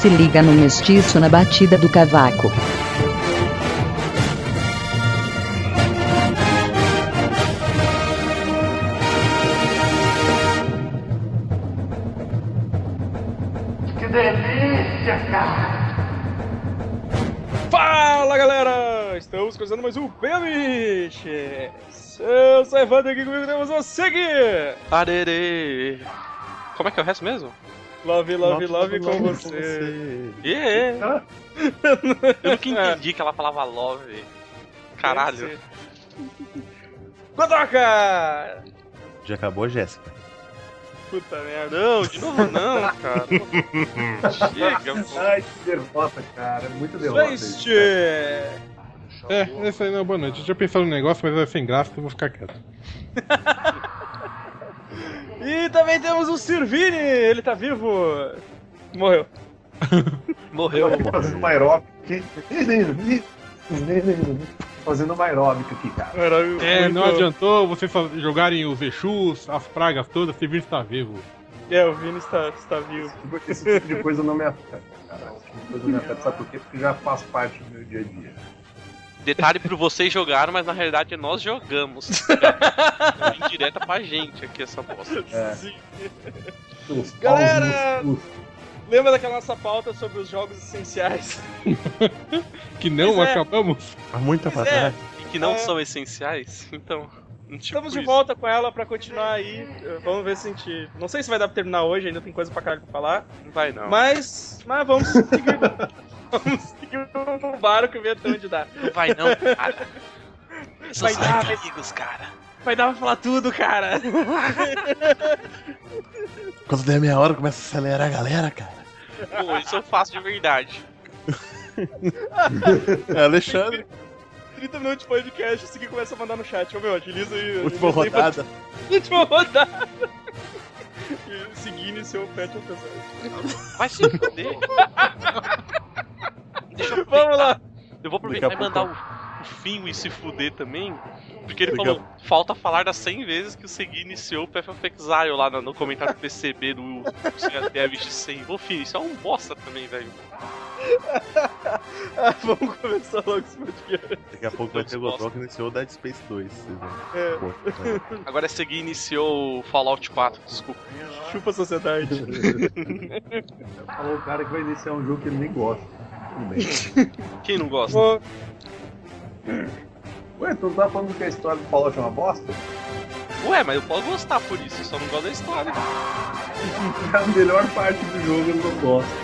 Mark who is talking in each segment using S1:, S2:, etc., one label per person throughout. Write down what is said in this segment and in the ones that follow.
S1: se liga no mestiço na batida do cavaco.
S2: Que delícia, cara!
S3: Fala galera! Estamos começando mais um PMX! Eu sou o Evandro e aqui comigo temos o Segui!
S4: Arerê! Como é que é o resto mesmo?
S3: Love, love, love com você! Yeah.
S4: Eu nunca
S3: É.
S4: entendi que ela falava love. Caralho.
S3: Godoka!
S5: Já acabou, Jéssica.
S3: Puta merda!
S4: Não, de novo não, cara.
S3: é.
S4: Chega, pô.
S2: Ai, que derrota, cara. Muito derrota. isso,
S3: Fest!
S2: cara.
S6: É, essa aí não é boa noite. Eu tinha pensado no negócio, mas é sem graça, então eu vou ficar quieto.
S3: E também temos o Sirvini! Ele tá vivo! Morreu.
S4: Morreu.
S2: Fazendo uma aeróbica aqui. Fazendo uma aeróbica aqui, cara.
S3: Era
S6: É,
S3: muito-
S6: não adiantou vocês só jogarem os Exus, as pragas todas, se vir está vivo.
S3: É, o Vini está, está vivo.
S2: Porque esse tipo de coisa não me afeta, cara. Esse tipo de coisa não me afeta. Sabe por quê? Porque já faz parte do meu dia a dia.
S4: Detalhe pro vocês jogaram, mas na realidade nós jogamos. Indireta pra gente aqui essa bosta.
S2: É.
S3: Sim.
S2: Os
S3: Galera!
S2: paus, os-
S3: Lembra daquela nossa pauta sobre os jogos essenciais?
S6: Que não
S3: Pois é.
S6: acabamos.
S5: Há muita
S3: Pois é.
S5: passagem.
S4: E que não
S3: É.
S4: são essenciais, então. Tipo
S3: Estamos de
S4: isso.
S3: volta com ela pra continuar aí. Uh, Vamos ver se a gente. Não sei se vai dar pra terminar hoje, ainda tem coisa pra caralho pra falar.
S4: Não vai não.
S3: Mas. Mas vamos seguir. vamos seguir o barco e ver até onde dá.
S4: Não vai não, cara. São
S3: Vai
S4: seus
S3: dar, vai-
S4: amigos, cara.
S3: Vai dar pra falar tudo, cara.
S5: Quando der meia hora, começa a acelerar a galera, cara.
S4: Pô, isso eu faço de verdade.
S5: É, Alexandre,
S3: 30 minutos de podcast, o seguir começa a mandar no chat. Ô meu, agiliza aí.
S5: última
S3: agiliza aí pra-
S5: rodada.
S3: Última rodada. E Seguir iniciou o pet atenção.
S4: Vai se fuder. Deixa eu
S3: Vamos lá.
S4: Eu vou aproveitar e
S5: Daqui a
S4: mandar o, o Finwë se fuder também, porque ele
S5: Daqui a
S4: falou, falta falar das 100 vezes que o Segui iniciou o Path of Exile lá no, no comentário do PCB do Devs de 100. Ô Finn, isso é um bosta também, velho.
S3: Ah, vamos começar logo esse podcast.
S5: Daqui a pouco vai ter o Godrock que iniciou o Dead Space 2. vocês vão- tá
S3: É,
S5: Pô,
S4: Agora é Segui iniciou o Fallout 4, desculpa.
S3: chupa a sociedade.
S2: Falou o cara que vai iniciar um jogo que ele nem gosta. Tudo bem.
S4: Quem não gosta?
S3: Bom,
S2: Ué, tu não tá falando que a história do Fallout é uma bosta?
S4: Ué, mas eu posso gostar por isso, eu só não gosto da história.
S2: É A melhor parte do jogo eu não gosto.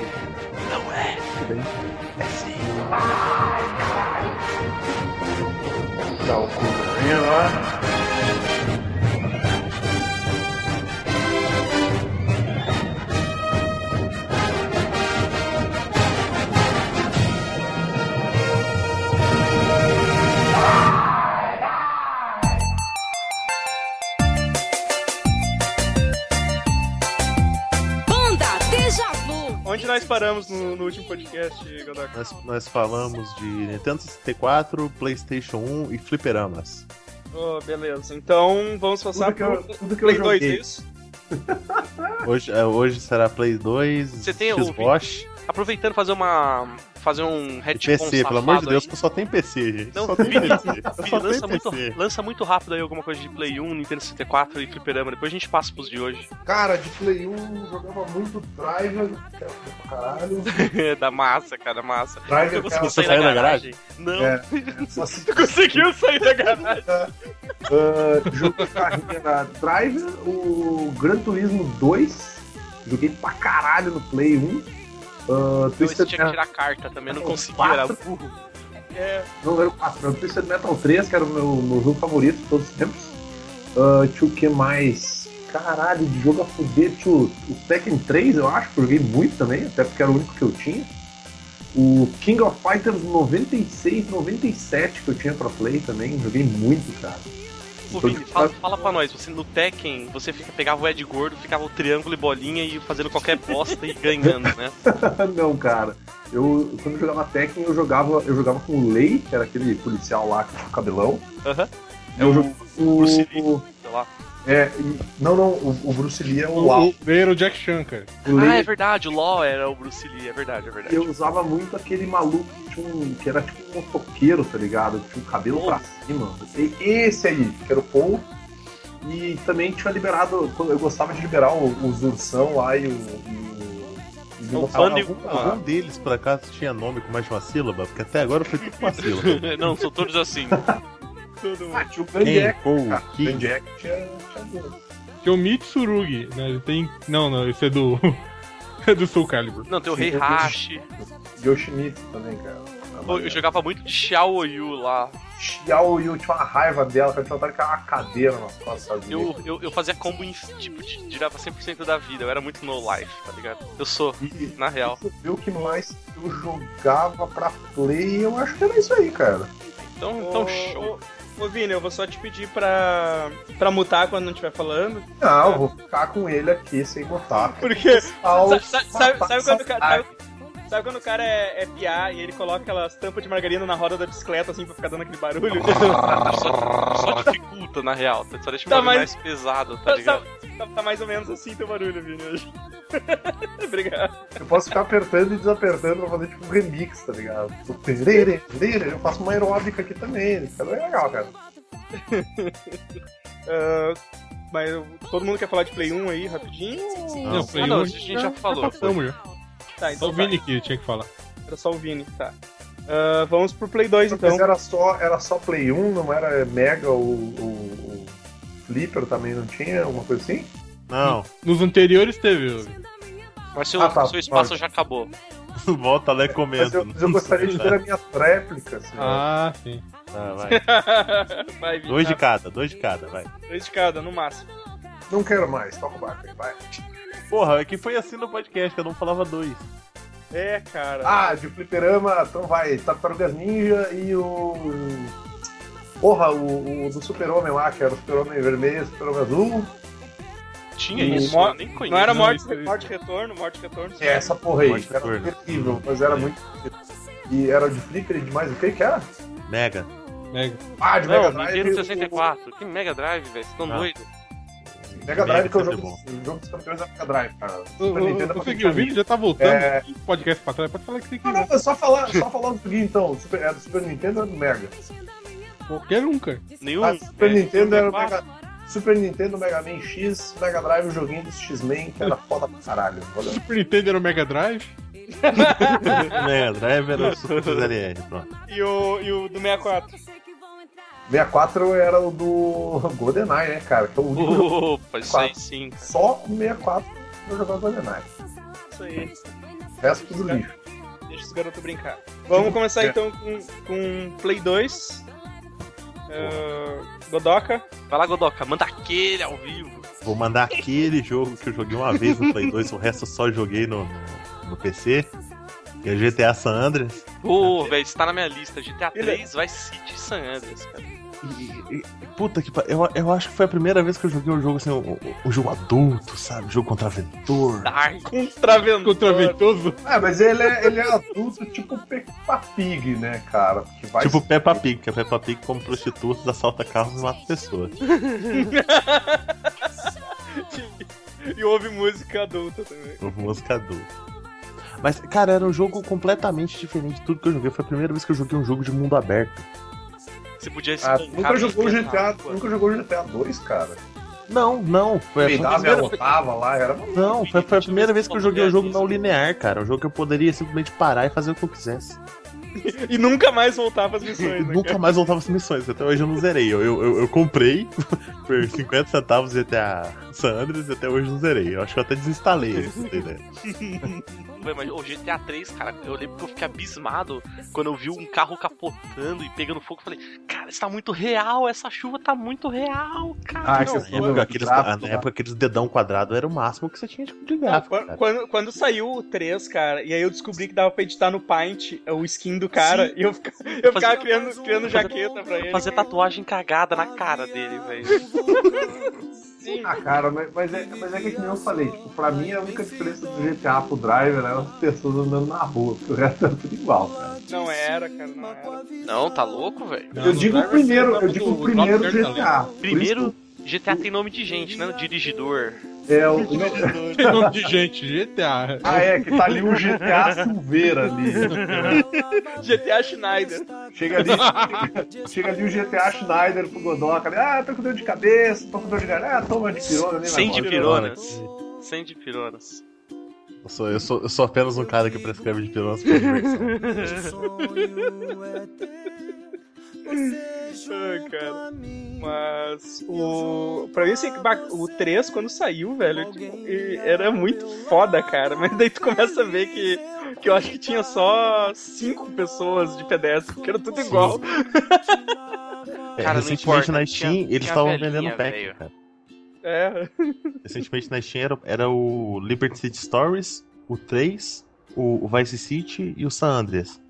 S2: Não é. É
S7: Banda Deja Vu.
S3: onde nós paramos no, no último podcast, Godaka?
S5: Nós, nós falamos de Nintendo 64, Playstation 1 e Fliperamas.
S3: Oh, beleza. Então vamos passar
S2: Tudo que eu-
S3: pro
S2: tudo que eu
S3: Play 2,
S2: joguei.
S3: isso?
S5: Hoje, é, hoje será Play 2,
S4: Você tem o
S5: Xbox
S4: Aproveitando fazer uma. fazer um
S5: e
S4: retcon
S5: PC. Pelo amor de
S4: safado
S5: Deus,
S4: aí.
S5: que só tem PC, gente.
S4: Não,
S5: só tem
S4: Vini,
S5: PC.
S4: Fih,
S5: Só tem
S4: lança, é muito,
S5: PC.
S4: lança muito rápido aí alguma coisa de Play 1, Nintendo 64 e Fliperama, depois a gente passa pros de hoje.
S8: Cara, de Play 1 jogava muito Driver, que é pra caralho.
S4: É, da massa, cara, massa.
S8: Driver, cara,
S4: Eu consegui
S5: Você
S4: sair da
S5: saiu da
S4: garagem? Não,
S8: É. só se
S3: Conseguiu sair da garagem.
S8: Ah,
S2: jogo de carrinho era Driver, o Gran Turismo 2, joguei pra caralho no Play 1. Ah,
S4: eu tinha
S2: Twisted
S4: que
S2: Metal,
S4: tirar carta também, eu não
S2: Metal
S4: consegui, era
S2: 4.
S4: burro.
S3: É,
S2: não era o 4, era o Twisted Metal 3, que era o meu, meu jogo favorito de todos os tempos. Ah, tio, o que mais? Caralho, de jogo a fuder, tio. O Tekken 3, eu acho, que eu joguei muito também, até porque era o único que eu tinha. O King of Fighters 96, 97 que eu tinha pra Play também, joguei muito, cara.
S4: Ô, Vini, fala, fala pra nós, você no Tekken, você fica- pegava o Ed Gordo, ficava o triângulo e bolinha e fazendo qualquer bosta e ganhando, né?
S2: Não, cara. Eu, quando eu jogava Tekken, eu jogava, eu jogava com o Lei, que era aquele policial lá com o cabelão.
S4: Aham.
S2: Eu jogava com o,
S4: Bruce Lee. Sei lá.
S2: É, e- não, não, o, o Bruce Lee é o
S6: O
S2: Al.
S6: o- era o Jack Chan, cara.
S2: O
S4: Ah, é
S2: Lee,
S4: verdade, o Law era o Bruce Lee, é verdade, é verdade.
S2: eu usava muito aquele maluco que, tinha um- que era tipo um motoqueiro, tá ligado? Que Tinha o cabelo pra cima. E esse aí, que era o Paul. E também tinha liberado, quando eu gostava de liberar o- os ursão lá e o.
S4: O
S2: E o, e o dinossauro.
S4: Bunny- ah,
S5: Algum,
S2: Ah.
S5: algum um deles, por acaso, tinha nome com mais de uma sílaba? Porque até agora foi tudo uma sílaba.
S4: Não, são todos assim.
S3: Todo mundo.
S2: Ah, tinha o
S5: Quem,
S2: Grandiac.
S5: Paul,
S2: cara. O
S5: Kim.
S2: Grandiac tinha. tinha-
S6: Que é o Mitsurugi, né? Ele tem. Não, não, esse é do. é do Soul Calibur.
S4: Não, tem o
S2: Sim,
S4: Rei
S2: eu-
S4: Hashi.
S2: Yoshimitsu também, cara.
S4: Pô, Eu jogava muito de Xiaoyu lá.
S2: Xiao Yu tinha uma raiva dela, que ela tinha que uma cadeira nas costas. sabe?
S4: Eu, eu, eu fazia combo em. Tipo, de- tirava 100% da vida. Eu era muito no life, tá ligado? Eu sou,
S2: E-
S4: na real.
S2: Você viu que mais eu jogava pra play eu acho que era isso aí, cara.
S4: Então,
S3: Ô,
S4: então show.
S3: ô, ô, Vini, eu vou só te pedir pra, pra mutar quando não estiver falando.
S2: Não, eu vou ficar com ele aqui sem botar.
S3: Porque.
S2: Ao-
S3: Sa- sa- sabe,
S2: matar
S3: sabe quando o cara.
S2: saudade.
S3: Sabe, sabe quando o cara é, é piá e ele coloca aquelas tampas de margarina na roda da bicicleta, assim, pra ficar dando aquele barulho?
S4: Só, só dificulta, na real. Só deixa o
S3: Tá,
S4: bagulho
S3: mas-
S4: mais pesado, tá
S3: Tá,
S4: ligado?
S3: tá- tá mais ou menos assim teu barulho, Vini, hoje. Obrigado.
S2: Eu posso ficar apertando e desapertando pra fazer tipo um remix, tá ligado? Tipo, tererê, tererê, Eu faço uma aeróbica aqui também. Isso é legal, cara.
S3: Ah, mas eu- todo mundo quer falar de Play 1 aí, rapidinho?
S6: Não, foi
S4: Ah, não,
S6: um-
S4: a gente já falou.
S6: passamos já.
S3: Tá,
S6: Só
S3: então
S6: É o
S3: tá.
S6: Vini que tinha que falar.
S3: Era só o Vini, tá. Ah, vamos pro Play 2, então.
S2: Mas era só, era só Play 1, não era Mega ou, ou- ou Flipper também não tinha? Alguma coisa assim?
S5: Não,
S6: Nos anteriores teve. eu-
S4: Mas seu,
S2: Ah, tá,
S4: seu espaço
S2: pode.
S4: já acabou.
S5: volta lá e
S2: Mas
S5: comenta.
S2: eu, mas eu gostaria de ter
S5: né?
S2: as minhas réplicas. né?
S6: Ah, sim.
S5: Ah, vai.
S3: Vai, Vini.
S5: Dois de
S3: tá.
S5: cada, dois de cada, vai.
S3: Dois de cada, no máximo.
S2: Não quero mais, toca o barco aí, vai.
S5: Porra, é que foi assim no podcast, eu não falava dois.
S3: É, cara.
S2: Ah, de fliperama, então vai, Tartarugas Ninja e o. Porra, o, o do Super-Homem lá, que era o Super-Homem Vermelho, Super-Homem Azul.
S4: Tinha
S3: Não,
S4: isso,
S3: Hum, mo-
S4: eu nem conheço. é
S3: não era
S6: não,
S3: morte,
S6: isso aí.
S3: morte e retorno, morte e retorno.
S2: É, essa porra aí,
S5: Pode
S2: que era
S5: ser, né?
S2: terrível, mas era muito. E era de flipper e de mais o que que era?
S5: Mega.
S6: Mega.
S2: Ah, de Mega
S4: Não,
S2: Drive.
S4: Nintendo
S2: o-
S4: 64. Que Mega Drive, velho. Vocês tão
S5: Ah.
S4: doidos?
S2: o Mega Drive que é o
S5: Mega
S2: jogo,
S5: sempre
S2: o jogo dos campeões da Mega Drive, cara.
S6: Eu,
S2: Super
S6: eu,
S2: Nintendo é
S6: eu
S2: pra
S6: sei que
S2: gente
S6: o Vini já tá voltando.
S2: É.
S6: o Podcast pra trás, pode falar o que você
S2: Não,
S6: quiser.
S2: não, é só falar, só falar o seguinte então, Super- era do Super Nintendo ou do Mega?
S6: Qualquer um, cara.
S4: Nenhum.
S2: Ah, Super
S4: é,
S2: Nintendo era o
S4: 64.
S2: Mega... Super Nintendo, Mega Man X, Mega Drive, o joguinho dos X-Men, que era foda pra caralho. Olha.
S6: Super Nintendo era o Mega Drive.
S5: Mega Drive era o Super ZLR, pronto.
S3: E o, e o do 64.
S2: 64 era o do GoldenEye, né, cara? Que é o único
S5: Uhum.
S2: jogo-
S4: Opa, isso aí sim. cara.
S2: Só o 64 eu jogava GoldenEye.
S3: Isso aí.
S2: O resto tudo lixo.
S3: Deixa os garotos brincar. Vamos começar então com, com Play 2. Ah, Godoka.
S4: Vai lá, Godoka, manda aquele ao vivo.
S5: Vou mandar aquele jogo que eu joguei uma vez no Play 2, o resto eu só joguei no, no, no PC. Que é GTA San Andreas.
S4: Ô, velho, isso tá na minha lista. GTA
S3: Ele-
S4: 3 vai City San Andreas, cara.
S5: E, e- e- puta que pariu, eu, eu acho que foi a primeira vez que eu joguei um jogo assim, um, um jogo adulto, sabe? Um Jogo contraventor.
S4: Dark.
S3: um Contraventor.
S6: Contraventoso.
S2: Ah, mas ele é, ele é adulto tipo Peppa Pig, né, cara? Que vai
S5: Tipo Peppa Pig, que a Peppa Pig como prostituta assalta carros e mata pessoas.
S3: E ouve música adulta também.
S5: O Tipo, música adulta. Mas, cara, era um jogo completamente diferente de tudo que eu joguei. Foi a primeira vez que eu joguei um jogo de mundo aberto.
S4: Você podia
S2: Ah,
S4: espancar
S2: tu nunca jogou
S4: quem tá na
S2: GTA, tu
S4: rua.
S2: nunca jogou GTA 2, cara.
S5: Não, não. Foi, foi a
S2: Peidava e
S5: primeira,
S2: arrotava lá, era
S5: não, foi, foi a primeira vez que eu joguei um jogo não linear, cara. Um jogo que eu poderia simplesmente parar e fazer o que eu quisesse.
S3: E nunca mais voltar pras
S5: E
S3: missões, né,
S5: nunca mais voltava as missões. Até hoje eu não zerei. Eu, eu, eu, eu comprei por 50 centavos GTA San Andreas e até hoje eu não zerei. Eu acho que eu até desinstalei ele, pra você ter ideia.
S4: Ué, mas o GTA 3, cara, eu lembro que eu fiquei abismado quando eu vi um carro capotando e pegando fogo. Eu falei, cara, isso tá muito real, essa chuva tá muito real, cara.
S2: Ah,
S4: Não,
S2: que
S5: Na época, aqueles, na época, aqueles dedão quadrado era o máximo que você tinha de- de
S3: Não,
S5: gráfico,
S3: quan-
S5: cara.
S3: quando, quando saiu o 3, cara, e aí eu descobri que dava pra editar no Paint é o skin do cara, e eu, fica- eu ficava criando, criando jaqueta pra ele.
S4: Fazer tatuagem cagada na cara dele, velho.
S2: Ah, cara, mas, mas é, mas é que nem eu falei, tipo, pra mim a única diferença do GTA pro Driver
S9: é
S2: era as pessoas andando na rua, porque o resto era tudo igual, cara.
S3: Não era, cara, não era.
S4: Não, tá louco, velho?
S6: tá
S2: eu digo o primeiro, eu digo o primeiro GTA. Por isso
S4: Primeiro,
S2: que
S4: GTA tem nome de gente, né? Dirigidor.
S9: É o. não-
S6: Tem nome de gente, GTA.
S9: Ah, é, que tá ali o GTA Silveira ali.
S3: GTA Schneider.
S9: Chega ali, chega ali o GTA Schneider pro Godoca ali, ah, tô com dor de cabeça, tô com dor de garganta, ah, toma de pirona ali,
S4: Sem
S9: vai embora.
S4: dipironas.
S2: né?
S4: Sem dipironas.
S5: Eu sou, eu, sou, eu sou apenas um cara que prescreve de pironas pra diversão.
S3: Ah, cara. Mas o. Pra mim, assim, ba- o 3, quando saiu, velho, tipo, e- era muito foda, cara. Mas daí tu começa a ver que, que eu acho que tinha só 5 pessoas de pedestre, porque era tudo igual.
S5: É,
S4: Cara, não
S5: recentemente
S4: importa,
S5: na
S4: tinha-
S5: Steam,
S4: tinha
S5: eles estavam
S4: a velhinha,
S5: vendendo pack,
S4: velho.
S5: cara.
S3: É.
S5: Recentemente na Steam era, era o Liberty City Stories, o 3, o, o Vice City e o San Andreas.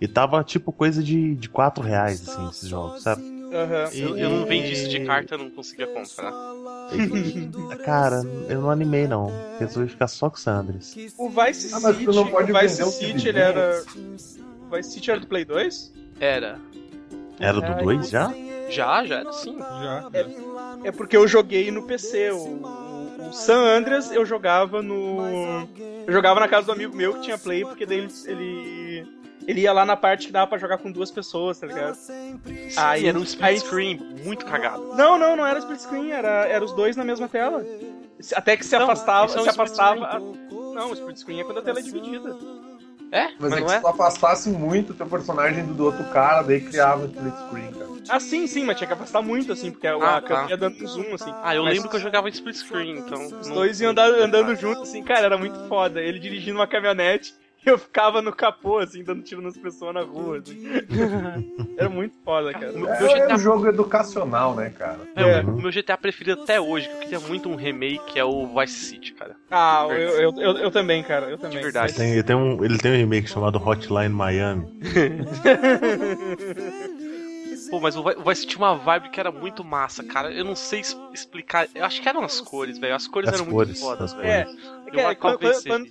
S5: E tava tipo coisa de, de 4 reais, assim, esses jogos, sabe?
S3: Aham.
S5: E-
S4: Eu, eu não vendi isso de carta, eu não conseguia comprar.
S5: e- Cara, eu não animei não. Resolvi ficar só com o San Andreas.
S3: O Vice
S9: Ah,
S3: City.
S9: mas tu não pode
S3: o Vice
S9: vender o que
S3: City,
S9: vende.
S3: ele era. O Vice City era do Play 2?
S4: Era.
S5: Era do
S3: então
S5: 2 já?
S4: Já, já era sim.
S6: Já.
S3: É porque eu joguei no PC. O, o San Andreas eu jogava no. Eu jogava na casa do amigo meu que tinha play, porque daí ele. ele... Ele ia lá na parte que dava pra jogar com duas pessoas, tá ligado? Aí-
S4: Aí era um
S3: aí-
S4: split screen muito cagado.
S3: Não, não, não era split screen, era, era os dois na mesma tela. Se- Até que se
S4: Não,
S3: afastava,
S4: isso é um
S3: se
S4: split
S3: afastava. a- Não, o split screen é quando a tela é dividida.
S4: É?
S9: Mas,
S4: Mas,
S9: é que
S4: não
S9: se
S4: é?
S9: tu afastasse muito o teu personagem do, do outro cara, daí criava um split screen, cara.
S3: Ah, sim, sim, mas tinha que afastar muito, assim, porque a,
S4: Ah,
S3: a
S4: tá.
S3: câmera ia dando um zoom, assim.
S4: Ah, eu
S3: Mas-
S4: lembro que eu jogava split screen, então.
S3: Os dois iam andar- andando juntos, assim, cara, era muito foda. Ele dirigindo uma caminhonete e eu ficava no capô, assim, dando tiro nas pessoas na rua. assim. era muito foda, cara.
S4: Meu
S9: É,
S4: meu
S9: é um
S4: GTA,
S9: jogo educacional, né, cara?
S3: É.
S4: meu- meu GTA preferido até hoje, que eu queria muito um remake, é o Vice City, cara.
S3: Ah, eu, eu, eu, eu também, cara, eu também.
S4: De verdade.
S5: Tem- ele, tem um, ele tem um remake chamado Hotline Miami.
S4: Pô, mas o Vi- o Vice City tinha uma vibe que era muito massa, cara. Eu não sei es- explicar. Eu acho que eram as cores, velho. As cores
S5: As
S4: eram
S5: cores,
S4: muito
S5: as
S4: fodas, velho.
S3: É,
S4: Eu
S3: cara, quando,
S4: acabei
S3: quando, quando,
S4: sendo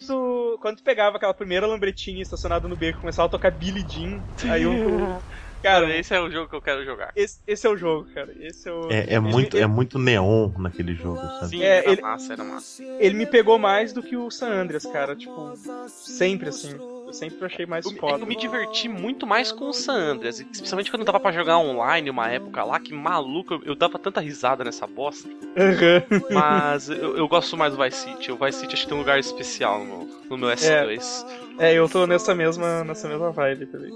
S3: tu, quando tu pegava aquela primeira lambretinha estacionada no beco e começava a tocar Billy Jean, aí eu.
S4: Cara,
S3: Cara,
S4: esse é o jogo que eu quero jogar.
S3: esse, esse é o jogo, cara. Esse é o.
S5: É, é, muito, é muito neon naquele jogo, sabe?
S4: Sim,
S3: É,
S4: era
S3: ele-
S4: massa, era massa.
S3: Ele me pegou mais do que o San Andreas, cara. Tipo, sempre assim. Eu sempre achei mais
S4: Eu, me-
S3: foda.
S4: eu me diverti muito mais com o San Andreas, e especialmente quando dava pra jogar online uma época lá, que maluco, eu, eu dava tanta risada nessa bosta.
S3: Aham.
S4: Mas eu, eu gosto mais do Vice City. O Vice City acho que tem um lugar especial no, meu- no meu S2.
S3: É, eu tô nessa mesma, nessa mesma vibe também.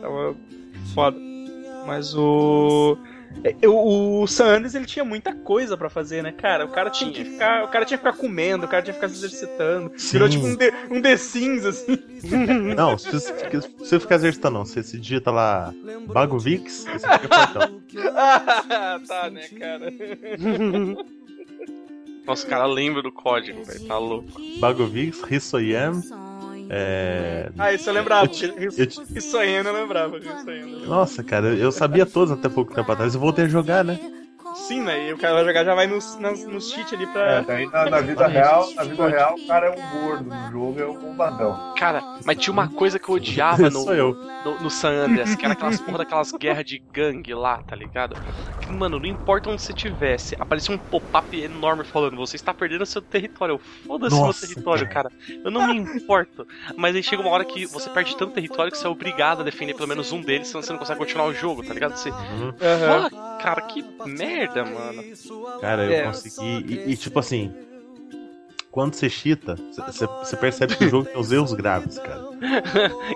S3: Tava foda. Mas o. é, eu- o San Andreas ele tinha muita coisa pra fazer, né, cara? O cara tinha que
S4: Tinha.
S3: ficar, o cara tinha que ficar comendo, o cara tinha que ficar se exercitando.
S5: Sim.
S3: Virou tipo um The, um The Sims, assim.
S5: Não, se você, fica- se você ficar exercitando, não. Você se digita lá Bagovix, você fica fortão.
S3: Ah, tá, né, cara?
S4: Nossa, o cara lembra do código, velho. Tá louco.
S5: Bagovix, Hisoyam, é...
S3: Ah, isso eu lembrava.
S5: Eu te-
S3: Isso,
S5: eu te-
S3: isso aí eu não lembrava. Isso aí eu não lembrava.
S5: Nossa, cara, eu- eu sabia todos até pouco tempo atrás. Eu voltei a jogar, né?
S3: Sim, né? E o cara vai jogar, já vai nos, nas, nos cheat ali pra.
S9: É, daí na, na vida real, na vida real, o cara é um gordo, no jogo é um bombadão.
S4: Cara, mas tinha uma coisa que eu odiava no,
S5: Sou eu.
S4: no, no San Andreas, que era aquelas porra daquelas guerras de gangue lá, tá ligado? Que, mano, não importa onde você tivesse, aparecia um pop-up enorme falando, você está perdendo seu território. Eu, Foda-se meu
S5: Nossa,
S4: território, cara. Eu não me importo. Mas aí chega uma hora que você perde tanto território que você é obrigado a defender pelo menos um deles, senão você não consegue continuar o jogo, tá ligado? Você.
S5: Uhum,
S3: Aham.
S4: Fala, Ah, cara, que merda, mano.
S5: Cara, eu
S3: É.
S5: consegui. E, e, tipo assim, quando você chita, você- você você percebe que o jogo tem os erros graves, cara.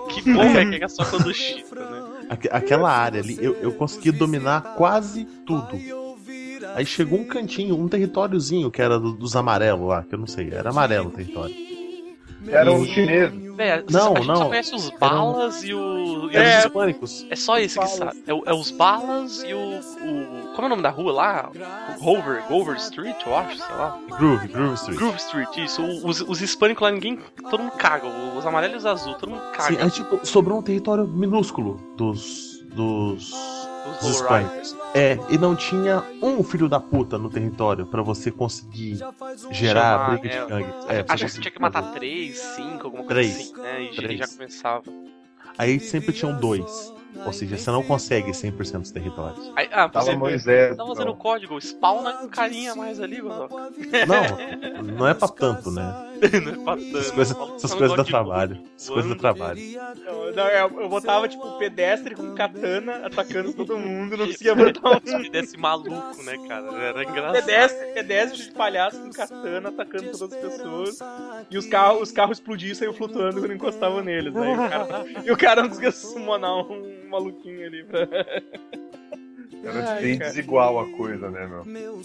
S4: Que bom velho, que é só quando chita, né?
S5: Aque- aquela área ali, eu, eu consegui dominar quase tudo. Aí chegou um cantinho, um territóriozinho que era do- dos amarelos lá, que eu não sei, era amarelo o território.
S9: Era um chinês.
S4: Véi,
S5: Não, um-
S4: a gente só
S5: não.
S4: conhece os balas e o.
S5: Era
S4: e
S5: os
S4: os
S5: hispânicos.
S4: É só esse que sabe. É, o- é os Balas e o, o- Como é o nome da rua lá? Grover, Grover Street, eu acho, sei lá.
S5: Groove, Groove Street.
S4: Groove Street, isso. O- Os, os hispânicos lá, ninguém. Todo mundo caga. Os amarelos e os azul, todo mundo
S5: Sim,
S4: caga.
S5: aí tipo, sobrou um território minúsculo dos. dos.
S4: Os
S5: dos
S4: Low
S5: hispânicos. É, e não tinha um filho da puta no território pra você conseguir gerar
S4: Chamar,
S5: a briga
S4: é.
S5: de gangue. É, pra
S4: Acho que você
S5: conseguir
S4: tinha que
S5: fazer.
S4: matar três, cinco, alguma coisa
S5: Três.
S4: assim, né? E
S5: Três.
S4: já começava.
S5: Aí sempre tinham dois. Ou seja, você não consegue 100% dos territórios.
S4: Aí, ah,
S9: Tava
S4: você
S9: Moisés. então.
S4: tá fazendo o código, spawna um carinha mais ali, Gozão.
S5: Não, não é pra tanto, né? Essas coisas, essas
S4: um
S5: coisas dá
S4: tipo,
S5: trabalho. Essas coisas
S4: né?
S5: dá trabalho.
S3: Não, não, eu, eu botava, tipo, pedestre com katana atacando todo mundo, não conseguia botar um
S4: Se desse maluco, né, cara? Era engraçado.
S3: pedestre, pedestre de palhaço com katana atacando todas as pessoas. E os carros, os carros explodiam e saíam flutuando quando encostavam neles. Aí o cara, e o cara não conseguia summonar um maluquinho ali pra.
S9: Era
S3: Ai,
S9: bem
S3: cara.
S9: desigual a coisa, né, meu?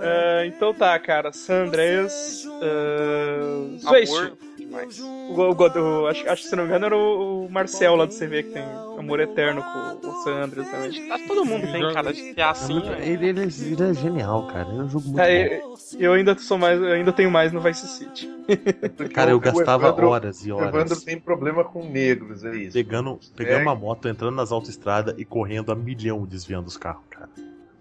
S3: Ah, então tá, cara. Sandres. Uh,
S4: Amor, demais.
S3: O- o God- o- acho, acho que se não me engano era o, o Marcel lá do CV que tem Amor Eterno com o Sandras também.
S4: Acho que Tá, todo mundo tem, cara, de ter
S5: É
S4: assim.
S5: muito-
S4: né?
S5: Ele, ele, ele é genial, cara. Ele é um jogo muito
S3: Tá,
S5: bom.
S3: eu, eu ainda sou mais, eu ainda tenho mais no Vice City.
S9: Porque
S5: Cara, eu
S9: é, o
S5: gastava
S9: Evandro-
S5: horas e
S9: O Evandro
S5: horas
S9: tem problema com negros, é isso.
S5: pegando, pegando uma moto, entrando nas autoestradas e correndo a milhão desviando os carros, cara.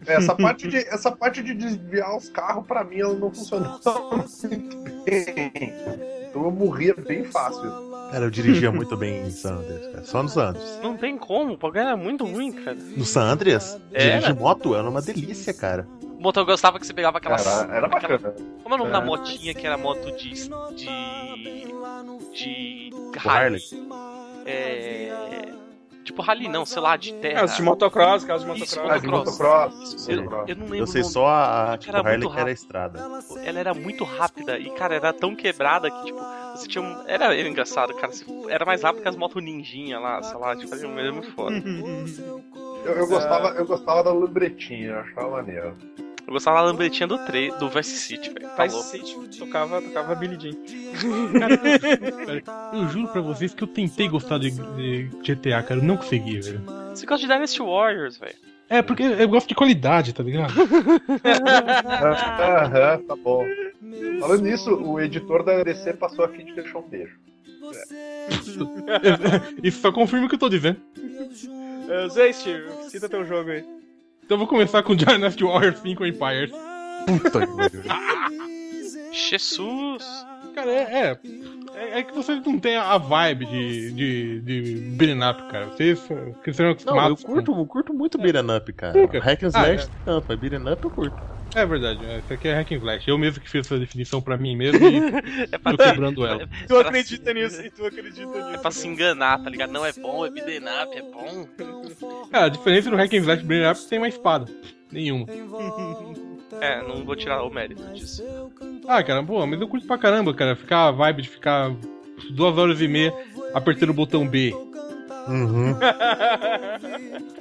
S9: É, Essa parte, de, essa parte de desviar os carros, pra mim, ela não funcionou muito bem. Então eu morria bem fácil.
S5: Cara, eu dirigia muito bem em San Andreas, cara. Só no San Andreas.
S4: Não tem como, o bagulho era muito ruim, cara.
S5: No San Andreas,
S4: Era?
S5: dirigir moto era uma delícia, cara.
S4: O motor gostava que você pegava aquelas.
S9: Era, era
S4: aquela-
S9: bacana.
S4: Como é o nome da
S9: É.
S4: motinha que era moto de. de. de.
S5: Tipo Harley.
S4: É. Tipo rally não, sei lá, de
S5: É Ah,
S4: terra.
S3: Carros de motocross, carros de
S4: Isso,
S9: Ah,
S3: motocross.
S9: de
S4: Motocross.
S9: motocross.
S4: eu,
S9: motocross.
S4: eu não lembro.
S5: Eu sei
S4: o nome.
S5: só a a,
S4: Só que
S5: tipo,
S4: era
S5: Harley
S4: muito
S5: que era a estrada.
S4: Ela era muito rápida e, cara, era tão quebrada que, tipo, você tinha um. Era, era engraçado, cara. você- Era mais rápido que as motos ninjinha lá, sei lá, tipo, era
S3: Hum.
S4: muito foda.
S9: Eu, eu gostava, eu gostava da lambretinha, eu achava maneiro.
S4: Eu gostava da lambretinha do 3, do Vice City, velho. Tá
S3: Vice
S4: louco.
S3: City tocava, tocava Billy Jean.
S6: Eu juro pra vocês que eu tentei gostar de, de GTA, cara. Eu não consegui, velho.
S4: Você gosta de Dynasty Warriors, velho.
S6: É, porque eu gosto de qualidade, tá ligado?
S9: Aham, tá bom. Falando nisso, o editor da DC passou aqui e te deixou um beijo.
S6: Isso só confirma o que eu tô dizendo.
S3: Uh, Zeist, cita teu jogo aí.
S6: Então eu vou começar com Dynasty Warriors 5 Empires.
S5: Puta que pariu.
S4: Jesus!
S6: Cara, é. É, é- é que vocês não têm a vibe de, de, de beating up, cara. Vocês eh,
S5: Não,
S6: cresceram
S5: eu
S6: acostumados. com-
S5: curto, eu curto muito Beat'em Up, cara.
S6: Sim, cara.
S5: Hack and
S6: Ah,
S5: Slash, tanto, mas Beat'em Up eu curto.
S6: É verdade, é, isso aqui é Hack and Slash. Eu mesmo que fiz essa definição pra mim mesmo e
S4: É pra
S6: tô quebrando ela.
S4: É
S3: Tu
S4: pra-
S3: acredita nisso, e tu acredita
S4: É
S3: nisso.
S4: pra se enganar, tá ligado? Não é bom, é beaten up, é bom.
S6: Cara, Ah, a diferença do Hack and Slash e Beating Up é que tem uma espada. Nenhuma.
S4: É, não vou tirar o mérito disso.
S6: Ah, cara, pô, mas eu curto pra caramba, cara. Ficar a vibe de ficar duas horas e meia apertando o botão B.
S5: Uhum.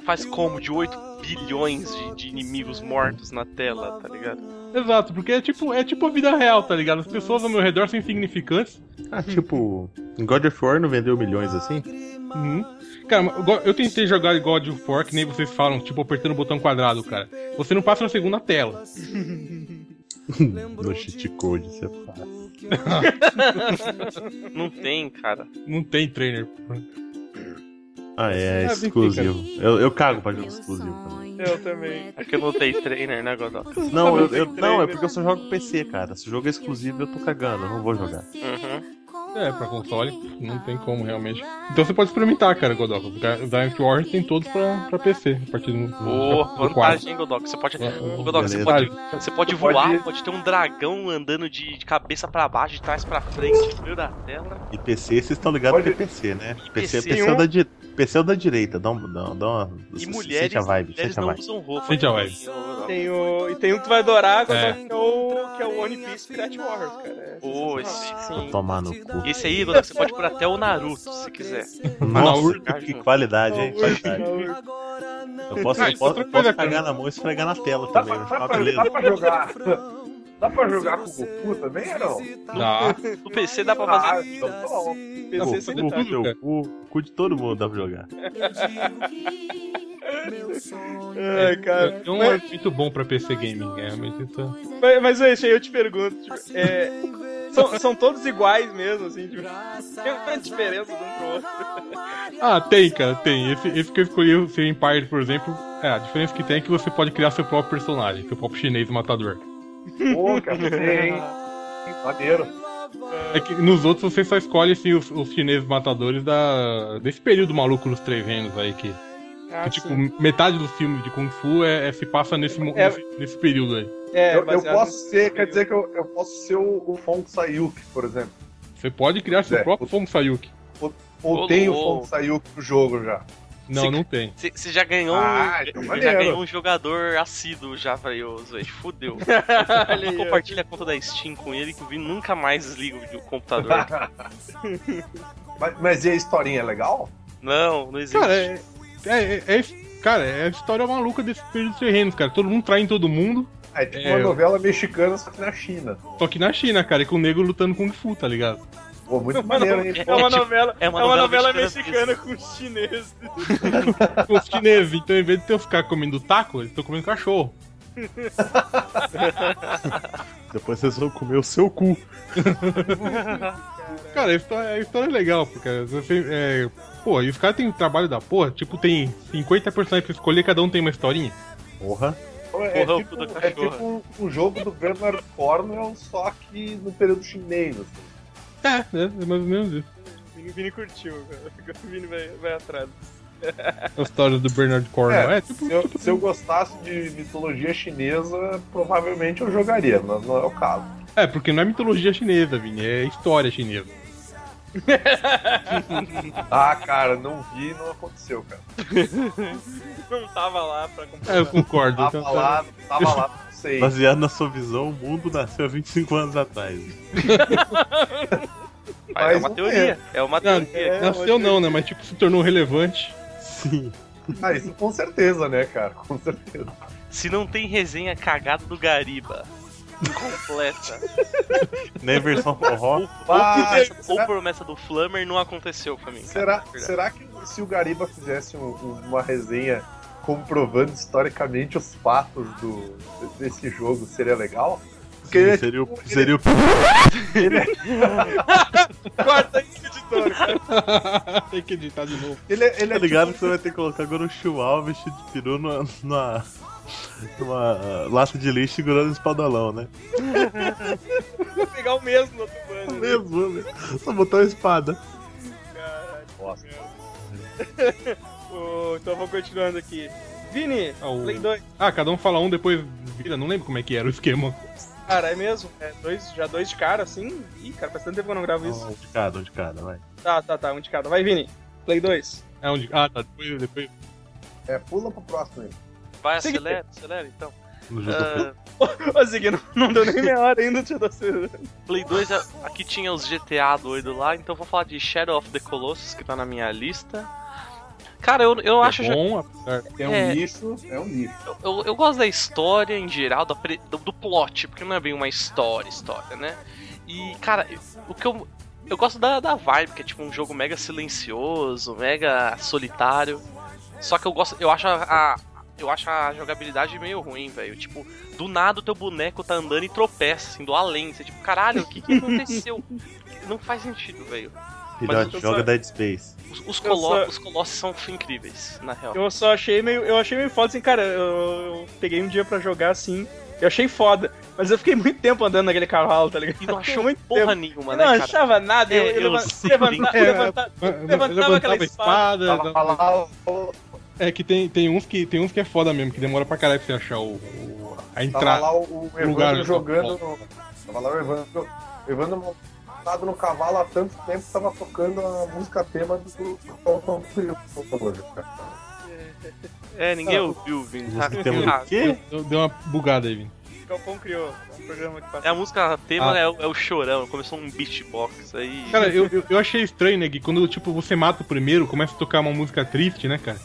S4: Faz como de 8 bilhões de, de inimigos mortos na tela, tá ligado?
S6: Exato, porque é tipo, é tipo a vida real, tá ligado? As pessoas ao meu redor são insignificantes.
S5: Ah, tipo, God of War não vendeu milhões assim?
S6: Uhum. Cara, mas go- eu tentei jogar God of War, que nem vocês falam, tipo, apertando o botão quadrado, cara. Você não passa na segunda tela.
S5: no cheat code, é você fala.
S4: Não tem, cara.
S6: Não tem trainer.
S5: Ah, é, é
S6: Ah, vem
S5: exclusivo. Eu, eu cago pra jogo exclusivo. cara.
S3: Eu também.
S4: É que eu não tenho trainer, né, Godot?
S5: Não, eu,
S3: vem
S5: eu-
S3: com
S5: não, é
S3: trailer.
S5: porque eu só jogo PC, cara. Se o jogo é exclusivo, eu tô cagando, eu não vou jogar.
S4: Uhum.
S6: É, pra console, não tem como realmente. Então você pode experimentar, cara, Godoka. O Dynasty Warriors tem todos pra, pra PC, a partir do,
S4: Ô,
S6: do
S4: vantagem, hein, Godot. Você pode.
S6: Ô,
S4: Godot, você
S5: É, beleza.
S4: pode. Você pode
S9: Pode-
S4: voar, pode ter um dragão andando de, de cabeça pra baixo, de trás pra frente, no meio da tela.
S5: E PC, vocês estão ligados que é PC, né? PC, é PC é o da, di... PC é o da direita, dá um. Dá um, dá uma...
S4: E
S5: sente
S4: mulheres,
S5: a vibe,
S4: mulheres
S5: sente a
S4: não
S5: vibe.
S4: usam roupa.
S6: Sente a vibe.
S3: Tem o, e tem um que tu vai adorar,
S6: É.
S3: Godot, que, é o, que é o One Piece Pirate Warriors, cara. É
S4: Ô,
S3: sensacional.
S4: esse-
S5: Vou tomar no cu.
S4: Esse aí, Godot, você pode pôr até o Naruto, se quiser.
S5: Nossa,
S4: urca.
S5: que qualidade, hein?
S3: É
S5: Qualidade.
S3: Não,
S5: Eu posso,
S6: Ah,
S5: eu
S6: isso
S5: posso,
S6: é outra
S5: posso
S6: coisa, cara.
S5: cagar na mão e esfregar na tela
S9: Dá
S2: Tá,
S5: também.
S9: pra, dá pra-
S5: vai ficar
S9: tá dá
S5: beleza.
S9: pra jogar. Dá pra jogar com o Goku também ou não?
S6: Dá.
S4: No PC dá pra
S9: Ah,
S4: fazer.
S9: então tá bom.
S3: PC
S5: Pô,
S3: sem
S5: o cu,
S6: detalhe,
S5: teu
S6: cara.
S5: cu, o cu de todo mundo dá pra jogar.
S3: Ai, cara.
S6: É um argumento bom pra PC Gaming, é, mas isso...
S3: Mas, mas gente, aí eu te pergunto, tipo, é, são, são todos iguais mesmo, assim, tipo, tem uma diferença de um pro outro.
S6: Ah, tem, cara, tem. Esse, esse que eu escolhi, o seu Empire, por exemplo, é, a diferença que tem é que você pode criar seu próprio personagem, seu próprio chinês matador.
S9: Pô, cara, tem. Maneiro.
S6: É que nos outros você só escolhe assim, os, os chineses matadores da, desse período maluco nos três reinos aí que.
S3: Ah,
S6: que, tipo,
S3: sim.
S6: metade dos filmes de Kung Fu é, é- se passa nesse, mo-
S3: É.
S6: nesse, nesse período aí.
S3: É,
S2: eu, eu
S3: baseado
S2: posso
S3: no-
S2: ser, quer dizer que eu, eu posso ser o, o Fong Sayuki, por exemplo.
S6: Você pode criar seu
S2: É.
S6: próprio Fong Sayuki.
S2: Ou
S4: Ô,
S2: tem o
S4: louco.
S2: Fong Sayuki no jogo já.
S6: Não,
S4: Sim.
S6: não tem.
S4: Você você já ganhou
S2: Ah,
S4: um,
S2: então
S4: já
S2: maneiro.
S4: ganhou um jogador assíduo já pra eu, Zé. Fudeu.
S3: Olha aí, ó.
S4: Compartilha a conta da Steam com ele que o Vini nunca mais desliga o computador.
S2: mas, mas e a historinha é legal?
S4: não, não existe.
S6: Cara, é, é, é- é- cara, é a história maluca desse período dos três reinos, cara. Todo mundo trai em todo mundo,
S2: Ah, É tipo
S6: É,
S2: uma
S6: eu-
S2: novela mexicana, só que na China.
S6: só que na China, cara, e com o negro lutando Kung Fu, tá ligado?
S2: Pô, muito
S3: Mano,
S2: maneiro, hein?
S3: é, uma
S4: tipo-
S3: novela, é uma novela mexicana
S4: mexicana
S3: com os chineses.
S6: Com os chineses, então em vez de eu ficar comendo taco, eles estão comendo cachorro.
S5: Depois vocês vão comer o seu cu.
S6: Cara, a história, a história é legal, pô, cara. Você, é, pô, e os caras têm um trabalho da porra, tipo, tem 50 personagens pra escolher, cada um tem uma historinha.
S5: Porra.
S2: Pô, É,
S4: Porra,
S2: tipo,
S4: puta
S2: é tipo um, um jogo do Bernard Cornwell, só que no período chinês. assim.
S6: É, é, é mais ou menos isso.
S3: O Vini, Vini curtiu, cara. Agora O Vini vai, vai atrás.
S6: A história do Bernard Cornwell. É,
S2: É,
S6: tipo,
S2: se, eu, se eu gostasse de mitologia chinesa, provavelmente eu jogaria, mas não é o caso.
S6: é, porque não é mitologia chinesa, Vini, é história chinesa.
S2: Ah, cara, não vi e não aconteceu, cara.
S3: Não tava lá pra comprar.
S6: É, eu concordo.
S2: Tava
S6: então, tá-
S2: lá, tava lá, não sei.
S5: Baseado na sua visão, o mundo nasceu há 25 anos atrás.
S4: Mas é uma
S2: não
S4: teoria. É uma
S6: Não,
S4: teoria.
S6: nasceu não, né? Mas tipo, se tornou relevante.
S5: Sim.
S2: Ah, isso com certeza, né, cara? Com certeza.
S4: Se não tem resenha cagada do Gariba. Completa.
S5: Nem versão forró.
S2: Ah,
S4: Ou
S2: será,
S4: promessa do Flammer não aconteceu pra mim.
S2: será,
S4: cara.
S2: será que se o Gariba fizesse um- um- uma resenha comprovando historicamente os fatos do, desse jogo, seria legal? Porque ele é
S5: Sim, seria,
S2: tipo-
S5: o, seria o
S3: Corta isso, editor.
S6: Tem que editar de novo.
S2: Ele, é- ele
S5: Tá
S2: é
S5: ligado que você vai ter que colocar agora o Chihuahua vestido de peru numa, numa, numa lata de lixo segurando um espadalão, né?
S3: Vou pegar o mesmo do outro bando. né?
S5: Mesmo, né? Só botar uma espada.
S3: Caralho,
S2: tipo- Nossa,
S3: Ô, Então vou continuando aqui. Vini,
S6: Ah, o-
S3: Play 2.
S6: Ah, cada um fala um, depois vira. Não lembro como é que era o esquema.
S3: Cara, é mesmo? É dois, já dois de cara, assim? Ih, cara, faz tanto tempo que eu não gravo isso.
S5: Um de cada, um de cada, vai.
S3: Tá, tá, tá, um de cada. Vai, Vini. Play 2.
S6: É onde... Ah, tá. Depois, depois...
S2: é, pula pro próximo aí.
S4: Vai,
S3: Seguinte.
S4: acelera, acelera então.
S5: No jogo do
S4: Ah,
S3: Ô, Zig, Assim não, não deu nem meia hora ainda, tio da Cida.
S4: Play 2, a- aqui tinha os GTA doido lá, então vou falar de Shadow of the Colossus, que tá na minha lista. Cara, eu, eu acho já-
S6: é bom, apesar...
S2: É um
S4: É.
S2: lixo, é um lixo.
S4: Eu- Eu, eu gosto da história em geral, da pre- do, do plot, porque não é bem uma história, história, né? E, cara, eu- o que eu. Eu gosto da, da vibe, que é tipo um jogo mega silencioso, mega solitário. Só que eu gosto. Eu acho a. a- eu acho a jogabilidade meio ruim, velho. Tipo, do nada o teu boneco tá andando e tropeça, assim, do além. Você, tipo, caralho, o que, que aconteceu? Não faz sentido, velho.
S5: Filhote,
S3: eu só-
S5: joga Dead Space.
S4: Os, os,
S3: Eu
S4: colo-
S3: só-
S4: os colossos são incríveis, na real.
S3: Eu só achei meio. Eu achei meio foda assim, cara. Eu, eu peguei um dia pra jogar assim. Eu achei foda. Mas eu fiquei muito tempo andando naquele cavalo, tá ligado?
S4: E não achou
S3: muito
S4: porra
S3: tempo.
S4: nenhuma,
S3: não
S4: né, cara?
S3: achava nada, eu,
S4: É,
S3: eu
S4: eu
S3: levan-
S4: sim.
S3: levanta-
S6: É,
S3: levanta- Levantava aquela espada.
S2: Tava
S6: dava-
S2: lá,
S6: É que tem, tem, uns que tem uns que é foda mesmo, que demora pra caralho pra você achar o, o- a
S2: tava
S6: entrada.
S2: lá o, o
S6: lugar
S2: Evandro
S6: onde
S2: jogando. No, tava lá o Evandro. O Evandro montado no cavalo há tanto tempo que tava tocando a música tema do Falcão
S4: É, ninguém ouviu, Vini. Tá
S5: Música tema
S4: Ah,
S5: do quê?
S6: Deu, deu uma bugada aí, Vini.
S3: O Galpão criou o programa que
S4: É
S3: passa.
S4: a música tema
S6: Ah.
S4: é, o- é o chorão, começou um beatbox aí.
S6: Cara, eu, eu, eu achei estranho, né, que quando, tipo, você mata o primeiro, começa a tocar uma música triste, né, cara?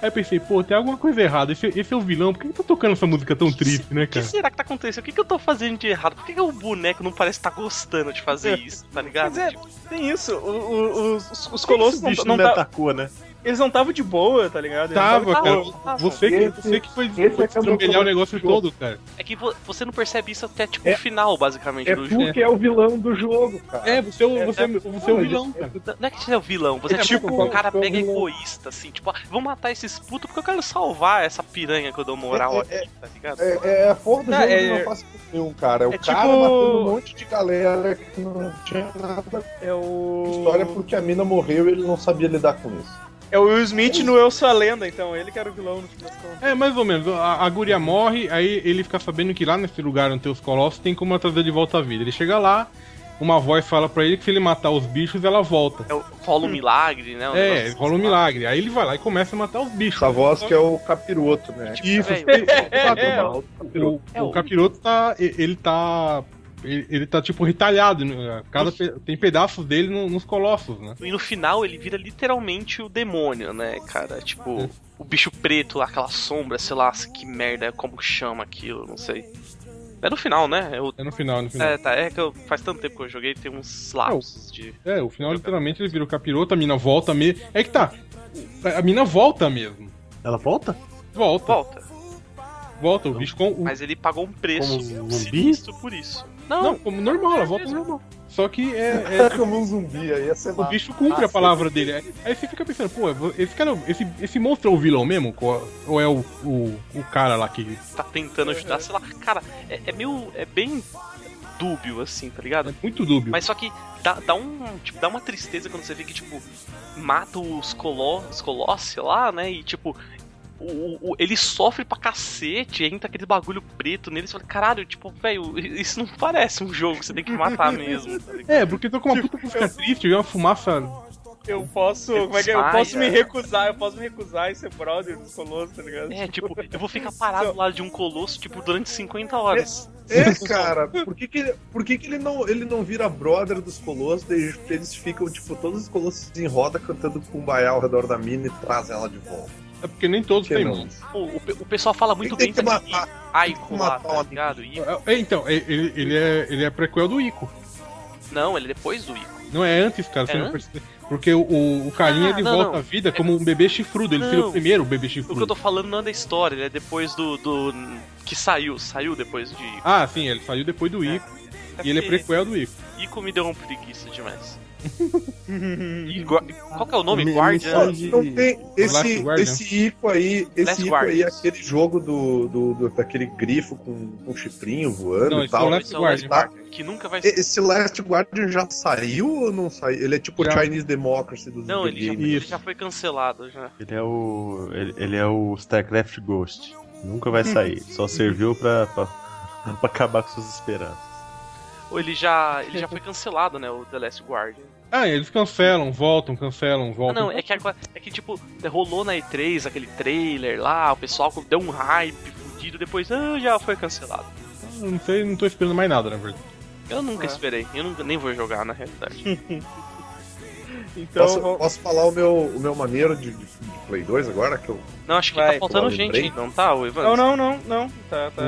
S6: Aí eu pensei, pô, tem alguma coisa errada, esse, esse é o vilão, por que ele tá tocando essa música tão triste, né,
S4: o que
S6: cara?
S4: será que tá acontecendo? O que, que eu tô fazendo de errado? Por que, que o boneco não parece estar gostando de fazer isso, tá ligado?
S3: Mas é,
S4: Tipo,
S3: tem isso. o- o- os, os colossos
S5: Esse bicho
S3: não, não,
S5: me
S3: tá-
S5: atacou, né?
S3: eles não estavam de boa, tá ligado? Eles
S6: Tava,
S3: não tavam de
S6: cara.
S3: boa.
S4: ah, é
S6: Você que,
S9: Esse-
S6: você que foi,
S9: esse
S6: foi
S9: é que é o
S6: destrambelhar
S9: meu
S6: o negócio
S9: jogo.
S6: todo, cara.
S4: É que vo- você não percebe isso até tipo
S9: É-
S4: o final, basicamente,
S9: É tu
S4: do jogo.
S9: que é o vilão do jogo, cara.
S6: É, você é o,
S9: É,
S6: você é, o- você é o vilão, cara.
S4: Não- Não é que você é o vilão, você é,
S3: É
S4: tipo
S3: tipo-
S4: um cara
S9: sou
S4: mega
S9: vilão.
S4: egoísta, assim, tipo, ah, vou matar esses putos porque eu quero salvar essa piranha que eu dou moral
S6: é,
S4: aqui, tá ligado?
S2: É, é a porra do
S3: Não,
S2: jogo
S3: é-
S2: que não faz sentido nenhum, cara. É o
S3: é
S2: cara
S3: tipo-
S2: matando um monte de galera que não tinha nada com
S3: É o.
S2: história porque a mina morreu e ele não sabia lidar com isso.
S3: É o Will Smith no Eu Sou a Lenda, então. Ele que era o vilão no fim das contas.
S6: É, mais ou menos. A, a guria morre, aí ele fica sabendo que lá nesse lugar onde tem os colossos tem como ela trazer de volta à vida. Ele chega lá, uma voz fala pra ele que se ele matar os bichos, ela volta.
S4: É o- rola um milagre, né? um
S6: Hum. É,
S4: negócio
S6: rola um
S4: assim.
S6: milagre. Aí ele vai lá e começa a matar os bichos.
S2: Essa voz que é o capiroto, né?
S6: Isso,
S4: ah, Velho,
S3: É,
S2: Mal do capiroto.
S6: O,
S4: É,
S6: o
S4: o-
S6: capiroto tá. e- Ele tá. Ele, ele tá tipo retalhado. né? Cada pe- tem pedaços dele no- nos colossos, né?
S4: E no final ele vira literalmente o demônio, né, cara? Tipo, o bicho preto lá, aquela sombra, sei lá, que merda, como chama aquilo, não sei. É no final, né? É, o-
S6: É no final, no final.
S4: é, tá, é que eu, faz tanto tempo que eu joguei, tem uns lapsos de.
S6: É, o final literalmente ele vira o capiroto, a mina volta mesmo. É que tá. A mina volta mesmo.
S5: Ela volta?
S6: Volta,
S4: Volta.
S6: volta. O bicho com o
S4: Mas ele pagou um
S5: Como
S4: preço
S5: zumbi?
S4: sinistro por isso.
S6: Não,
S4: Não,
S6: como normal, ela volta
S4: Beleza.
S6: normal. Só que é, é-
S2: É como um zumbi aí, essa é
S6: o bicho cumpre a palavra dele. Aí- Aí você fica pensando, pô, esse cara, esse, esse monstro é o vilão mesmo? Co- Ou é o, o, o cara lá que.
S4: tá tentando ajudar, sei lá. Cara, é, é meio. É bem dúbio, assim, tá ligado?
S6: É muito dúbio.
S4: Mas só que dá, dá um. Tipo, dá uma tristeza quando você vê que, tipo, mata os, colo, os colossi lá, né? E tipo. O, o- ele sofre pra cacete, aí entra aquele bagulho preto nele, você fala, caralho, tipo, velho, isso não parece um jogo, você tem que matar mesmo. tá ligado?
S6: É, porque tô com uma puta música triste, veio uma fumaça.
S3: Eu posso. Como é que é? Eu
S4: Sai,
S3: posso me
S4: cara.
S3: recusar, eu posso me recusar e ser brother dos colossos, tá ligado?
S4: É, tipo, eu vou ficar parado
S2: Então-
S4: lá de um colosso, tipo, durante 50 horas.
S2: É, cara, por que, que, ele- por que, que ele, não, ele não vira brother dos colossos? Daí eles ficam, tipo, todos os colossos em roda cantando Kumbaya ao redor da mina e trazem ela de volta.
S6: É porque nem todos
S2: Por
S6: têm
S2: que não?
S6: mão.
S4: O, o pe- o pessoal fala muito
S2: Tem
S4: bem
S2: que
S4: daquele
S2: matar.
S4: Aiko lá,
S2: matar um
S4: tá ligado? E,
S6: É, então, é- ele, ele é, ele é prequel do Ico.
S4: não, ele é depois do Ico.
S6: Não é antes, cara, você
S4: É
S6: não
S4: antes?
S6: percebe. Porque o, o, o carinha
S4: Ah,
S6: ele
S4: não,
S6: volta
S4: não.
S6: à vida como um bebê chifrudo. Ele seria o
S4: Não.
S6: primeiro bebê
S4: O que eu
S6: chifrudo.
S4: tô falando não é da história, ele é depois do. do que saiu, saiu depois de Ico.
S6: Ah, sim, ele saiu depois do Ico. E ele é
S4: porque-
S6: prequel do Ico.
S4: Ico me deu um preguiça demais. E gua- Qual que é o nome?
S5: Me-
S4: Guardian?
S5: mensagem-
S2: Não tem
S6: Last
S2: esse,
S6: Guardian.
S2: esse ico aí,
S4: Last
S2: esse ico aí é
S4: Guardian.
S2: aquele jogo do, do, do- daquele grifo com, com chifrinho voando
S6: Não,
S2: e
S6: esse é
S2: tal.
S6: o Last
S4: Esse é o Last
S6: Guardian.
S4: Guardian, Que nunca vai ser.
S2: Esse Last Guardian já saiu ou não saiu? Ele é tipo
S6: Já.
S2: Chinese Democracy dos
S4: Não, ele já,
S2: videogames.
S4: ele já foi cancelado já.
S5: Ele é o. Ele, ele é o StarCraft Ghost. Nunca vai sair. Só serviu pra, pra, pra acabar com suas esperanças.
S4: Ou ele já. Ele já foi cancelado, né? O The Last Guardian.
S6: Ah, eles cancelam, voltam, cancelam,
S4: Ah,
S6: voltam.
S4: não, é que agora. É que tipo, rolou na E3 aquele trailer lá, o pessoal deu um hype fudido, depois ah, já foi cancelado.
S6: Eu Não sei, não tô esperando mais nada, na verdade.
S4: Eu nunca
S3: É.
S4: esperei, eu nunca, nem vou jogar na realidade.
S3: Então,
S2: Posso,
S3: vamos-
S2: posso falar o meu, o meu maneiro de, de- de Play 2 agora? Que eu
S4: Não, acho que
S3: Vai,
S4: tá faltando
S2: eu
S4: gente,
S2: lembrei.
S4: aí, não tá, o Ivan?
S3: Não, não, não, não. Tá, tá.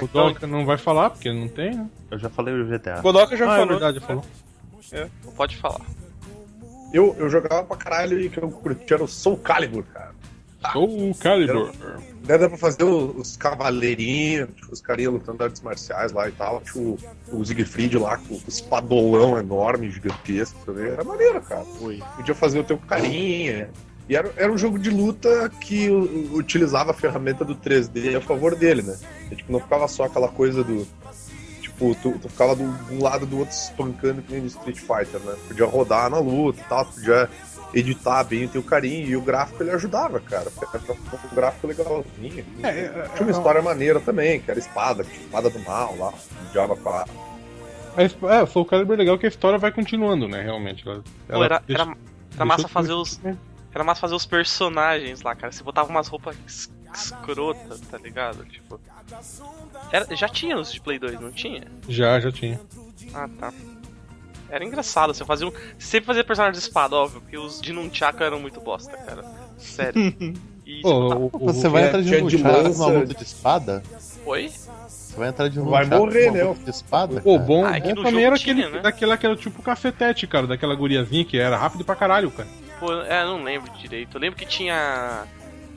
S6: O- O Doca não vai falar, porque ele não tem, né?
S5: Eu já falei o GTA.
S3: O Godoka já
S6: ah, é
S3: falou.
S6: verdade, ele falou.
S4: não Pode falar.
S2: Eu, eu jogava pra caralho e que eu curtia era o Soul Calibur, cara.
S6: Sou o Calibur.
S2: Daí dá pra fazer o- os cavaleirinhos, tipo, os carinhas lutando artes marciais lá e tal. Tipo, o Siegfried lá com o espadolão enorme, gigantesco também. Era maneiro, cara. Podia fazer o teu carinha. E era, era um jogo de luta que u- u- utilizava a ferramenta do 3D a favor dele, né? E, tipo, não ficava só aquela coisa do. Tipo, tu, tu ficava de um de um lado do outro espancando que nem no Street Fighter, né? Podia rodar na luta e tal, podia editar bem o teu carinho. E o gráfico ele ajudava, cara. Era um gráfico legalzinho.
S6: É, é, é,
S2: Tinha uma história maneira também, que era espada, que tinha espada do mal lá, o diabo pra
S6: é, é, Soul Calibur é legal que a história vai continuando, né, realmente. Ela,
S4: Pô, era,
S6: deixa-
S4: era, era
S6: deixa
S4: massa
S6: eu-
S4: fazer os. Era massa fazer os personagens lá, cara. Você botava umas roupas es- escrotas, tá ligado? Tipo. Era- já tinha os de Play 2, não tinha?
S6: Já, já tinha.
S4: Ah, tá. Era engraçado, você fazia um. Você sempre fazia personagem de espada, óbvio, porque os de Nunchaku eram muito bosta, cara. Sério. E tipo,
S6: Pô,
S4: tá-
S6: o, o-
S5: Você vai
S2: é-
S5: entrar de
S2: tinha
S5: um
S2: de
S5: luchar
S2: lança,
S5: numa luta
S2: de-
S5: de espada?
S4: Oi?
S5: Você vai entrar de um
S2: Vai
S5: luchar
S2: morrer,
S5: numa
S2: né?
S5: luta de espada?
S6: o
S5: cara?
S6: bom,
S4: Ah, é que
S6: bom
S4: no
S6: também
S4: jogo
S6: era
S4: tinha,
S6: aquele,
S4: né?
S6: daquela que era tipo cacetete, cara, daquela guriazinha que era rápido pra caralho, cara.
S4: Pô, eu- é, eu não lembro direito. Eu lembro que tinha.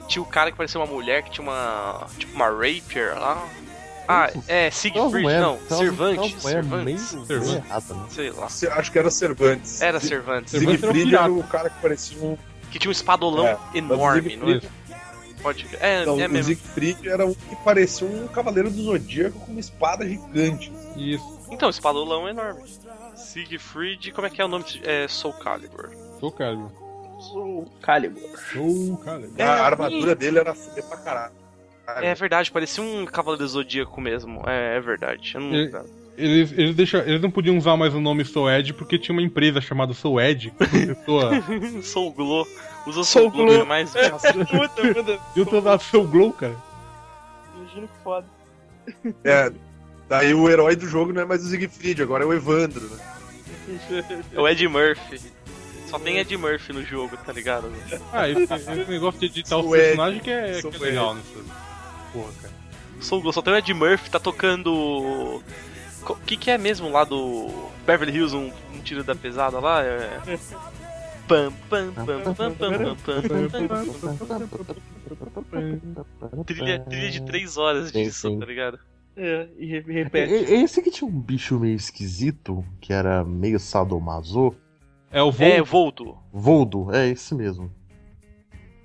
S4: Tinha o cara que parecia uma mulher que tinha uma. Tipo uma rapier lá. Ah, é, Siegfried,
S5: Então
S4: não. Cervantes.
S5: é
S4: Cervantes.
S6: Cervantes.
S5: né?
S4: Sei lá.
S2: Se- Acho que era Cervantes.
S4: Era Cervantes.
S6: Cervantes.
S2: Siegfried
S6: era um pirata.
S2: era o cara que parecia um.
S4: Que tinha um espadolão
S2: É,
S4: enorme, não é?
S2: Siegfried,
S4: Pode. É,
S2: então,
S4: é
S2: o
S4: mesmo.
S2: Siegfried era um que parecia um cavaleiro do zodíaco com uma espada gigante.
S6: Isso,
S4: Então, espadolão enorme. Siegfried, como é que é o nome? É Soul Calibur.
S6: sou Calibur.
S3: Soul Calibur.
S6: Sou Calibur.
S4: É,
S2: a armadura dele era foder pra caralho.
S4: É verdade, parecia um Cavaleiro do Zodíaco mesmo. É, é verdade. Eu não
S6: É. Eles, eles, deixa- eles não podiam usar mais o nome Soed porque tinha uma empresa chamada Soed. que Pessoa...
S4: Hum, Soul Glow. Usa
S3: Soul
S4: Soul
S3: Glow.
S4: Glow, mas
S3: Puta, puta.
S6: Eu tô usando Soul Glow, cara.
S3: Imagina que foda.
S2: É, daí o herói do jogo não é mais o Siegfried, agora é o Evandro, né?
S4: É o Ed Murphy. Só tem Ed Murphy no jogo, tá ligado?
S6: Ah, esse, esse negócio de editar os
S2: Suede.
S6: personagens que é, que é
S2: Suede.
S6: legal nessa porra, cara.
S4: Soul Glow, só tem o Ed Murphy, tá tocando. O que, que é mesmo lá do. Beverly Hills, um, um tiro da pesada lá? É. Pam, pam, pam, pam, pam, pam, pam. Trilha, trilha de 3 horas
S5: Sim,
S4: disso,
S5: sim.
S4: tá ligado?
S3: É, e re- repete.
S5: É é esse que tinha um bicho meio esquisito, que era meio sadomaso.
S6: É o
S4: É,
S6: Volvo.
S4: Volto.
S5: Voldo, é esse mesmo.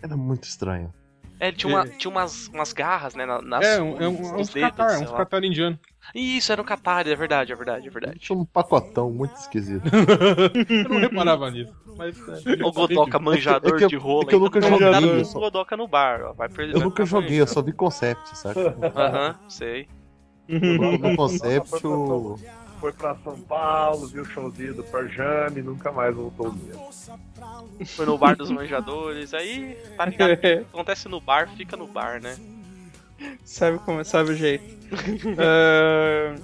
S5: Era muito estranho.
S4: É, ele tinha, uma- tinha umas, umas garras, né? na- Nas,
S6: É, um, é um, é
S4: nos
S6: uns catar,
S4: sei
S6: uns
S4: lá.
S6: catar indiano.
S4: Isso, era um catar, é verdade, é verdade, é verdade.
S5: Tinha um pacotão muito esquisito.
S6: Eu não reparava nisso. Mas, é.
S4: O Godoka manjador
S5: É que eu-
S4: de rola.
S5: é que eu nunca
S4: então,
S5: joguei
S4: cuidado com
S5: isso.
S4: o Godoka no bar, ó. Vai perder.
S5: Eu
S4: vai
S5: nunca
S4: ficar
S5: joguei, eu só vi concept, saca?
S4: manjado. Aham, sei.
S5: No concept, o-
S2: Foi pra São Paulo, viu o showzinho do Parjame, nunca mais voltou mesmo.
S4: Foi no bar dos manjadores. Aí, tá para que
S3: É,
S4: acontece no bar, fica no bar, né?
S3: sabe como sabe o jeito. Ah,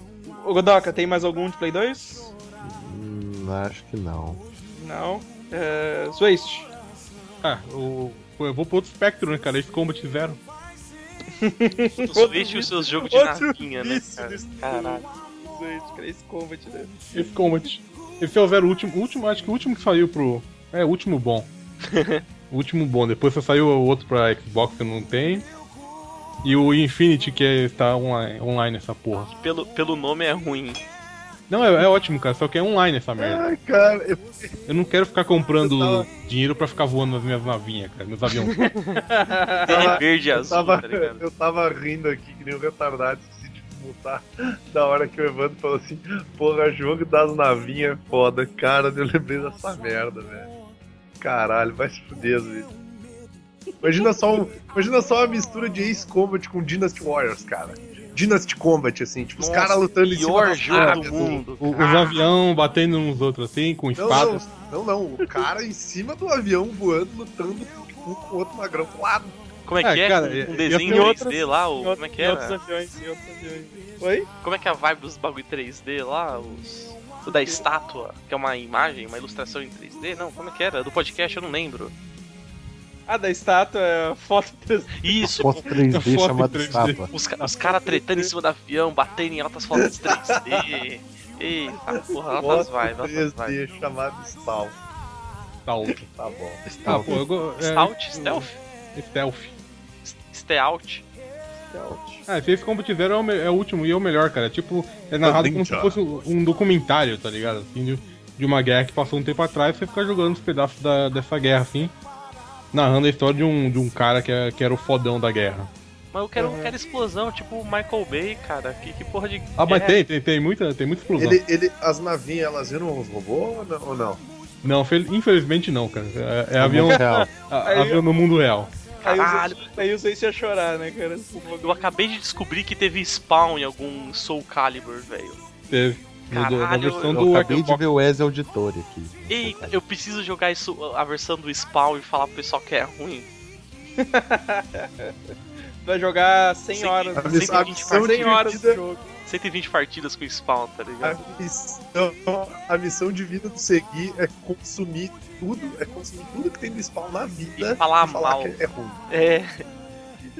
S3: Ô Godoka, tem mais algum de Play 2?
S5: Hum, acho que não.
S3: Não. Uh, Switch.
S6: Ah, o, pô, eu vou pro outro espectro, né, cara? Esse Combat Zero.
S4: Os
S3: Outro
S4: Switch e os seus jogos de
S3: outro
S4: navinha, né?
S3: vício
S4: Cara?
S3: desse
S4: Caralho.
S3: Switch, Crazy Combat, né?
S6: Esse Combat. Esse é o zero o último, o último, acho que o último que saiu pro. É, o último bom. o último bom. Depois só saiu o outro pra Xbox que eu não tenho. E o Infinity, que é, tá online, online essa porra.
S4: Pelo, pelo nome é ruim.
S6: Não, é, é ótimo, cara, só que é online essa merda.
S2: Ai, cara, eu
S6: Eu não quero ficar comprando dinheiro pra ficar voando nas minhas navinhas, cara, meus aviões.
S4: É verde e
S2: eu
S4: azul,
S2: tava,
S4: tá ligado?
S2: eu tava rindo aqui que nem um retardado, esqueci de mutar. Da hora que o Evandro falou assim: Porra, jogo das navinhas é foda. Cara, eu lembrei dessa merda, velho. Caralho, vai se fuder, Zé. Imagina só, um, imagina só uma mistura de Ace Combat com Dynasty Warriors, cara. Dynasty Combat, assim, tipo, os
S4: Nossa,
S2: caras lutando em cima
S4: Pior
S2: das
S4: jogo
S2: naves,
S4: do
S2: assim.
S4: mundo.
S6: O- os aviões batendo uns outros assim, com
S2: Não,
S6: espada.
S2: não, não, não. O cara em cima do avião voando, lutando tipo, com o outro magrão pro lado.
S4: Como é que
S6: É,
S4: é?
S6: cara,
S4: um
S6: e-
S4: desenho em
S6: e eu-
S4: 3D lá?
S3: Em
S4: O, como
S3: outro-
S4: é que
S3: em
S4: era?
S3: outros aviões, em outros aviões. Oi?
S4: Como é que é a vibe dos bagulho 3D lá? Os... O da estátua, que é uma imagem, uma ilustração em 3D? Não, como é que era? Do podcast eu não lembro.
S3: Ah, da estátua, é foto 3D.
S4: Isso,
S5: Foto 3D
S6: Foto
S5: chamada
S6: 3D.
S5: estátua.
S4: os, ca- os caras tretando em cima do avião, batendo em altas fotos 3D. Eita porra, altas
S2: Foto
S4: vibes, altas vibes.
S2: 3D chamado Stal.
S6: Stealth.
S2: Tá bom.
S6: Ah, pô, eu go... é,
S4: Stout? Stealth?
S6: Stealth.
S4: Stealth?
S6: Ah, esse Ace Combat Zero é o, me- é o último e é o melhor, cara. É Tipo, é narrado como se
S2: Ninja.
S6: fosse um um documentário, tá ligado? Assim, de, de uma guerra que passou um tempo atrás, você fica jogando os pedaços da- dessa guerra, assim. Narrando a história de um, de um cara que, é- que era o fodão da guerra.
S4: Mas eu quero, eu quero explosão, tipo o Michael Bay, cara. Que, que porra de.
S6: Ah, mas
S4: guerra?
S6: tem, tem, tem muita, tem muita explosão.
S2: Ele, ele, as navinhas, elas viram uns robôs ou não? ou não?
S6: Não, fel- infelizmente não, cara. É, é avião,
S2: um
S5: Real.
S6: a- avião no mundo real.
S4: Caralho.
S3: Aí os- Aí os Ace ia chorar, né, cara?
S4: Eu acabei de descobrir que teve spawn em algum Soul Calibur, velho.
S6: Teve. No do- na
S4: Caralho,
S6: versão
S4: eu
S5: Eu
S6: do
S5: acabei de
S6: Xbox.
S5: ver o Ezio Auditore aqui. tá-
S4: Eita, eu preciso jogar isso, a versão do spawn e falar pro pessoal que é ruim.
S3: Vai jogar 100
S4: Sim,
S3: horas.
S2: A,
S4: Sempre
S2: miss, a
S4: que a gente
S2: missão
S4: faz,
S3: 100 horas de
S2: de vida,
S3: jogo.
S4: 120 partidas com spawn, tá
S2: a,
S4: ligado?
S2: missão, a missão de vida do Segui é
S6: né?
S2: consumir tudo, é consumir tudo que tem do spawn na vida
S4: E falar mal.
S2: que é ruim.
S4: É.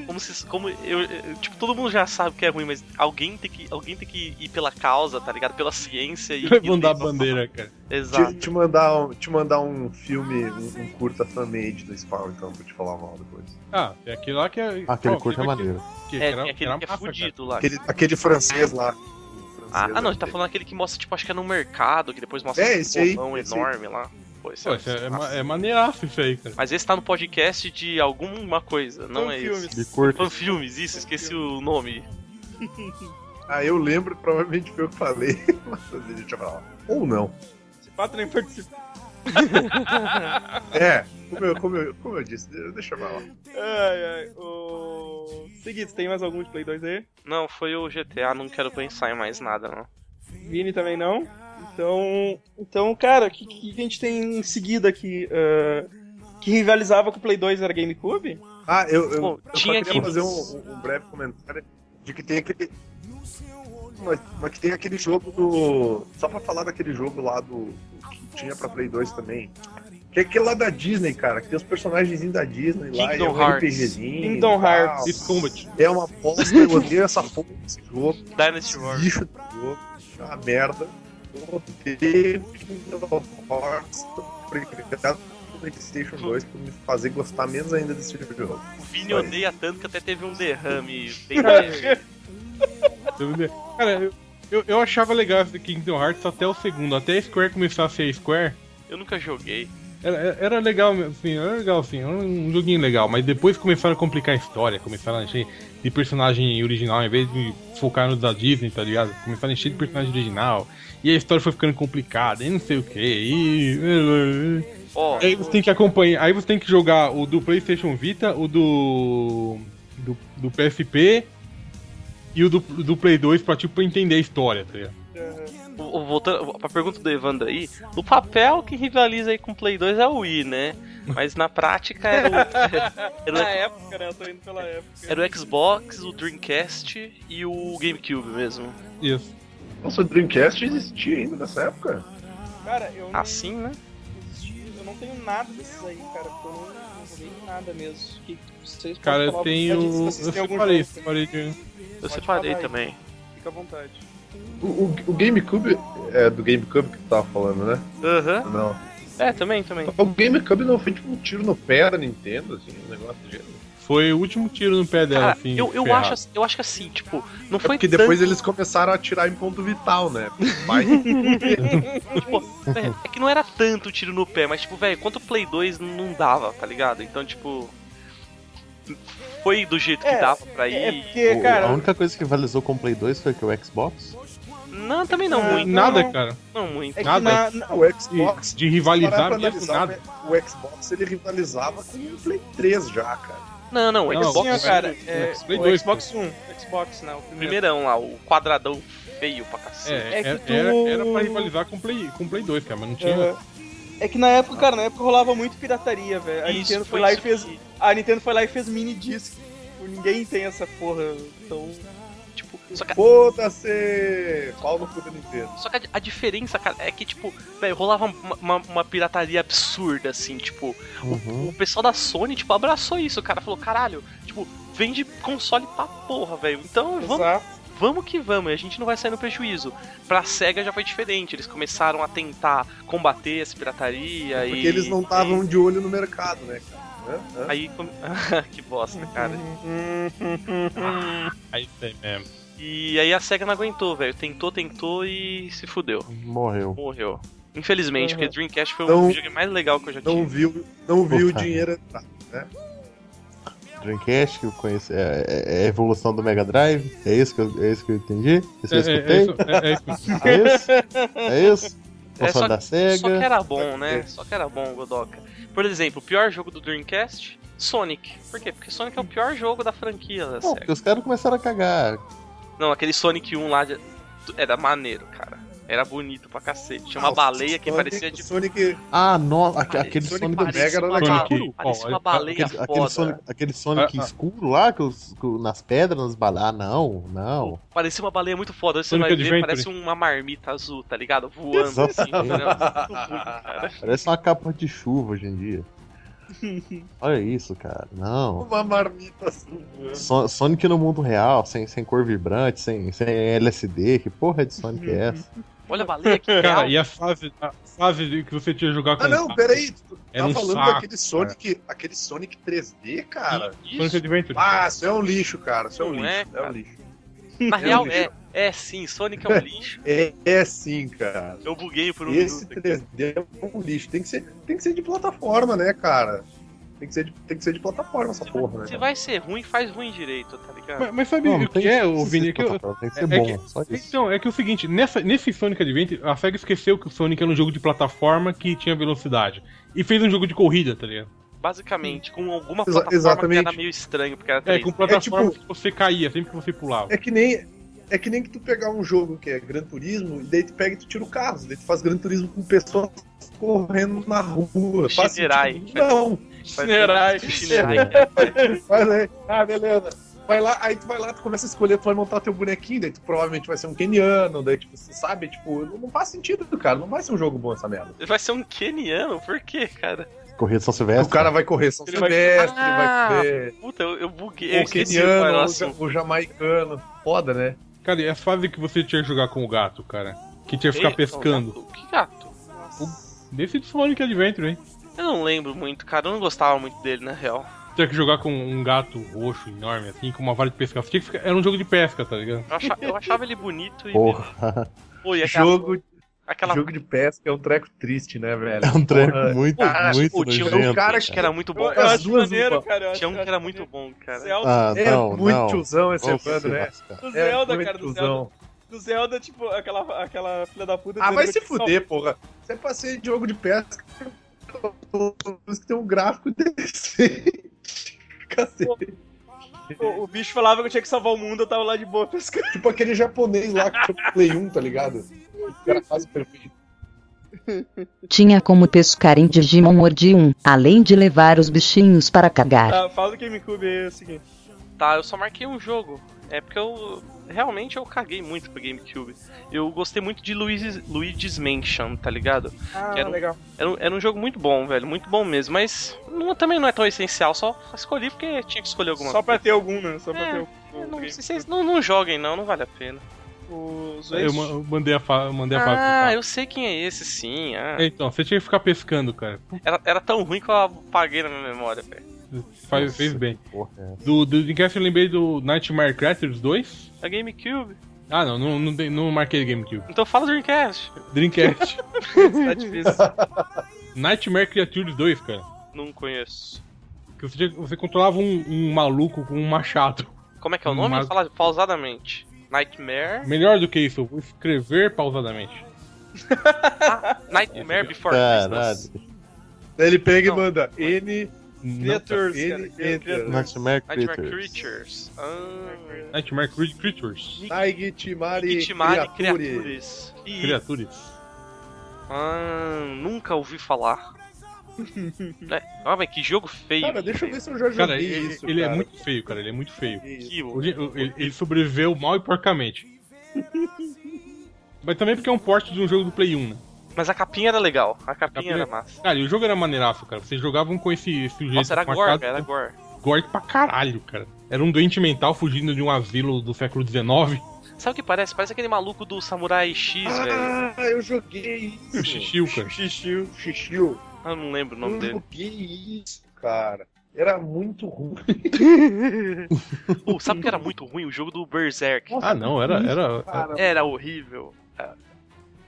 S4: Como se. Como eu, eu- tipo, todo mundo já sabe que é ruim, mas alguém tem que, alguém tem que ir pela causa, tá ligado? Pela ciência e.
S6: Vai
S4: e-
S6: mandar a bandeira, cara.
S4: Exato.
S2: Te, te mandar um, te mandar um filme, um, um curta fan-made do Spawn, então, pra te falar mal depois.
S6: Ah, é aquele lá que é.
S5: Aquele
S6: Pô,
S5: curto é
S6: aquele
S5: maneiro.
S6: Que,
S4: É,
S6: era-
S4: tem aquele
S6: era
S4: que é
S6: massa, cara.
S4: fudido lá.
S2: Aquele, aquele francês lá. O francês
S4: Ah, ah, não, a
S2: lá.
S4: gente tá falando aquele que mostra, tipo, acho que é no mercado, que depois mostra
S2: É,
S4: um
S2: esse aí,
S4: povão
S2: esse aí.
S4: enorme lá. Pô, esse
S6: Pô,
S4: é,
S6: esse é, é, ma-
S4: massa.
S6: é maneiraço isso aí, cara.
S4: Mas esse tá no podcast de alguma coisa, não é
S3: filmes.
S4: isso.
S5: De curto.
S4: Fanfilmes, isso, esqueci o nome.
S2: Ah, eu lembro, provavelmente foi eu que falei. Mas a gente vai lá. Ou não.
S3: Esse pato nem participou.
S2: É, como eu, como eu, como eu disse, de- deixa eu falar.
S3: Ai, ai. O... Seguinte, tem mais algum de Play 2 aí?
S4: Não, foi o GTA, não quero pensar em mais nada, não.
S3: Vini também não. Então, então cara, o que, que a gente tem em seguida aqui? Ah, que rivalizava com o Play 2 era GameCube?
S2: Ah, eu, eu,
S4: Bom,
S2: eu só
S4: tinha
S2: queria
S4: que-
S2: fazer um, um- um breve comentário de que tem aquele. Mas, mas que tem aquele jogo do. Só pra falar daquele jogo lá do. Que tinha pra Play 2 também. Que é aquele lá da Disney, cara, que tem os personagens da Disney lá,
S4: Kingdom
S2: e é um
S4: Hearts.
S2: RPGzinho.
S3: Kingdom
S2: e tal.
S3: Hearts.
S6: Isso, Combat.
S2: É uma bosta, eu odeio essa porra desse jogo.
S4: Dynasty Warriors.
S2: lixo do jogo, é uma merda. Eu odeio Kingdom Hearts, foi criado pro PlayStation 2 pra me fazer gostar menos ainda desse jogo.
S4: O Vini odeia tanto que até teve um derrame. Bem... leve.
S6: Entendeu? Cara, eu, eu, eu achava legal esse Kingdom Hearts até o segundo. Até a Square começar a ser Square,
S4: Eu nunca joguei.
S6: era, era legal, mesmo, assim, era legal, assim, era um joguinho legal. Mas depois começaram a complicar a história, começaram a encher de personagem original, em vez de focar no da Disney, tá ligado? Começaram a encher de personagem original. E a história foi ficando complicada, e não sei o que, e...
S4: Ó,
S6: Aí você tem que acompanhar. Aí você tem que jogar o do PlayStation Vita, o do. do, do PSP e o do, do Play 2 pra tipo entender a história, tá ligado?
S4: o- o- voltando pra pergunta do Evandro aí, no papel que rivaliza aí com o Play 2 é o Wii, né? Mas na prática era o,
S3: Na
S4: era,
S3: época, né? Eu tô indo pela época.
S4: o- era o Xbox, o Dreamcast e o GameCube mesmo.
S6: Isso.
S2: Nossa, o Dreamcast existia ainda nessa época?
S3: Cara, eu não,
S4: Assim, né?
S3: eu não tenho nada desses aí, cara. porque Eu não não joguei nada mesmo. Que vocês podem
S6: Cara,
S3: falar
S6: eu
S3: à vontade
S6: tenho. Eu
S3: se vocês têm algum
S6: separei,
S3: jogo,
S6: separei de.
S4: Eu
S3: Pode
S4: separei
S3: falar aí.
S4: também.
S3: Fica à vontade.
S2: O, o, o GameCube. É do GameCube que tu tava falando, né?
S4: Aham.
S2: Não.
S4: É, também, também.
S2: O GameCube não foi tipo um tiro no pé da Nintendo, assim, um negócio de gênero.
S6: Foi o último tiro no pé dela,
S4: Cara,
S6: assim.
S4: eu, eu,
S6: ferrado.
S4: acho, assim- eu acho que assim, tipo, não
S2: É
S4: foi
S2: porque
S4: tanto-
S2: depois eles começaram a atirar em ponto vital, né? Mas
S4: Tipo, é, é que não era tanto tiro no pé, mas tipo, velho, quanto o Play 2 não dava, tá ligado? Então, tipo. Foi do jeito que
S3: É,
S4: dava pra ir.
S3: É porque,
S5: O-
S3: cara.
S5: a única coisa que rivalizou com o Play 2 foi que o Xbox.
S4: Não, também não
S3: Ah,
S4: muito.
S6: É, Nada,
S3: não.
S6: cara.
S4: Não muito.
S3: É que
S6: nada.
S3: na, na-
S2: o
S6: De, de
S2: Xbox. parar pra
S6: rivalizar mesmo,
S2: analisar,
S6: nada.
S2: O Xbox ele rivalizava com o Play 3 já, cara.
S4: Não, não, o
S6: Não,
S4: Xbox
S3: Sim, assim, ó, cara, é,
S6: Xbox, Play
S3: o
S6: dois,
S3: Xbox One, Xbox, né, o primeiro.
S4: primeirão lá, o quadradão feio pra cacete.
S6: É,
S3: É que
S6: era,
S3: tu-
S6: era, era pra rivalizar com o Play, com o Play 2, cara, mas não tinha.
S3: Aham. É que na época, cara, na época rolava muito pirataria, velho. A
S4: Isso,
S3: Nintendo foi
S4: foi
S3: lá e
S4: isso
S3: fez, a Nintendo foi lá e fez mini disc. Tipo, Ninguém tem essa porra, então
S4: Tipo, só que, a-
S2: Foda-se! Pau no cu da Nintendo.
S4: só que a, a diferença, cara, é que, tipo, velho, rolava uma, uma- uma pirataria absurda, assim, tipo,
S5: Uhum.
S4: o pessoal da Sony, tipo, abraçou isso, cara. Falou, caralho, tipo, vende console pra porra, velho. Então vamos
S3: Exato.
S4: vamos que vamos, e a gente não vai sair no prejuízo. Pra SEGA já foi diferente, eles começaram a tentar combater essa pirataria e.
S2: É Porque eles não estavam de olho no mercado, né, cara? Hã? Hã?
S4: Aí. come- que bosta,
S2: Uhum.
S4: cara.
S6: Aí é, tem mesmo.
S4: E aí a SEGA não aguentou, velho. Tentou, tentou e se fudeu.
S5: Morreu.
S4: Morreu. Infelizmente,
S2: Uhum.
S4: porque Dreamcast foi
S2: Não-
S4: o jogo mais legal que eu já
S2: Não
S4: tive.
S2: viu, não viu o
S5: Porra.
S2: dinheiro entrar.
S5: Dreamcast, que eu conheço, é, é- é a evolução do Mega Drive. É isso que eu, é isso que eu entendi? É isso
S6: É,
S5: que eu
S6: é, é,
S5: escutei?
S6: isso- é, é isso.
S5: É isso? É isso?
S4: É, só
S5: Console da
S4: Só que
S5: SEGA.
S4: era bom, né? Só que era bom, Godoka. Por exemplo, o pior jogo do Dreamcast, Sonic. Por quê? Porque Sonic é o pior jogo da franquia
S5: Pô,
S4: da SEGA.
S5: porque os caras começaram a cagar.
S4: Não, aquele Sonic 1 lá de- era maneiro, cara. Era bonito pra cacete. Tinha uma
S2: Ah, o
S4: baleia que
S2: Sonic-
S4: parecia de.
S2: Sonic,
S5: Ah, não, aque- aquele
S2: Sonic
S5: Sonic,
S2: parece- Mega era
S4: uma,
S2: legal.
S4: baleia- parecia
S6: Sonic,
S4: uma
S6: ó,
S4: baleia
S5: aquele,
S4: é foda.
S5: aquele Sonic, aquele Sonic
S6: Ah, ah.
S5: escuro lá, que os- que nas pedras, nas baladas. Ah, não, não.
S4: Parecia uma baleia muito foda. Aí Você
S6: Sonic
S4: vai ver,
S6: Adventure.
S4: parece uma marmita azul, tá ligado? Voando assim,
S5: Exatamente.
S4: entendeu? Muito ruim, cara.
S5: Parece uma capa de chuva hoje em dia. Olha isso, cara. Não.
S2: Uma marmita assim.
S5: So- Sonic no mundo real, sem, sem cor vibrante, sem, sem LSD. Que porra de Sonic é essa?
S4: Olha a baleia que
S6: Cara,
S4: real.
S6: e a fase, a fase de- que você tinha que jogar com
S2: Ah, não, peraí. Tu
S6: Era
S2: tá
S6: um
S2: falando
S6: saco,
S2: daquele Sonic, aquele Sonic 3D, cara?
S6: Sonic
S4: Isso,
S6: Adventure.
S2: Ah, isso é um lixo, cara. Isso é um
S4: Não
S2: lixo.
S4: é,
S2: É, um
S4: cara.
S2: lixo.
S4: na
S6: um
S4: real,
S2: lixo.
S4: é. É sim, Sonic é um lixo.
S2: É, é sim, cara.
S4: Eu buguei por um
S2: Esse
S4: minuto. aqui.
S2: 3D é um lixo. Tem que ser, tem que ser de plataforma, né, cara? Tem que ser de, tem que ser de plataforma essa porra,
S4: Se
S2: né?
S4: vai ser ruim, faz ruim direito, tá ligado?
S6: Mas, mas sabe
S5: Não,
S6: o
S5: tem
S6: que é,
S5: que
S6: ô,
S5: ser
S6: Vini? É que eu-
S5: plataforma, Tem que
S6: é-
S5: ser
S6: é
S5: bom, só isso.
S6: Então, é que é o seguinte, nessa, nesse Sonic Adventure, a SEGA esqueceu que o Sonic era um jogo de plataforma que tinha velocidade. E fez um jogo de corrida, tá ligado?
S4: Basicamente, com alguma
S2: Exa-
S4: plataforma
S2: exatamente.
S4: que era meio estranho, porque era
S6: É,
S4: 3
S6: com plataforma
S2: tipo-
S6: que você caía, sempre que você pulava.
S2: É que nem. É que nem que tu pegar um jogo que é Gran Turismo, e daí tu pega e tu tira o carro, daí tu faz Gran Turismo com pessoas correndo na rua. Faz
S4: Shinerai.
S2: sentido? Não,
S4: Shinerai.
S2: Mas aí, ah, beleza. Vai lá, aí tu vai lá, tu começa a escolher, tu vai montar teu bonequinho, daí tu provavelmente vai ser um keniano, daí tipo, você sabe, tipo, não não faz sentido, cara, não vai ser um jogo bom essa merda.
S4: Vai ser um keniano? Por quê, cara?
S5: Corrida São
S2: O
S5: Silvestre.
S2: cara vai correr São
S6: Ele vai-
S2: Silvestre,
S4: Ah, é
S2: vai correr
S4: Puta, eu, eu buguei. Eu
S2: o
S4: esqueci qual era o
S2: Um keniano, o, ja-
S4: assunto.
S2: o jamaicano, foda, né?
S6: Cara, e a fase que você tinha que jogar com o gato, cara? Que tinha que ficar
S4: Ei,
S6: pescando.
S4: um gato, Que gato?
S6: Desse Sonic Adventure, hein?
S4: Eu não lembro muito, cara. Eu não gostava muito dele, na real.
S6: Tinha que jogar com um gato roxo enorme, assim, com uma vara de pescar. Você tinha que ficar- Era um jogo de pesca, tá ligado?
S4: Eu achava, eu achava ele bonito e.
S5: Porra.
S4: Pô, e aquela,
S2: Jogo,
S4: aquela
S2: jogo de pesca é um treco triste, né, velho?
S5: É um treco
S2: Porra,
S5: muito,
S2: cara,
S5: muito
S4: pô, tinha um
S5: nojento.
S2: cara
S4: acho que era muito bom.
S2: Eu- eu- as duas uma.
S3: cara. eu
S4: Tinha um
S3: acho-
S4: que era muito bom, cara.
S3: Zelda,
S5: Ah,
S2: É
S5: não,
S2: muito
S5: não.
S2: tiozão esse
S5: Vamos
S2: bando,
S5: se
S2: né?
S5: lascar.
S3: do
S2: É
S3: Zelda,
S2: muito
S3: cara, do Zelda.
S2: tiozão.
S3: Do Zelda, tipo, aquela, aquela filha da puta.
S2: Ah,
S3: dizendo
S2: vai
S3: que
S2: se
S3: só-
S2: fuder, porra. Você passei de jogo de pesca que tem um gráfico decente. Cacete.
S3: O, o bicho falava que eu tinha que salvar o mundo, eu tava lá de boa pescando.
S2: Tipo aquele japonês lá que tinha Play 1, tá ligado? O cara quase perfeito.
S1: Tinha como pescar em Digimon World 1, além de levar os bichinhos para cagar.
S3: Tá, fala do GameCube aí, é o seguinte.
S4: Tá, eu só marquei um jogo. É porque eu. Realmente eu caguei muito pro GameCube. Eu gostei muito de Luigi's, Luigi's Mansion, tá ligado?
S3: Ah,
S4: Quero-
S3: legal.
S4: Era um, era um jogo muito bom, velho. Muito bom mesmo. Mas não- também não é tão essencial. Só escolhi porque tinha que escolher alguma
S3: Só pra ter algum, né? Só pra
S4: É,
S3: ter algum.
S4: Não, vocês não, não joguem, não, não vale a pena.
S3: Os
S6: Eu ma- eu mandei a, fa... eu mandei a fase
S4: Ah,
S6: pro
S4: eu sei quem é esse, sim. ah.
S6: cara. É, Então, você tinha que ficar pescando, cara.
S4: Era, era tão ruim que eu apaguei na minha memória, velho.
S6: Faz,
S5: Nossa,
S6: fez bem.
S5: que porra é essa?
S6: Do, do Dreamcast eu lembrei do Nightmare Creators 2.
S4: A É GameCube.
S6: Ah, não, não, não, dei- não marquei GameCube.
S4: Então fala do Dreamcast.
S6: Dreamcast.
S4: Tá difícil.
S6: Nightmare Creatures 2, cara.
S4: não conheço.
S6: Que você, tinha- você controlava um, um maluco com um machado.
S4: Como é que é o nome?
S6: Hum, Mas-
S4: Fala pausadamente. Nightmare.
S6: Melhor do que isso, eu vou escrever pausadamente.
S4: Nightmare Before
S5: É,
S4: Christmas.
S5: Caralho.
S2: Daí ele pega
S4: Não.
S2: e manda N,
S6: Não, cara.
S3: Creatures,
S2: Ele-
S3: cara.
S2: ele-
S3: Creatures.
S5: Nightmare
S4: Nightmare
S5: Creatures.
S4: Creatures. Ah,
S6: Nightmare Cre- Creatures.
S2: Taig, Timari,
S4: Itimari
S2: Criature.
S4: Creatures. Ih,
S6: Criaturas.
S4: Ah, nunca ouvi falar. É, ah, mas que jogo feio.
S2: Cara, deixa eu ver se eu já joguei
S6: Cara, ele,
S2: isso,
S6: ele é
S2: cara.
S6: muito feio, cara. Ele é muito feio.
S4: Que-
S6: Hoje- Ele, ele sobreviveu mal e porcamente. Mas também porque é um porte de um jogo do Play 1, né?
S4: Mas a capinha era legal. A capinha
S6: capinha-
S4: era massa.
S6: Cara, e o jogo era maneiraço, cara. Vocês jogavam com esse, esse sujeito
S4: Nossa, era
S6: com a
S4: gore,
S6: cara-
S4: era gore.
S6: gore pra caralho, cara. Era um doente mental fugindo de um asilo do século XIX.
S4: Sabe o que parece? Parece aquele maluco do Samurai X, velho.
S2: Ah, eu joguei
S6: O
S2: isso.
S6: Xixiu, cara.
S2: Xixiu. Xixiu.
S4: Eu não lembro o nome
S2: Eu
S4: dele.
S2: joguei isso, cara. Era muito ruim.
S4: Oh, sabe o que era muito ruim? O jogo do Berserk.
S6: Ah, não, era. era,
S2: Cara,
S4: Era horrível.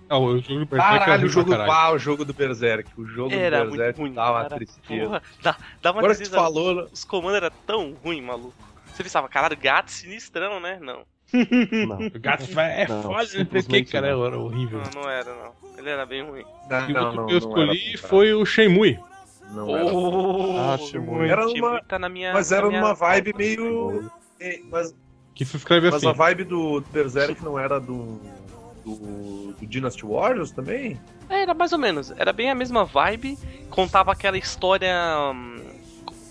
S6: ah, o jogo do Berserk era
S2: Caralho,
S6: ruim
S2: o jogo
S6: pra caralho.
S2: pá, o jogo do Berserk. O jogo
S4: Era
S2: do
S4: muito
S2: Berserk
S4: ruim.
S2: dá uma
S4: cara.
S2: tristeza.
S4: Porra, dá, dá uma
S2: Agora que tu
S4: tristeza.
S2: falou, né?
S4: Os comandos eram tão ruim, maluco. Você pensava, caralho, gato sinistrão, né? Não.
S5: Não.
S6: Gato é
S5: Não,
S6: foda, não sei o que,
S5: simplesmente
S6: cara.
S5: não.
S6: Era horrível.
S4: Não, não era, não. Ele era bem ruim.
S2: Não,
S6: né? E o
S2: não,
S6: outro
S2: não,
S6: que eu
S2: não era
S6: escolhi
S2: pra
S6: foi o Shenmue.
S2: comprar. Não era pra comprar.
S4: Oh,
S5: Ah, Shimui.
S2: Era
S4: Shimui
S2: uma-
S4: tá na minha,
S2: Mas
S4: na
S2: era
S4: minha-
S2: uma vibe meio. é, Mas,
S6: Que se escreve
S2: mas
S6: assim.
S2: a vibe do do Berserk não era do. do, do Dynasty Warriors também?
S4: É, Era mais ou menos. Era bem a mesma vibe. Contava aquela história. hum,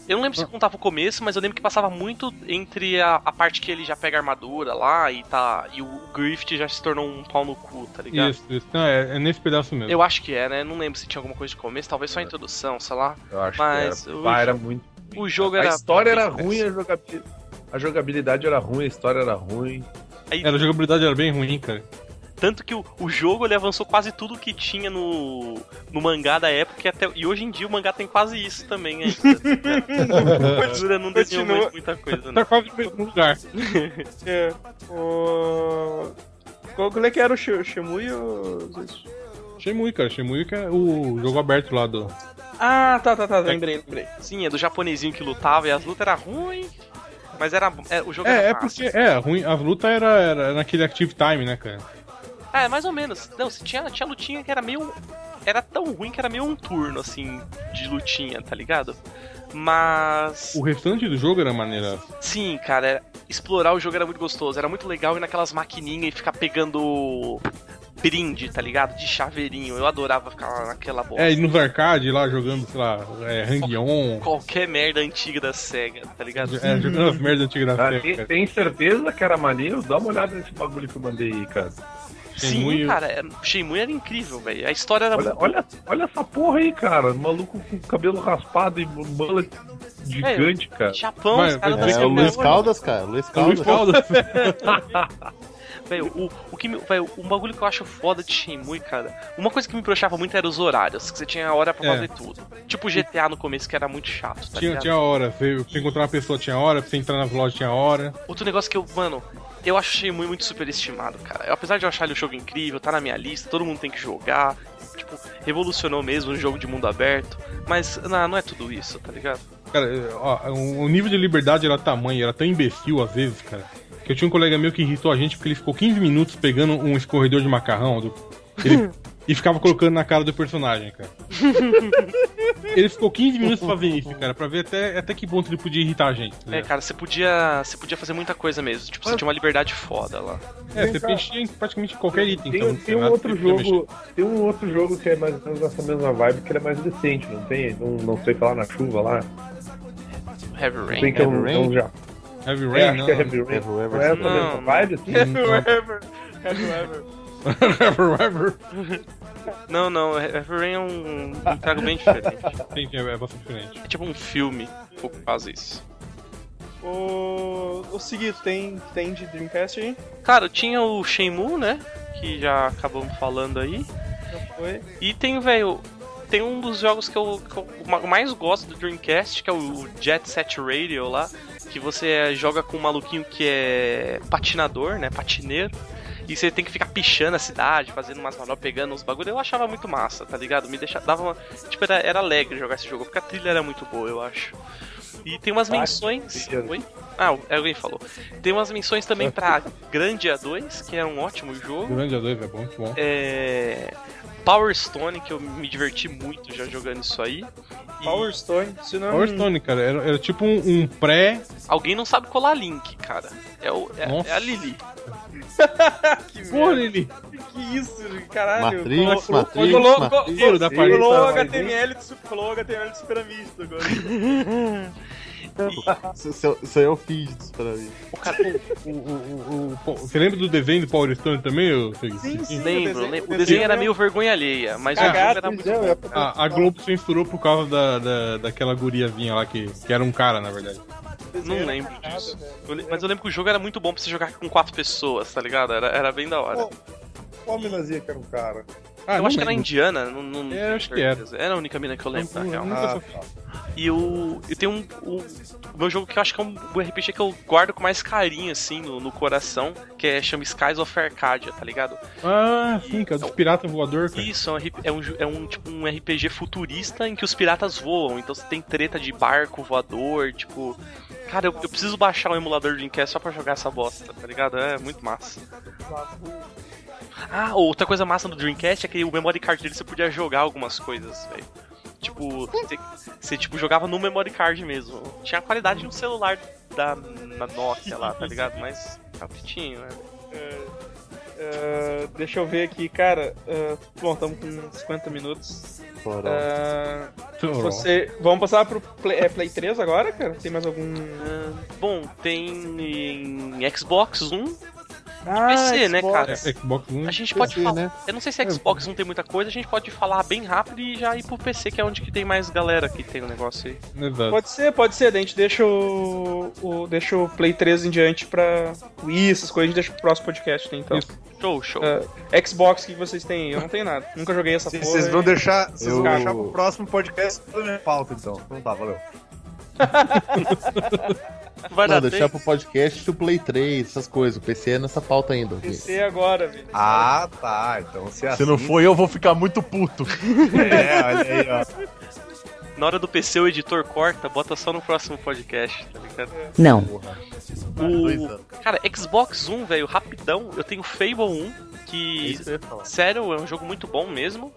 S4: Eu não lembro
S2: Ah.
S4: se contava o começo, mas eu lembro que passava muito entre a, a parte que ele já pega a armadura lá e tá. E o Grift já se tornou um pau no cu, tá ligado?
S6: Isso, isso. Não, é, é nesse pedaço mesmo.
S4: Eu acho que é, né? Não lembro se tinha alguma coisa de começo, talvez só
S2: É.
S4: a introdução, sei lá.
S2: Eu acho
S4: Mas
S2: que
S4: o
S2: era. Pá, era muito.
S4: O jogo
S2: A
S4: era.
S2: história era ruim, a jogabilidade. A jogabilidade era ruim, a história era ruim.
S4: Aí,
S6: Era, a jogabilidade era bem ruim, cara.
S4: Tanto que o, o jogo ele avançou quase tudo que tinha no, no mangá da época e, até, e hoje em dia o mangá tem quase isso também ainda. tá ligado? A Gordura não desenhou
S3: Continua.
S4: mais muita coisa, né?
S6: Tá quase no mesmo lugar.
S3: É, o... Qual qual é que era o Shi- Shimui? O...
S6: Shemui, cara. Shemui que é o jogo aberto lá do.
S3: Ah, tá, tá, tá, lembrei, lembrei.
S4: Sim, é do japonesinho que lutava e as lutas eram ruins, mas era, é, o jogo era
S6: É, é
S4: massa.
S6: porque. É, ruim. As lutas era, era naquele Active Time, né, cara?
S4: É, mais ou menos. Não, se tinha, tinha lutinha que era meio. Era tão ruim que era meio um turno, assim, de lutinha, tá ligado? Mas.
S6: O restante do jogo era maneira.
S4: Sim, cara, era- explorar o jogo era muito gostoso. Era muito legal ir naquelas maquininhas e ficar pegando brinde, tá ligado? De chaveirinho. Eu adorava ficar lá naquela bola.
S6: É, e nos arcades lá jogando, sei lá, é, Hang-On.
S4: Qualquer merda antiga da SEGA, tá ligado?
S6: É, jogando as merdas antigas da
S2: Ah,
S6: série,
S2: tem,
S6: cara.
S2: tem certeza que era maneiro? Dá uma olhada nesse bagulho que eu mandei aí, cara.
S4: Sim,
S6: Shenmue-
S4: cara, é- Shenmue era incrível, velho. A história era
S2: Olha,
S4: muito
S2: olha, olha essa porra aí, cara. Maluco com cabelo raspado e bola
S4: É.
S2: gigante, cara.
S4: Japão,
S6: Vai,
S4: os caras
S6: vai,
S4: da
S6: vai,
S5: É o
S4: SEGA
S5: Luiz
S4: eram-
S5: Caldas, cara. Luiz
S6: É Luiz
S5: Caldas.
S6: Caldas.
S4: Velho, o, o que me, velho, um bagulho que eu acho foda de Shenmue, cara. Uma coisa que me broxava muito era os horários, que você tinha a hora pra
S6: É.
S4: fazer tudo. Tipo GTA no começo, que era muito chato, tá
S6: Tinha,
S4: ligado?
S6: tinha hora. Você, você encontrar uma pessoa tinha hora, você entrar nas lojas tinha hora.
S4: Outro negócio que eu, mano, eu acho Shenmue muito superestimado, cara. Eu, apesar de eu achar ele um jogo incrível, tá na minha lista, todo mundo tem que jogar. Tipo, revolucionou mesmo um jogo de mundo aberto. Mas não, não é tudo isso, tá ligado?
S6: Cara, é, ó, o o nível de liberdade era tamanho, era tão imbecil às vezes, cara. Que eu tinha um colega meu que irritou a gente porque ele ficou 15 minutos pegando um escorredor de macarrão do- ele- e ficava colocando na cara do personagem, cara. ele ficou 15 minutos fazendo isso, cara, pra ver até, até que ponto ele podia irritar a gente. tá
S4: É,
S6: ligado?
S4: cara, você podia. Você podia fazer muita coisa mesmo. Tipo, você tinha uma liberdade foda lá.
S6: É, você preenchia em praticamente qualquer item.
S9: Tem,
S6: então,
S9: tem um
S6: nada
S9: outro
S6: que você podia mexer.
S9: jogo. Tem um outro jogo que é mais ou menos nessa mesma vibe, que ele é mais decente, não tem? Não, não sei falar na chuva lá.
S4: Heavy
S9: Não
S4: Rain.
S9: tem que é um,
S5: Heavy
S9: é um
S5: Rain?
S9: já.
S6: Heavy
S9: É,
S6: Rain,
S9: acho
S6: não.
S9: que é Heavy Rain.
S5: Ever, ever.
S9: Não é essa
S4: Não,
S9: mesma
S4: não.
S9: vibe, assim?
S3: Whoever, É whoever.
S6: Heavy Rain.
S4: Não, não, Heavy Rain é um, um trago bem diferente.
S6: Sim, sim, é bastante diferente.
S4: É tipo um filme um pouco que faz isso.
S3: O, o seguinte, tem, tem de Dreamcast aí?
S4: Cara, tinha o Shenmue, né? Que já acabamos falando aí.
S3: Já foi.
S4: E tem, velho. Tem um dos jogos que eu, que eu ma- mais gosto do Dreamcast, que é o Jet Set Radio lá. Que você joga com um maluquinho que é patinador, né? Patineiro. E você tem que ficar pichando a cidade, fazendo umas manobras, pegando uns bagulho. Eu achava muito massa, tá ligado? Me deixava. Dava uma, tipo, era, era alegre jogar esse jogo, porque a trilha era muito boa, eu acho. E tem umas menções.
S9: trilha.
S4: Oi? Ah, alguém falou. Tem umas menções também pra Grandia 2, que é um ótimo jogo.
S6: Grande a dois, é bom, muito
S9: Hum.
S6: bom.
S4: É... Power Stone, que eu me diverti muito já jogando isso aí. E
S3: Power Stone, se não...
S6: Power Stone, cara, era, era tipo um, um pré.
S4: Alguém não sabe colar Link, cara. É, o, é-
S6: Nossa.
S4: é a Lili.
S3: Que,
S6: Pô,
S3: merda,
S6: Lili!
S3: que isso, caralho.
S5: Matrix,
S3: Colocou-
S5: Matrix,
S3: colocou-
S5: Matrix.
S6: Tiro da parede.
S3: Colou o
S9: Eita,
S3: HTML, do su- colou o HTML do Super Amigos agora.
S5: Isso- Isso isso aí é o feed disso pra mim.
S4: O cara,
S6: O- o- o- o- pô, Você lembra do desenho do Power Stone também, ô Segui?
S4: lembro, lembro. O desenho
S6: é
S4: era meio vergonha alheia, mas o
S3: Ah,
S4: jogo
S3: gato,
S4: era muito
S9: Eu
S4: bom.
S9: ia
S2: É
S6: A, a Globo censurou por causa da, da, daquela guriazinha lá que, que era um cara, na verdade.
S4: Não
S6: é
S4: lembro disso.
S6: né?
S4: Eu le- mas eu lembro que o jogo era muito bom pra você jogar com quatro pessoas, tá ligado? Era, era bem da hora.
S2: Qual menazia que era um cara?
S6: Ah,
S4: eu
S6: não
S4: acho que era
S6: lembro.
S4: indiana, não, não
S6: É,
S4: tenho
S6: eu acho que era.
S4: certeza. a única mina que eu lembro, na
S6: Não,
S4: real.
S6: não-
S2: Ah,
S4: E eu, eu tenho um, um- o meu jogo que eu acho que é um RPG que eu guardo com mais carinho, assim, no, no coração, que é chama Skies of Arcadia, tá ligado?
S6: Ah, sim, cara, dos pirata voador, cara.
S4: Isso, é um, RP é um, ju- é um, tipo, um RPG futurista em que os piratas voam, então você tem treta de barco, voador, tipo... Cara, eu, eu preciso baixar o emulador de Dreamcast só pra jogar essa bosta, tá ligado? É muito massa. Ah, outra coisa massa do Dreamcast é que o memory card dele você podia jogar algumas coisas, velho. Tipo, você, você, tipo, jogava no memory card mesmo. Tinha a qualidade de um celular da, da Nokia lá, tá ligado? Mas rapidinho, né?
S3: Ah, ah, é,
S6: É,
S3: deixa eu ver aqui, cara. ah, bom, estamos com 50 minutos.
S5: Foram.
S3: Ah, Você, vamos passar pro Play, é, Play 3 agora, cara? Tem mais algum.
S4: Ah, Bom, tem em Xbox One.
S3: Ah,
S4: PC, né,
S3: Xbox.
S4: cara?
S6: Xbox One.
S4: A gente pode
S6: PC,
S4: falar.
S6: é Né?
S4: Eu não sei se Xbox não tem muita coisa, a gente pode falar bem rápido e já ir pro PC, que é onde que tem mais galera que tem o negócio aí.
S6: Exato.
S3: Pode ser, pode ser. Daí a gente deixa o, o- deixa o Play 3 em diante pra. Ih, essas coisas a gente deixa pro próximo podcast, né? Então.
S4: Show, show.
S3: É, Xbox, o que vocês têm? aí? Eu não tenho nada. Nunca joguei essa porra.
S2: Vocês vão
S3: hein?
S2: deixar, vocês vão
S5: Eu-
S2: deixar pro próximo podcast pra minha pauta, então. Então tá, valeu.
S4: Vai
S10: Não,
S4: dar
S10: deixar
S4: tempo.
S10: pro podcast o Play 3, essas coisas. O PC é nessa pauta ainda.
S3: PC agora, velho.
S2: Ah, tá. Então se é
S5: Se não for eu, vou ficar muito puto.
S2: É, olha aí, ó.
S4: Na hora do PC o editor corta, bota só no próximo podcast, tá ligado?
S1: Não.
S10: Dois anos.
S4: Cara, Xbox One, velho, rapidão. Eu tenho Fable 1, que
S5: Isso que eu ia falar.
S4: Sério, é um jogo muito bom mesmo.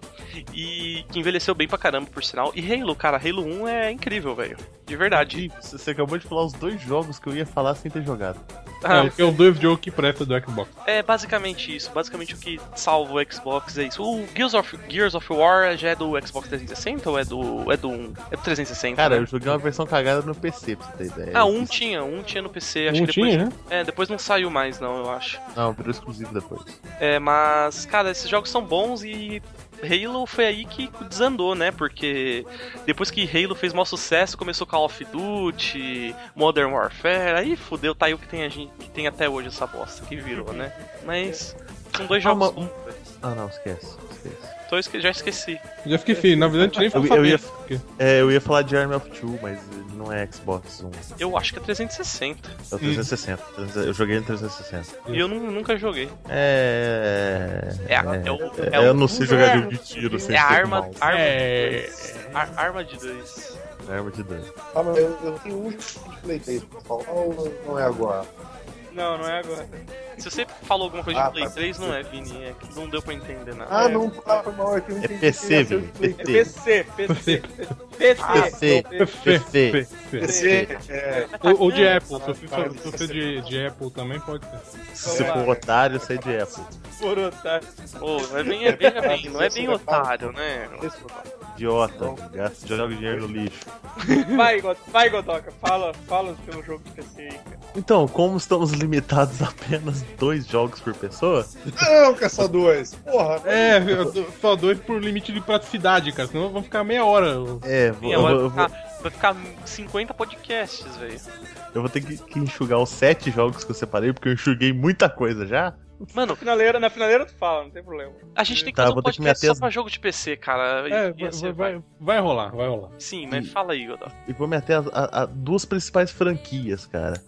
S4: E que envelheceu bem pra caramba, por sinal. E Halo, cara, Halo 1 é incrível, velho. De verdade.
S5: Ih, Você acabou de falar os dois jogos que eu ia falar sem ter jogado.
S4: Ah,
S6: É, que é o dois jogos que presta do Xbox.
S4: é basicamente isso. Basicamente o que salva o Xbox é isso. O Gears of, Gears of War já é do Xbox 360 ou é do. é do 1? É do 360.
S10: Cara,
S4: né?
S10: eu joguei uma versão cagada no PC, pra você ter ideia.
S4: Ah, um tinha, um tinha no PC, acho
S6: Um
S4: que depois.
S6: tinha, né?
S4: É, depois não saiu mais, não, eu acho.
S10: Não, virou exclusivo depois.
S4: É, mas, cara, esses jogos são bons e Halo foi aí que desandou, né? Porque depois que Halo fez mau sucesso, começou Call of Duty, Modern Warfare, aí fudeu, tá aí o que tem, a gente, que tem até hoje essa bosta que virou, né? Mas são dois
S5: Ah,
S4: jogos
S5: mas-
S4: bons, velho.
S5: Ah, não, esquece. esquece.
S4: Então eu esque- já esqueci.
S6: Já esqueci, na verdade a gente nem
S5: Eu,
S6: falou
S5: eu ia,
S6: sobre
S5: é, eu ia falar de Army of Two, mas não é Xbox One.
S4: Eu acho que é 360.
S5: É o 360. 360. Eu joguei no 360.
S4: E eu nu- nunca joguei.
S5: É.
S4: É, a- é, o- é,
S5: eu
S4: o-
S5: não sei jogar jogo de tiro sem
S4: é a
S5: ser
S4: arma,
S5: mouse.
S4: arma
S6: É.
S4: de dois. Ar- arma de dois.
S5: É a arma de dano.
S2: Ah, mas eu, eu tenho um de Play 3, pessoal. Ou não é agora?
S3: Não, não é agora.
S4: Se você falou alguma coisa de
S2: Ah,
S4: Play
S2: tá.
S4: 3, não é, Vini. É que não deu pra entender nada.
S2: Ah,
S3: É.
S2: não, tá, foi mal. É, que eu
S5: É
S2: entendi que
S5: PC,
S2: ia ser
S5: velho.
S2: de Play
S3: É
S5: PC.
S3: PC, PC. PC.
S5: PC.
S6: PC.
S5: PC.
S2: PC. É,
S6: Ou, ou de Apple, se
S2: Caralho,
S6: você,
S2: cara,
S6: se você de, de Apple também pode ser.
S5: Se for otário, sai de Apple.
S3: Por otário.
S4: Pô, não é bem, é bem, é bem- não é bem otário, né?
S5: Idiota. Gasta, joga dinheiro no lixo.
S3: Vai, God- vai, Godoka, fala, fala do teu jogo de PC aí, cara.
S5: Então, como estamos limitados a apenas dois jogos por pessoa,
S2: Não, que é só dois. Porra.
S6: É, eu tô- só doido por limite de praticidade, cara, senão vão ficar meia hora. eu-
S5: é, vou,
S4: Minha,
S5: eu, vou,
S4: vai,
S5: eu vou-
S4: ficar, vai ficar 50 podcasts, velho.
S5: eu vou ter que, que enxugar os sete jogos que eu separei, porque eu enxuguei muita coisa já.
S4: Mano,
S3: Finaleira, na finaleira tu fala, não tem problema.
S4: a gente tem que
S5: Tá,
S4: fazer um
S5: vou ter que me
S4: podcast só
S5: ater-
S4: pra jogo de PC, cara.
S6: É,
S4: Ia
S6: vai,
S4: ser-
S6: vai, vai, vai rolar, vai rolar.
S4: Sim, mas fala aí, Godó.
S5: E vou me até a, a- a duas principais franquias, cara.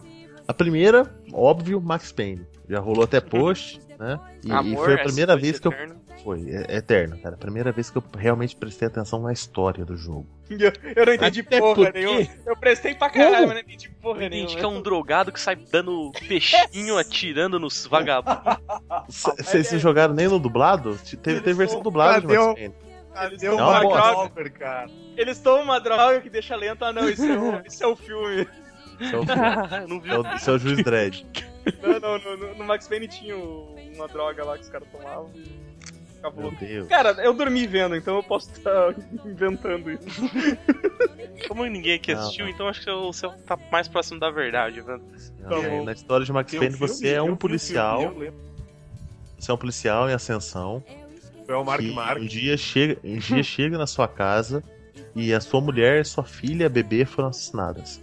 S5: A primeira, óbvio, Max Payne. Já rolou até post, né? E, e foi
S4: é
S5: a primeira
S4: essa
S5: vez que eu.
S4: coisa eterna.
S5: Foi, é, é eterno, cara. Primeira vez que eu realmente prestei atenção na história do jogo.
S3: Eu, eu não entendi
S6: Até
S3: porra
S6: porque-
S3: nenhuma. Eu prestei pra caralho,
S6: Como?
S3: mas não entendi porra
S4: Tem
S3: nenhuma.
S4: gente que é um drogado que sai dando peixinho, atirando nos vagabundos.
S5: Vocês se jogaram nem no dublado? Te- Teve, teve versão dublada de
S2: Cadê
S5: Max
S2: o-
S5: Payne.
S2: Ele deu
S5: Não,
S2: uma
S5: bosta.
S2: Revolver, cara.
S3: Eles tomam uma droga que deixa lento. Ah, não, isso é um, isso é um filme.
S5: Esse é o-
S4: Ah, não viu?
S5: é o- Esse é o Juiz Dredd.
S3: Não, não, no, no- no Max Payne tinha o- uma droga lá que os caras tomavam.
S5: Meu
S2: Tá
S3: Acabou.
S5: Deus.
S3: Cara, eu dormi vendo, então eu posso estar inventando isso.
S4: Como ninguém aqui
S5: Não,
S4: assistiu, então acho que o seu tá mais próximo da verdade, né? velho.
S5: É, Na história de Max
S2: Tem um
S5: Payne,
S2: filme,
S5: você é
S2: tem
S5: um
S2: filme,
S5: policial.
S2: eu lembro.
S5: Você é um policial em ascensão.
S2: É o Mark
S5: que
S2: Mark.
S5: Um dia, chega, um dia chega na sua casa e a sua mulher, sua filha, a bebê foram assassinadas.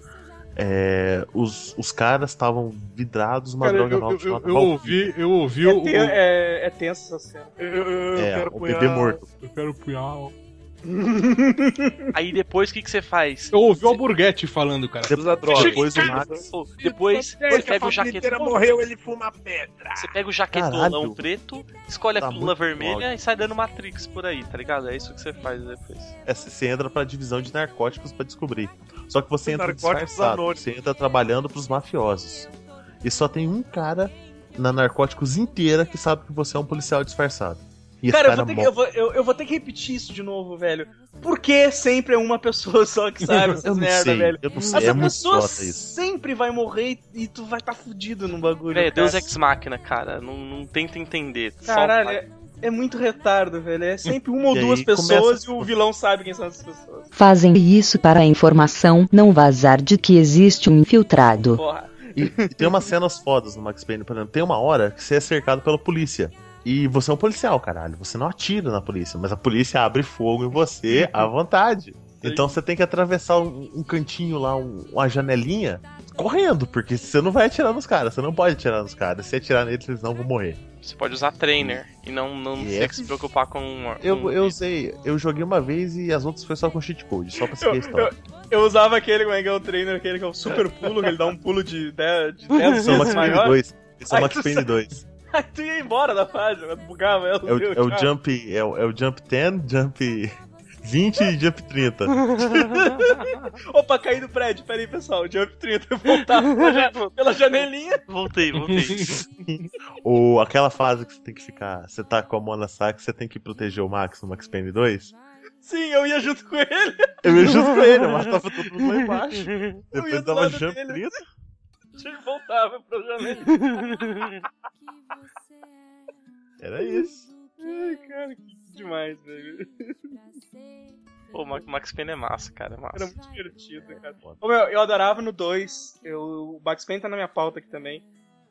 S5: É, os, os caras estavam vidrados numa
S6: Cara, eu,
S5: droga
S6: eu,
S5: nova
S6: eu,
S5: chamada
S6: eu
S5: Valkyrie.
S6: ouvi, eu ouvi o,
S3: É, te-
S6: o,
S3: é, é tenso essa cena.
S2: Eu, eu
S5: É,
S2: quero
S5: o
S2: apanhar.
S5: bebê morto.
S6: Eu quero punhal.
S4: Aí depois o que, que você faz?
S6: Eu ouvi o Alburguete falando, cara.
S2: Usa droga.
S5: Depois o Max.
S4: Pô, Depois você pega o jaquetão.
S2: morreu, ele fuma pedra.
S4: Você pega o jaquetonão
S5: Caralho.
S4: preto, escolhe
S5: Tá
S4: a pílula
S5: muito
S4: vermelha
S5: óbvio.
S4: e sai dando Matrix por aí, tá ligado? É isso que você faz depois.
S5: É, Você entra pra divisão de narcóticos pra descobrir. Só que você entra
S2: Narcóticos
S5: disfarçado.
S2: anônimos.
S5: Você entra trabalhando pros mafiosos. E só tem um cara na narcóticos inteira que sabe que você é um policial disfarçado. E esse é
S3: Cara, eu vou, ter que,
S5: morre.
S3: eu, vou, eu, eu vou ter que repetir isso de novo, velho. Por que sempre é uma pessoa só que sabe essas
S5: Eu não
S3: merda,
S5: sei,
S3: velho?
S5: eu não sei.
S3: Essa
S5: é muito
S3: pessoa
S5: idiota isso.
S3: sempre vai morrer e tu vai estar tá fudido no bagulho.
S4: É,
S3: cara.
S4: Deus Ex Machina, cara. Não, não tenta entender. Só
S3: Caralho,
S4: vai.
S3: é- É muito retardo, velho. É sempre uma ou
S5: E
S3: duas
S5: aí
S3: pessoas
S5: começa-
S3: e o vilão sabe quem são essas pessoas.
S1: Fazem isso para a informação não vazar de que existe um infiltrado.
S3: Porra.
S5: E, e tem umas cenas fodas no Max Payne, por exemplo. Tem uma hora que você é cercado pela polícia. E você é um policial, caralho. Você não atira na polícia, mas a polícia abre fogo em você à vontade. Então você tem que atravessar um, um cantinho lá, um- uma janelinha, correndo, porque você não vai atirar nos caras, você não pode atirar nos caras. Se atirar neles, eles não vão morrer.
S4: Você pode usar trainer e não, não
S5: E
S4: ter
S5: é-
S4: que se preocupar com. um-
S5: Eu,
S3: Hum.
S4: um-
S5: eu sei, eu joguei uma vez e as outras foi só com cheat code, só pra seguir a
S3: Eu, eu,
S5: história.
S3: eu usava aquele, como é que é o trainer, aquele que é o super pulo, que ele dá um pulo de 10, de
S5: Eles
S3: 10
S5: são Max
S3: vezes
S5: Payne
S3: é maior.
S5: 2. Eles são
S3: Ai, é
S5: Max
S3: tu
S5: Payne
S3: sabe.
S5: 2.
S3: Aí tu ia embora da fase, ela bugava, ela
S5: É o, é o
S3: tchau.
S5: jump, é o, é o jump 10, jump 20 e jump 30.
S3: Opa, caí do prédio, peraí pessoal, jump 30, voltava pela, ja- pela janelinha.
S4: Voltei, voltei.
S5: Ou aquela fase que você tem que ficar, você tá com a Mona Saka, você tem que proteger o Max no Max Payne 2.
S3: Sim, eu ia junto com ele.
S5: Eu me né? junto com ele, eu matava todo mundo lá embaixo. Depois
S3: ia do
S5: dava
S3: lado
S5: jump
S3: dele.
S5: 30.
S3: Ele voltava pra janelinha.
S5: Era isso.
S3: Então, Ai, cara, que demais, velho.
S4: Pô, o Max- Max Payne é massa, cara, é
S3: Era
S4: massa.
S3: muito divertido, né, cara. Ô, meu, eu adorava no 2. Eu, o Max Payne tá na minha pauta aqui também.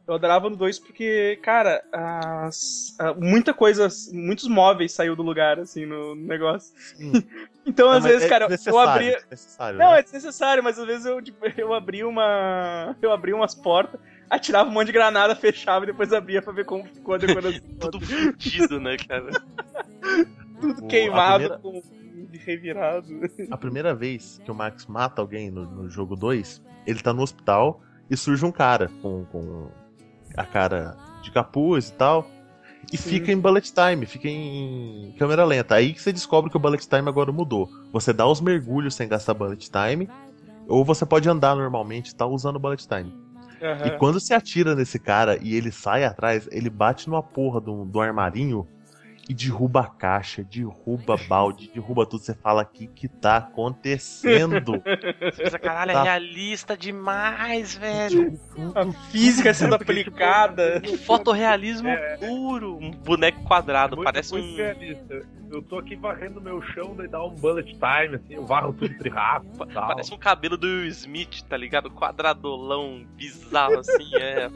S3: Eu adorava no 2 porque, cara, as- ah, muita coisa, muitos móveis saiu do lugar, assim, no, no negócio. Então, às vezes, cara, eu abria.
S5: Necessário,
S3: Não,
S5: é né?
S3: é desnecessário, mas às vezes eu, tipo, eu abri uma. Eu abri umas portas, atirava um monte de granada, fechava e depois abria pra ver como ficou a decoração.
S4: Tudo fudido, né, cara?
S3: tudo
S5: O- a
S3: queimado, com revirado.
S5: A primeira vez que o Max mata alguém no, no jogo 2, ele tá no hospital e surge um cara com, com a cara de capuz e tal. E fica em bullet time, fica em câmera lenta. Aí que você descobre que o bullet time agora mudou. Você dá os mergulhos sem gastar bullet time, ou você pode andar normalmente e tal usando bullet time. E
S3: Aham.
S5: quando você atira nesse cara e ele sai atrás, ele bate numa porra do, do armarinho e derruba a caixa, derruba balde, derruba tudo. Você fala, o que que tá acontecendo?
S4: Você pensa, caralho, é
S5: Tá.
S4: realista demais, velho.
S3: A física sendo
S5: tipo,
S3: aplicada.
S4: Um fotorrealismo puro. Um boneco quadrado,
S9: Muito-
S4: parece
S9: muito
S4: um.
S9: realista. Eu tô aqui varrendo meu chão, daí dá um bullet time, assim, eu varro tudo de rápido e tal.
S4: Parece um cabelo do Will Smith, tá ligado? Quadradolão, bizarro assim, é.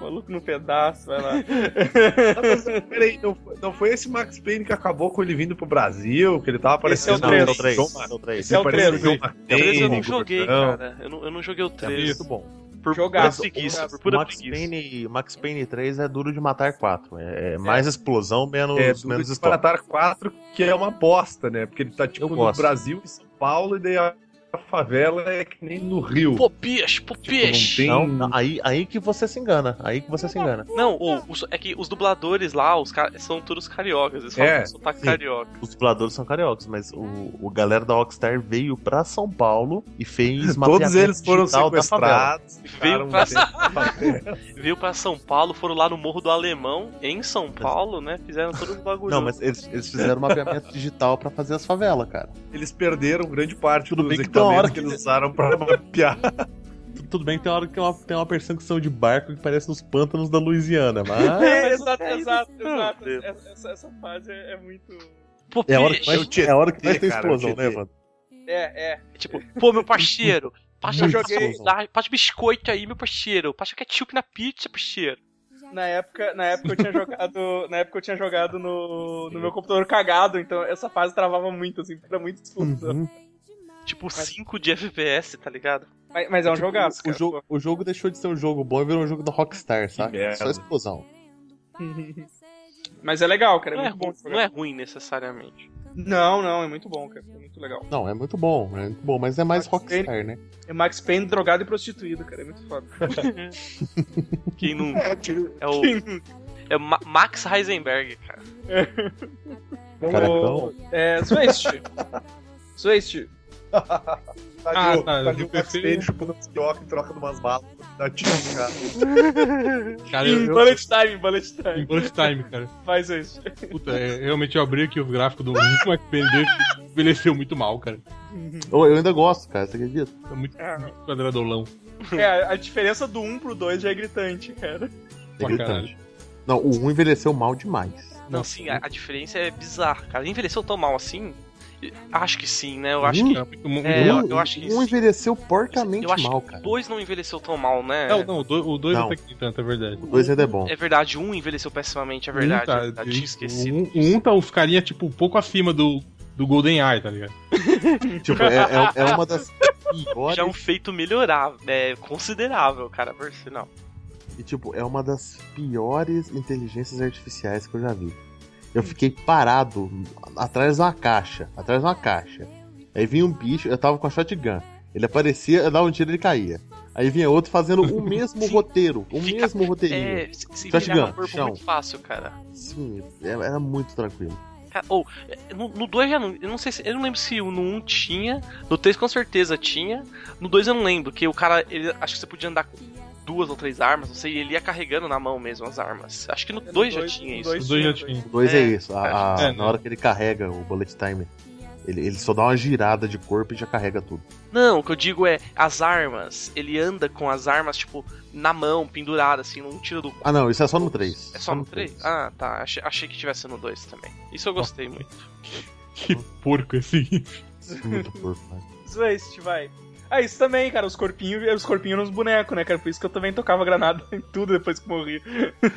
S3: Maluco no pedaço, vai lá.
S2: Não, mas, tá peraí, não, foi- não foi esse Max Payne que acabou com ele vindo pro Brasil, que ele tava
S3: Esse é o
S2: aparecendo
S5: são três.
S3: três.
S2: John Max-
S5: São três.
S3: Esse é o
S2: aparecendo
S3: três,
S2: John
S3: sim.
S2: Max
S4: Talvez eu não
S2: Payne,
S4: joguei,
S2: Gordão.
S4: cara. Eu não, eu não joguei o 3.
S5: Muito bom.
S4: Por pura
S3: Jogaço.
S4: preguiça, por
S5: O
S4: pura
S5: Max
S4: preguiça.
S5: Payne, Max Payne 3 é duro de matar 4. É, é mais explosão, menos,
S2: É, do
S5: menos história.
S2: Disparatar 4, que é uma aposta, né? Porque ele tá tipo
S5: Eu
S2: no
S5: gosto.
S2: Brasil e São Paulo, e daí a a favela é que nem no Rio.
S4: Pô, peixe, pô, peixe.
S2: tem-
S5: Tipo, Não, não, aí, aí que você se engana. Aí que você se engana.
S4: Não, o- os- é que os dubladores lá, os ca- são todos cariocas, eles falam
S2: É,
S4: com sotaque
S5: sim.
S4: carioca.
S5: Os dubladores são cariocas, mas o, o galera da Rockstar veio pra São Paulo e fez
S2: Todos eles foram
S5: digital da favela.
S2: sequestrados.
S4: Veio
S2: ficaram
S4: pra,
S2: dentro da
S4: veio pra São Paulo, foram lá no Morro do Alemão, em São Paulo, né? Fizeram todo o bagulho.
S5: Não, mas eles, eles fizeram um mapeamento digital pra fazer as favelas, cara.
S2: Eles perderam grande parte
S5: Tudo
S2: dos
S5: bem que tem uma
S2: equipamentos
S5: hora que-
S2: que... eles usaram pra mapear.
S5: Tudo bem que tem hora que tem uma, tem uma perseguição de barco que parece nos pântanos da Louisiana, mas.
S3: É, exato, exato,
S4: Meu
S3: exato.
S4: Deus.
S3: Essa, essa- essa fase é é muito.
S4: Pô,
S5: É a hora
S4: peixe.
S5: que mais, é a hora que mais tem explosão, né, mano?
S3: É, é.
S4: Tipo, pô, meu parceiro, passa,
S5: Muito
S4: passa,
S5: bom.
S4: lá, passa biscoito aí, meu parceiro. Passa ketchup na pizza, parceiro.
S3: Na época, na época eu tinha jogado. Na época eu tinha jogado no, no meu computador cagado, então essa fase travava muito, assim, era muito
S6: Uhum.
S5: um
S3: disfunção.
S4: Tipo, 5 de FPS, tá ligado?
S3: Mas, mas é um
S5: Tipo,
S3: jogaço,
S5: o,
S3: cara.
S5: jogo, o jogo deixou de ser um jogo bom e virou um jogo da Rockstar, sabe?
S2: merda.
S5: Só explosão.
S3: Mas é legal, cara. É
S4: Não é,
S3: muito bom
S4: ruim,
S3: de
S4: não
S3: jogar.
S4: é ruim necessariamente.
S3: Não, não, é muito bom, cara. É muito legal.
S5: Não, é muito bom, é muito bom, mas é mais
S3: Rockstar,
S5: Rockstar, né?
S3: É Max Payne drogado e prostituído, cara. É muito foda.
S4: Quem não.
S6: tipo,
S4: É o. É o Ma- Max Heisenberg, cara.
S5: Caracão.
S3: É, Swist. Swist.
S2: Tá de-
S6: Ah, tá,
S2: tá de um
S6: eu
S2: Max
S6: pensei-
S2: Payne chupando um pioca e troca de umas balas. Dá tiro, no cara.
S6: Cara,
S3: Em
S6: Ah, eu,
S3: bullet time, em bullet
S6: em
S3: time.
S6: bullet time, cara.
S3: Faz Swist.
S6: Puta, é, realmente eu abri aqui o gráfico do Max Payne 2 que envelheceu muito mal, cara.
S5: Eu, eu ainda gosto, cara, você acredita?
S6: Tá muito,
S3: Ah.
S6: muito quadradolão.
S3: É, a diferença do 1 pro 2 um já é gritante, cara.
S5: É
S6: Pra caralho.
S5: gritante. Não, o 1 envelheceu mal demais.
S4: Não, sim, a, a diferença é bizarra, cara. Envelheceu tão mal assim? Acho que sim, né? Eu acho
S6: Hum,
S4: que.
S6: o- o-
S4: É,
S6: o-
S4: eu- eu acho que
S5: um
S4: sim.
S5: envelheceu porcamente
S4: Eu acho
S5: mal,
S4: que o
S5: cara.
S4: 2 não envelheceu tão mal, né?
S6: Não, não, o do- o 2
S5: Não.
S6: até que nem tanto, é verdade.
S5: O 2 ainda é bom.
S4: É verdade, um envelheceu pessimamente, é verdade. é
S6: Um tá,
S4: verdade, tinha esquecido.
S6: o um- o um tá os carinha, tipo, um pouco acima do, do Golden Eye, tá ligado?
S5: Tipo, é, é- é uma das
S4: Já é um
S5: piores.
S4: feito melhorável, é considerável, cara, por sinal.
S5: E, tipo, é uma das piores inteligências artificiais que eu já vi. Eu fiquei parado atrás de uma caixa. Atrás de uma caixa. Aí vinha um bicho, eu tava com a shotgun. Ele aparecia, eu dava um tiro e ele caía. Aí vinha outro fazendo o mesmo
S4: Sim.
S5: roteiro. O
S4: Fica-
S5: mesmo roteirinho.
S4: É, se, se
S5: Tá
S4: virar no
S5: chegando,
S4: corpo
S5: chão.
S4: muito fácil, cara.
S5: Sim, é- era muito tranquilo.
S4: Cara, Ou, é, no- no 2 já não. Eu não sei se. Eu não lembro se o- no 1 um tinha. No 3 com certeza tinha. No 2 eu não lembro, que o cara. Ele, acho que você podia andar com duas ou três armas, não sei, e ele ia carregando na mão mesmo as armas. Acho que no 2 já
S3: dois-
S4: tinha
S3: É, no
S4: isso.
S6: Os
S3: Um, dois
S6: dois já
S3: tinha,
S6: tinham.
S5: O 2 é,
S4: É,
S5: isso. a- a-
S6: é,
S5: na
S6: né?
S5: hora que ele carrega o bullet time, ele, ele só dá uma girada de corpo e já carrega tudo.
S4: Não, o que eu digo é as armas. Ele anda com as armas, tipo, na mão, pendurada, assim, não tira do.
S5: Ah, não, isso é só no 3.
S4: É só no 3? Ah, tá. Achei, achei que tivesse no 2 também. Isso eu gostei muito.
S6: Que um porco assim. esse.
S5: Muito porco, né?
S3: Zwist, vai. Ah, isso também, cara, os corpinhos, os corpinhos nos bonecos, né, cara? Por isso que eu também tocava granada em tudo depois que morri.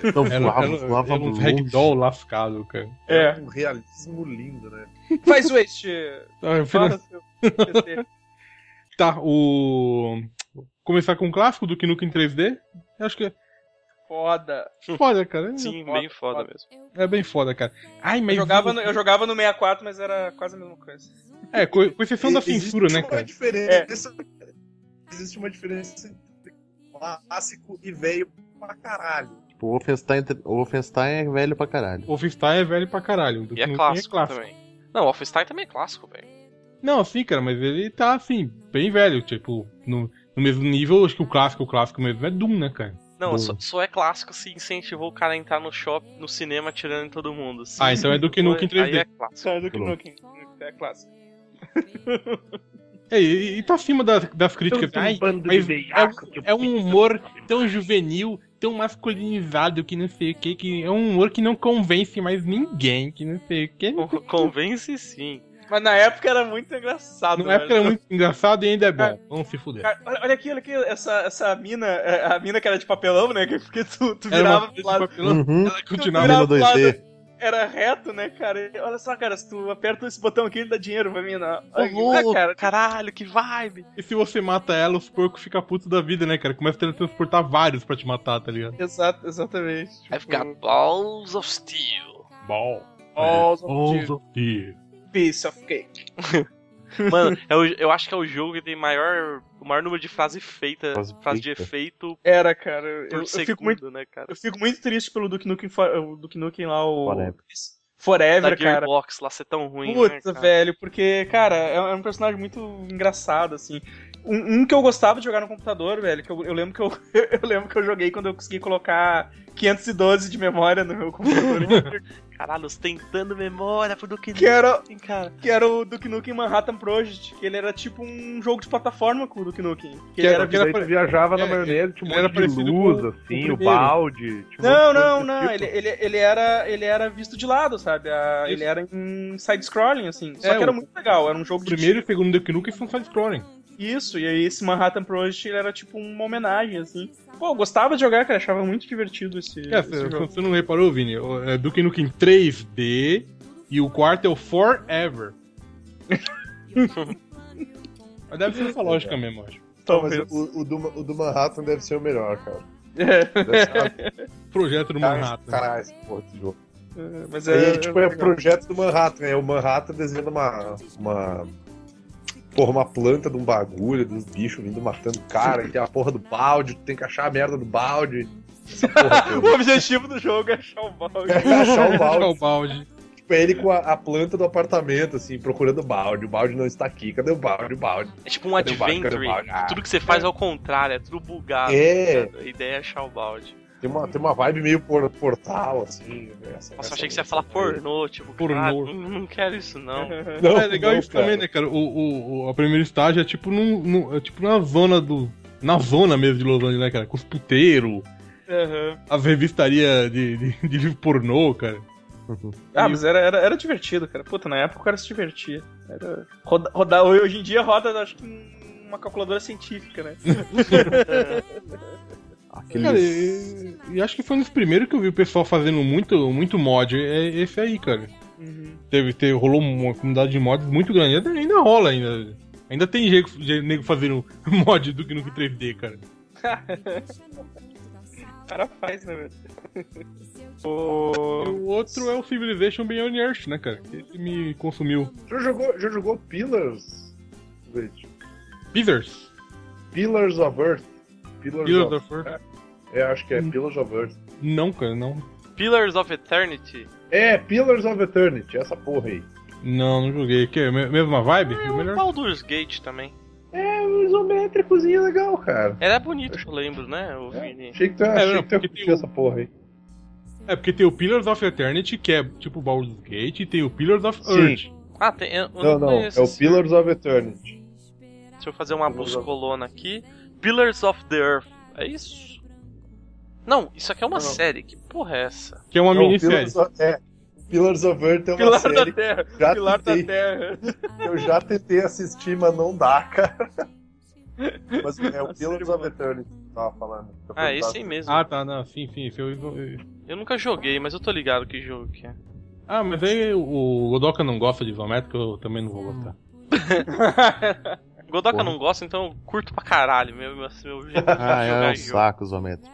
S5: Então
S6: Era,
S5: voava,
S6: era-
S5: voava
S6: era um
S5: longe.
S6: ragdoll lascado, cara.
S3: É.
S2: Um realismo lindo, né?
S4: É.
S3: Vai, Zwist!
S6: Ah, eu
S3: Fala
S6: fiz-
S3: seu PC.
S6: Tá, o. Começar com um clássico do Kinuka em 3D? Eu acho que é
S3: Foda.
S6: foda, cara.
S4: Sim,
S3: foda,
S4: bem foda,
S3: foda.
S4: mesmo.
S6: É bem foda, cara. Ai,
S3: Eu
S6: mas.
S3: jogava, no, eu jogava no 64, mas era quase a mesma coisa.
S6: É, co- com exceção da
S2: E- existe
S6: censura,
S4: um
S6: né,
S2: uma
S6: cara?
S2: diferença- Existe uma diferença entre clássico e velho pra caralho.
S5: Tipo, o Wolfenstein, o Wolfenstein é velho pra caralho.
S6: Wolfenstein é velho pra caralho. do
S4: E é
S6: Kinuken
S4: clássico, também. Não, o Offenstein também é clássico, velho.
S6: Não, sim, cara, mas ele tá, assim, bem velho. Tipo, no, no mesmo nível, acho que o clássico, o clássico mesmo é Doom, né, cara?
S4: Não,
S5: Bom.
S4: só, só é clássico se incentivou o cara a entrar no shopping, no cinema, atirando em todo mundo. Se
S6: Ah, então é Duke Nukem
S4: incentivou, Aí
S6: 3D.
S4: é clássico.
S3: Sério, do
S5: Pronto.
S3: Knuckles. É clássico.
S6: É, e, e tá acima das, das críticas. Ai, mas é, é um humor tão juvenil, tão masculinizado, que não sei o que, que é um humor que não convence mais ninguém, que não sei o que.
S4: Con- Convence sim.
S3: Mas na época era muito engraçado.
S6: Na época
S3: velho.
S6: era é muito engraçado e ainda é bom. Vamos se fuder.
S3: Cara, olha, olha aqui, olha aqui, essa, essa mina, é, a mina que era de papelão, né? que- Porque tu, tu
S6: Era
S3: virava
S6: uma
S3: pro
S6: de
S3: lado.
S6: papelão,
S5: Uhum.
S6: ela
S3: Não,
S6: continuava.
S5: Menino
S3: virava pro lado,
S5: 2D.
S3: Era reto, né, cara? E olha só, cara, se tu aperta esse botão aqui, ele dá dinheiro pra mina.
S5: Ô, louco.
S3: Ah, cara,
S4: Caralho, que vibe!
S6: E se você mata ela, os porcos ficam putos da vida, né, cara? Começa a teletransportar vários pra te matar, tá ligado?
S3: Exato, exatamente. Tipo,
S4: I've got balls of steel.
S6: Bom.
S3: All
S6: Balls of Steel.
S3: piece of cake.
S4: Mano, é o- eu acho que é o jogo que tem maior, o maior número de frase feita,
S5: Frase
S4: frase, de
S5: feita.
S4: efeito
S3: Era, cara. Eu,
S4: por
S3: eu
S4: segundo,
S3: fico muito,
S4: né, cara?
S3: eu fico muito triste pelo Duke Nukem, Fo- o Duke Nukem lá, o...
S5: Forever.
S4: Da
S3: Forever, cara.
S4: Gearbox lá ser tão ruim, né,
S3: Puta,
S4: cara?
S3: velho, porque, cara, é é um personagem muito engraçado, assim. Um, um que eu gostava de jogar no computador, velho, que eu, eu lembro que eu, eu lembro que eu joguei quando eu consegui colocar 512 de memória no meu computador.
S4: Caralho, ostentando memória pro Duke
S3: que, era,
S4: Nukem, cara.
S3: que era o Duke Nukem Manhattan Project, que ele era tipo um jogo de plataforma com o Duke Nukem. Que
S6: Que é
S3: ele
S6: era
S3: era
S6: aquele
S9: Daí tu
S6: apare-
S9: viajava na
S6: é,
S9: maionese, tinha um
S6: ele
S9: monte
S6: era
S9: de
S6: parecido com
S9: luz,
S6: o-
S9: assim,
S6: com o
S9: o
S6: primeiro.
S9: balde. tinha um
S3: Não,
S9: monte de coisa
S3: não,
S9: do
S3: não.
S9: tipo.
S3: Ele, ele, ele, era, ele era visto de lado, sabe? A-
S6: Isso.
S3: ele era em side-scrolling, assim. Só
S6: É,
S3: que era
S6: o-
S3: muito legal. Era um jogo
S6: O
S3: de
S6: primeiro e o segundo Duke Nukem são side-scrolling.
S3: Isso, e aí esse Manhattan Project ele era tipo uma homenagem, assim. Pô, eu gostava de jogar, cara, achava muito divertido esse,
S6: É,
S3: esse
S6: você-
S3: jogo.
S6: você não reparou, Vini? O- É Duke Nukem 3D e o quarto é o Forever. Mas deve ser essa lógica mesmo, eu acho.
S2: Não, mas o, o, do, o do Manhattan deve ser o melhor, cara. Deve ser
S6: Projeto do
S2: uma-
S6: Manhattan.
S2: Caralho, esse porra de jogo.
S3: É, mas
S2: É,
S3: é,
S2: tipo, é projeto do Manhattan, é o Manhattan desenhando uma. uma... Porra, uma planta de um bagulho, dos bichos vindo matando o cara, e tem a porra do balde, tu tem que achar a merda do balde. Essa porra toda.
S3: O objetivo do jogo é achar o balde.
S2: É achar o
S6: Jogar o
S2: balde.
S6: balde.
S2: Tipo, é ele com a, a planta do apartamento, assim, procurando o balde. O balde não está aqui. Cadê o balde? O balde.
S4: É tipo um
S2: Cadê o balde?
S4: adventure.
S2: Cadê o balde? Ah.
S4: Tudo que você faz é ao contrário, é tudo bugado.
S2: É.
S4: né? A ideia é achar o balde.
S2: Tem uma, tem uma vibe meio por- portal, assim.
S4: Nossa,
S2: Essa, essa- é
S4: eu achei que você ia falar pornô, tipo,
S6: Pornô.
S4: cara, não, não quero isso não.
S2: Não,
S6: é legal
S2: não,
S6: isso também,
S2: cara.
S6: né, cara? O, o, o- a primeira estágio é tipo, num, num- é tipo na zona do. Na zona mesmo de Los Angeles, né, cara? Com os puteiros.
S3: Aham.
S6: As revistarias de, de, de livro pornô, cara.
S3: Ah, mas era, era, era divertido, cara. Puta, na época o cara se divertia. Era... Roda, roda- hoje em dia roda, acho que, um- uma calculadora científica, né?
S5: Aqueles...
S6: Cara, e, e acho que foi um dos primeiros que eu vi o pessoal fazendo muito, muito mod. É esse aí, cara. Teve, teve, rolou uma comunidade de mods muito grande. Ainda, ainda rola, ainda. Ainda tem jeito de nego fazendo mod do que no 3D, cara.
S3: O cara faz, né, velho? O...
S6: O outro é o Civilization Beyond Earth, né, cara? Esse me consumiu.
S2: Já jogou, já jogou Pillars? Gente,
S6: Pizzers.
S2: Pillars of Earth. Pillars,
S6: Pillars
S2: of...
S6: of Earth.
S2: É, acho que é Pillars of Earth.
S6: Não, cara, não.
S4: Pillars of Eternity.
S2: É, Pillars of Eternity, essa porra aí.
S6: Não, não joguei. Que, é me- mesma vibe?
S4: É
S6: O
S4: um
S6: melhor-
S4: Baldur's Gate também.
S2: É um isométricozinho legal, cara.
S4: Era bonito, eu lembro, né, o Vini?
S2: Achei que tu,
S6: não,
S2: achei que tu ia
S6: porque tem
S2: curtir
S6: o-
S2: essa porra aí.
S6: É, porque tem o Pillars of Eternity, que é tipo Baldur's Gate, e tem o Pillars of
S2: Sim.
S6: Earth.
S4: Ah, tem. Eu eu
S2: Não, não,
S4: conheço
S2: é o
S4: esse.
S2: Pillars of Eternity.
S4: Deixa eu fazer uma buscolona aqui. Pillars of the Earth. É isso? Não, isso aqui é uma série. Que porra é essa?
S6: Que é uma
S2: Não,
S6: minissérie.
S2: Pillars of... É, Pillars of Earth é uma
S3: Pilar da
S2: série
S3: Terra.
S2: já
S3: Pilar da
S2: tentei.
S3: Terra.
S2: eu já tentei assistir, mas não dá, cara. Mas é o Pillars of Eternity que eu tava falando. que eu
S4: Ah, esse
S2: perguntava.
S4: aí mesmo.
S6: Ah, tá, não, sim, sim. esse eu-
S4: Eu nunca joguei, mas eu tô ligado que jogo que é.
S6: Ah, mas aí o Godoka não gosta de isométrico, eu também não vou gostar.
S4: Godoka
S5: Porra.
S4: não gosta, então eu curto pra caralho. Meu, meu, meu jeito de
S2: tá
S5: Ah, é
S4: jogar
S5: um
S4: jogo.
S5: saco, Zometro.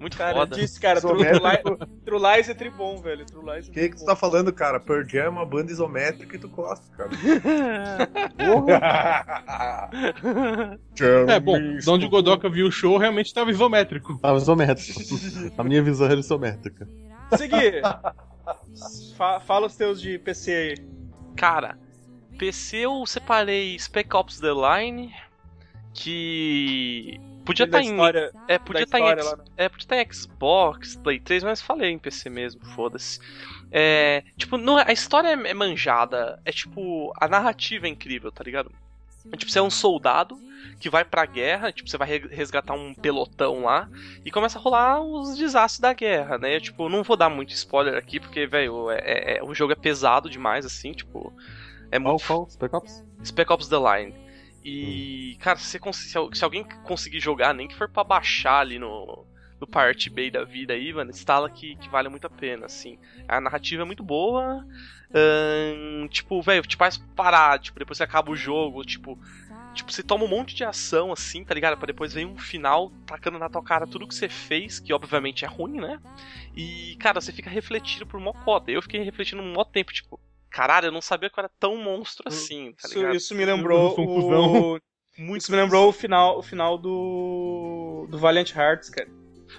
S4: Muito
S3: Cara, eu
S4: foda.
S3: disse, cara,
S2: é
S3: True,
S2: Isométrico.
S3: Li- True Lies é tribom, velho. True Lies é
S2: O que, que tu tá falando, cara? Pearl Jam é uma banda isométrica e tu gosta, cara.
S6: É, bom, de onde o Godoka viu o show, realmente tava isométrico.
S5: Tava Ah, isométrico. A minha visão era isométrica.
S3: Segui! Fa- fala os teus de PC aí.
S4: Cara, PC eu separei Spec Ops The Line, que. Podia
S3: Da
S4: estar em.
S3: história,
S4: É,
S3: da
S4: podia estar em
S3: história
S4: X-
S3: lá. né?
S4: É, porque tem Xbox, Play 3, mas falei em PC mesmo, foda-se. É, tipo, não, é- a história é é manjada, é tipo, a narrativa é incrível, tá ligado? É, Tipo, você é um soldado que vai pra guerra, tipo, você vai re- resgatar um pelotão lá e começa a rolar os desastres da guerra, né? Tipo, não vou dar muito spoiler aqui, porque, velho, é, é- é- o jogo é pesado demais, assim, tipo. É
S5: Qual,
S4: muito
S5: qual? Spec Ops?
S4: Spec Ops The Line.
S3: Hum.
S4: E, cara, se, você cons- se al- se alguém conseguir jogar, nem que for pra baixar ali no, no Pirate Bay da vida aí, mano, instala que, que vale muito a pena, assim. A narrativa é muito boa. ahn, tipo, velho, te faz parar, tipo, depois você acaba o jogo, tipo. Tipo, você toma um monte de ação, assim, tá ligado? Pra depois vem um final tacando na tua cara tudo que você fez, que obviamente é ruim, né? E, cara, você fica refletindo por mó coda. Eu fiquei refletindo um mó tempo, tipo, caralho, eu não sabia que eu era tão monstro assim,
S3: Hum,
S4: tá
S3: Isso,
S4: ligado?
S3: isso me lembrou
S6: Eu sou um
S3: o... Isso me lembrou o final, o final do do Valiant Hearts, cara.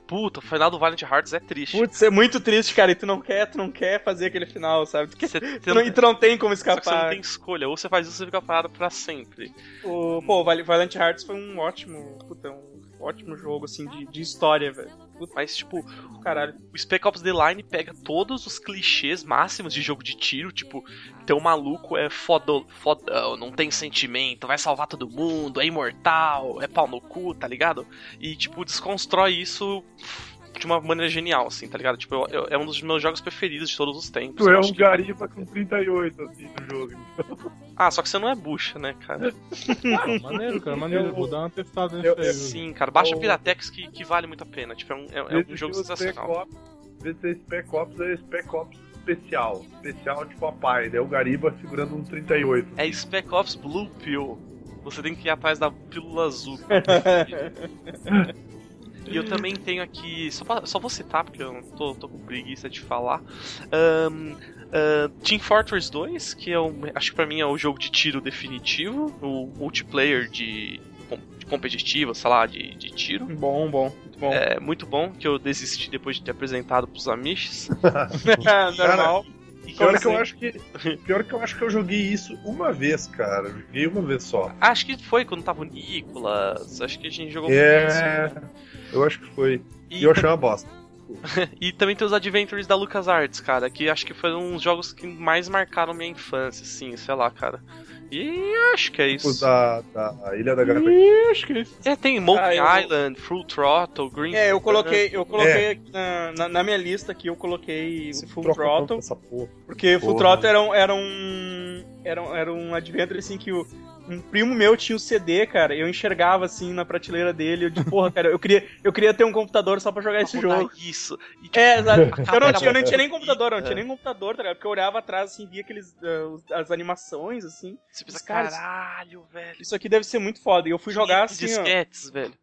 S4: Puta, o final do Valiant Hearts é triste.
S3: Putz, é muito triste, cara, e tu não quer, tu não quer fazer aquele final, sabe? Tu quer,
S4: Você, você
S3: tu não, e tu não tem como
S4: só que você não
S3: escapar.
S4: tem escolha, ou você faz isso ou você fica parado pra sempre.
S3: O, pô, o Vali- Valiant Hearts foi um ótimo, puta, um ótimo jogo, assim, de, de história, velho.
S4: Mas, tipo,
S3: Do Caralho.
S4: o Spec Ops The Line pega todos os clichês máximos de jogo de tiro, tipo, teu maluco é fodo, fodão, não tem sentimento, vai salvar todo mundo, é imortal, é pau no cu, tá ligado? E, tipo, desconstrói isso de uma maneira genial, assim, tá ligado? Tipo, eu- eu- é um dos meus jogos preferidos de todos os tempos.
S2: Tu
S4: eu
S2: é
S4: acho
S2: um
S4: que-
S2: gariba com 38, assim, no jogo.
S4: Ah, só que você não é bucha, né, cara?
S6: Ah, maneiro, cara, maneiro. Vou dar uma testada nesse
S2: Eu-
S6: aí. viu?
S4: Sim, cara, baixa
S2: Eu-
S4: Piratex que, que vale muito a pena. Tipo, é um, é- é um jogo sensacional.
S2: Esse Spec Ops é Spec Ops especial. Especial tipo, de papai, daí É o gariba segurando um 38.
S4: É Spec Ops Blue Pill. Você tem que ir atrás da pílula azul. e eu também tenho aqui. Só, pra- só vou citar, porque eu tô, tô com preguiça de falar. Ahn, ahn, Team Fortress 2, que é um, acho que pra mim é o jogo de tiro definitivo. O multiplayer de, com- de competitivo, sei lá, de, de tiro.
S3: Bom, bom, muito bom.
S4: É muito bom, que eu desisti depois de ter apresentado pros Amish.
S3: Normal.
S4: E assim? que eu
S2: Pior que, eu
S4: sempre-
S2: acho que, pior que eu acho que eu joguei isso uma vez, cara. Eu Joguei uma vez só.
S4: Acho que foi quando tava o Nicolas. Acho que a gente jogou
S2: É.
S4: muito isso, né?
S2: Eu acho que foi.
S4: assim? E
S2: E eu achei uma bosta.
S4: e também tem os Adventures da LucasArts, cara, que acho que foram uns jogos que mais marcaram minha infância, assim, sei lá, cara. E acho que é
S2: Os
S4: isso.
S2: da, da Ilha da Graveta.
S6: Ih, acho que é isso.
S4: É, tem Monkey
S3: Ah, eu-
S4: Island, Full Throttle, Green.
S3: É, eu coloquei, eu coloquei aqui na, na, na minha lista aqui, eu coloquei o Full
S2: Troca tanto
S3: Throttle,
S2: Essa porra.
S3: porque Full
S5: Porra.
S3: Throttle era um, era um, era um, era um adventure, assim, que o, um primo meu tinha o CD, cara, eu enxergava, assim, na prateleira dele, eu de porra, cara, eu queria, eu queria ter um computador só pra jogar esse
S4: Vou dar
S3: jogo.
S4: Isso. E, tipo,
S3: É, exato. Eu não,
S4: Era
S3: tinha, eu não
S4: bom.
S3: tinha nem computador, eu não tinha
S4: É.
S3: nem computador, tá ligado? Porque eu olhava atrás, assim, via aqueles, ah, os- as animações, assim,
S4: você pensa,
S3: Os caras-
S4: caralho, velho.
S3: isso aqui deve ser muito foda, e eu fui jogar,
S4: Que
S3: assim, ó,
S4: disquetes, velho.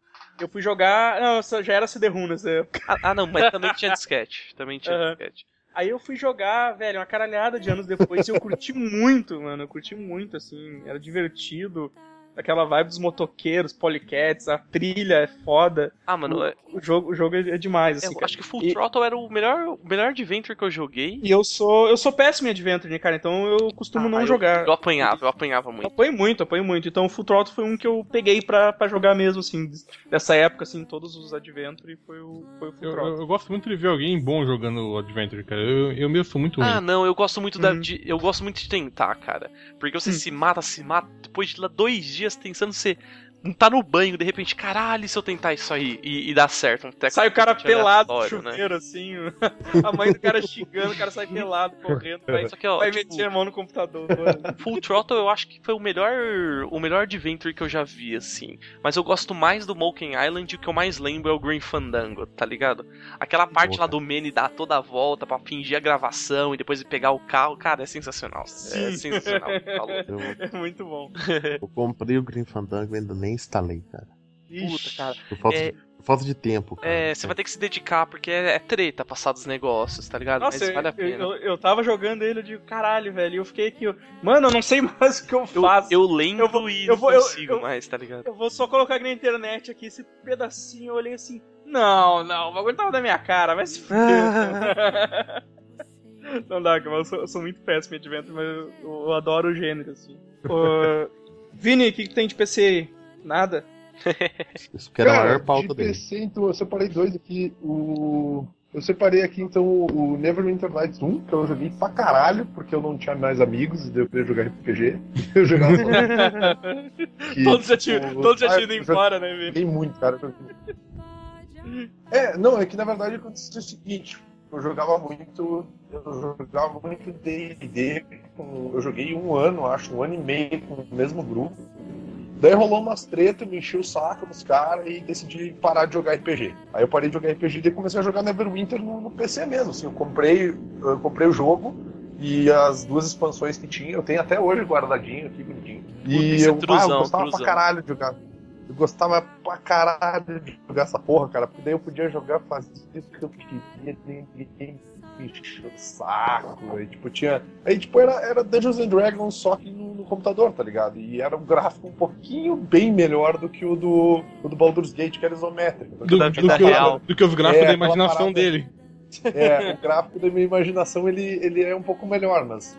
S3: eu fui jogar, não, só- já era CD-ROM nessa época.
S4: Ah, ah, não, mas também tinha disquete. Também tinha
S3: Aham.
S4: disquete.
S3: Aí eu fui jogar, velho, uma caralhada de anos depois e eu curti muito, mano. Eu curti muito, assim. Era divertido. Aquela vibe dos motoqueiros, polycats, a trilha é foda.
S4: Ah, mano, é-
S3: O jogo, o jogo é é demais,
S4: eu
S3: assim, cara.
S4: acho que Full
S3: E-
S4: Throttle era o melhor, o melhor adventure que eu joguei.
S3: E eu sou, eu sou péssimo em Adventure, né, cara? Então eu costumo
S4: Ah,
S3: não
S4: eu-
S3: jogar.
S4: Eu apanhava, eu apanhava
S3: Eu
S4: muito.
S3: apanho muito, eu apanho muito. Então o Full Throttle foi um que eu peguei pra, pra jogar mesmo, assim. des- Dessa época, assim, todos os Adventure foi o, foi o Full
S6: Eu,
S3: Throttle.
S6: eu- eu gosto muito de ver alguém bom jogando Adventure, cara. Eu, eu mesmo sou muito ruim.
S4: Ah, não, eu gosto muito da-
S3: Hum.
S4: de, eu gosto muito de tentar, cara. Porque você
S3: Hum.
S4: se mata, se mata, depois de lá dois dias tentando você tá no banho, de repente, caralho, e se eu tentar isso aí e, e dar certo, um teco
S3: Sai o cara
S4: aleatório,
S3: pelado do
S4: né?
S3: chuveiro, assim. A mãe do cara xingando, o cara sai pelado, correndo, vai
S4: Só que ó,
S3: Vai
S4: tipo,
S3: meter a mão no computador.
S4: Full Throttle eu acho que foi o melhor o melhor adventure que eu já vi, assim. Mas eu gosto mais do Monkey Island e o que eu mais lembro é o Green Fandango, tá ligado? Aquela parte lá do Manny dar toda a volta pra fingir a gravação e depois ele pegar o carro, cara, é sensacional. É
S3: Sim.
S4: sensacional. tá louco.
S5: Eu,
S3: é muito bom.
S5: eu comprei o Green Fandango e ainda nem instalei, cara.
S4: Puta, cara.
S5: Por falta, de,
S4: É.
S5: por falta de tempo,
S3: Ah,
S5: cara.
S4: É, você vai ter que se dedicar, porque é, é treta passar dos negócios, tá ligado?
S3: Nossa,
S4: Mas vale a
S3: eu,
S4: pena.
S3: eu, eu tava jogando ele, eu digo, caralho, velho. E eu fiquei aqui, eu, mano, eu não sei mais o que eu
S4: Eu,
S3: faço. Eu,
S4: eu lembro
S3: eu vou-
S4: e
S3: eu
S4: não
S3: vou- eu-
S4: consigo
S3: eu-
S4: mais, tá ligado?
S3: vou só colocar aqui na internet aqui esse pedacinho. Eu olhei assim, não, não, o bagulho tava na minha cara, vai se fuder. não dá, cara, eu sou, eu sou muito péssimo em Adventure, mas eu, eu adoro o gênero, assim. Ô, Vini, o que, que tem de PC aí? Nada?
S5: Isso que era a
S2: Cara,
S5: maior pauta
S2: de
S5: dele.
S2: PC, então, eu separei dois aqui. O... Eu separei aqui, então, o Neverwinter Nights 1, que eu joguei pra caralho, porque eu não tinha mais amigos e daí eu queria jogar RPG. Eu jogava. que,
S3: todos já
S2: tipo,
S3: tinham todos já
S2: ah,
S3: tinham ido
S2: eu
S3: embora, né, Vini?
S2: Joguei muito, cara. É, não, é que na verdade aconteceu o seguinte: eu jogava muito, eu jogava muito DD, com- eu joguei um ano, acho, um ano e meio com o mesmo grupo. Daí rolou umas tretas, me enchi o saco dos caras e decidi parar de jogar RPG. Aí eu parei de jogar RPG e daí comecei a jogar Neverwinter no, no PC mesmo. Assim, eu comprei, eu comprei o jogo e as duas expansões que tinha, eu tenho até hoje guardadinho aqui, bonitinho. E
S4: isso é
S2: eu, ah,
S4: truzão,
S2: eu gostava
S4: truzão.
S2: pra caralho de jogar. Eu gostava pra caralho de jogar essa porra, cara, porque daí eu podia jogar, fazer o que eu queria, ninguém me encheu o saco. Aí, tipo, tinha. Aí, tipo, era, era Dungeons and Dragons só que no, no computador, tá ligado? E era um gráfico um pouquinho bem melhor do que o do, o do Baldur's Gate, que era isométrico. tá
S6: Do,
S4: da
S6: do
S4: vida
S6: que o-
S4: real.
S6: do que os gráficos
S2: É,
S6: da
S2: aquela
S6: imaginação
S2: parada.
S6: dele.
S2: É, o gráfico da minha imaginação ele, ele é um pouco melhor, mas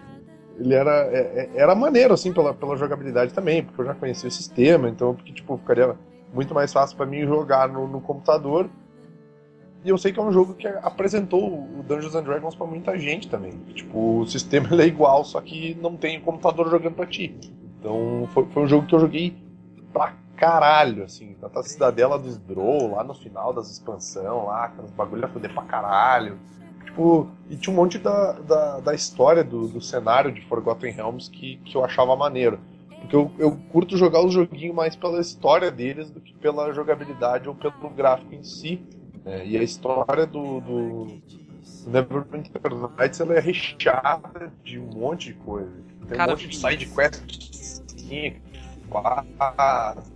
S2: ele era, é- é- era maneiro, assim, pela, pela jogabilidade também, porque eu já conhecia o sistema, então, porque, tipo, ficaria muito mais fácil pra mim jogar no, no computador. E eu sei que é um jogo que apresentou o Dungeons and Dragons pra muita gente também. Tipo, o sistema ele é igual, só que não tem o computador jogando pra ti. Então, foi, foi um jogo que eu joguei pra caralho, assim. Tanto a Cidadela dos Drow, lá no final das expansão, lá, com os bagulho a fuder pra caralho. Tipo, e tinha um monte da, da, da história do, do cenário de Forgotten Realms que, que eu achava maneiro. Porque eu, eu curto jogar os joguinhos mais pela história deles do que pela jogabilidade ou pelo gráfico em si. né? E a história do, do do Neverwinter Nights ela é recheada de um monte de coisa. Tem
S4: Cara,
S2: um monte de assim,
S4: Vinícius.
S2: sidequests que faz.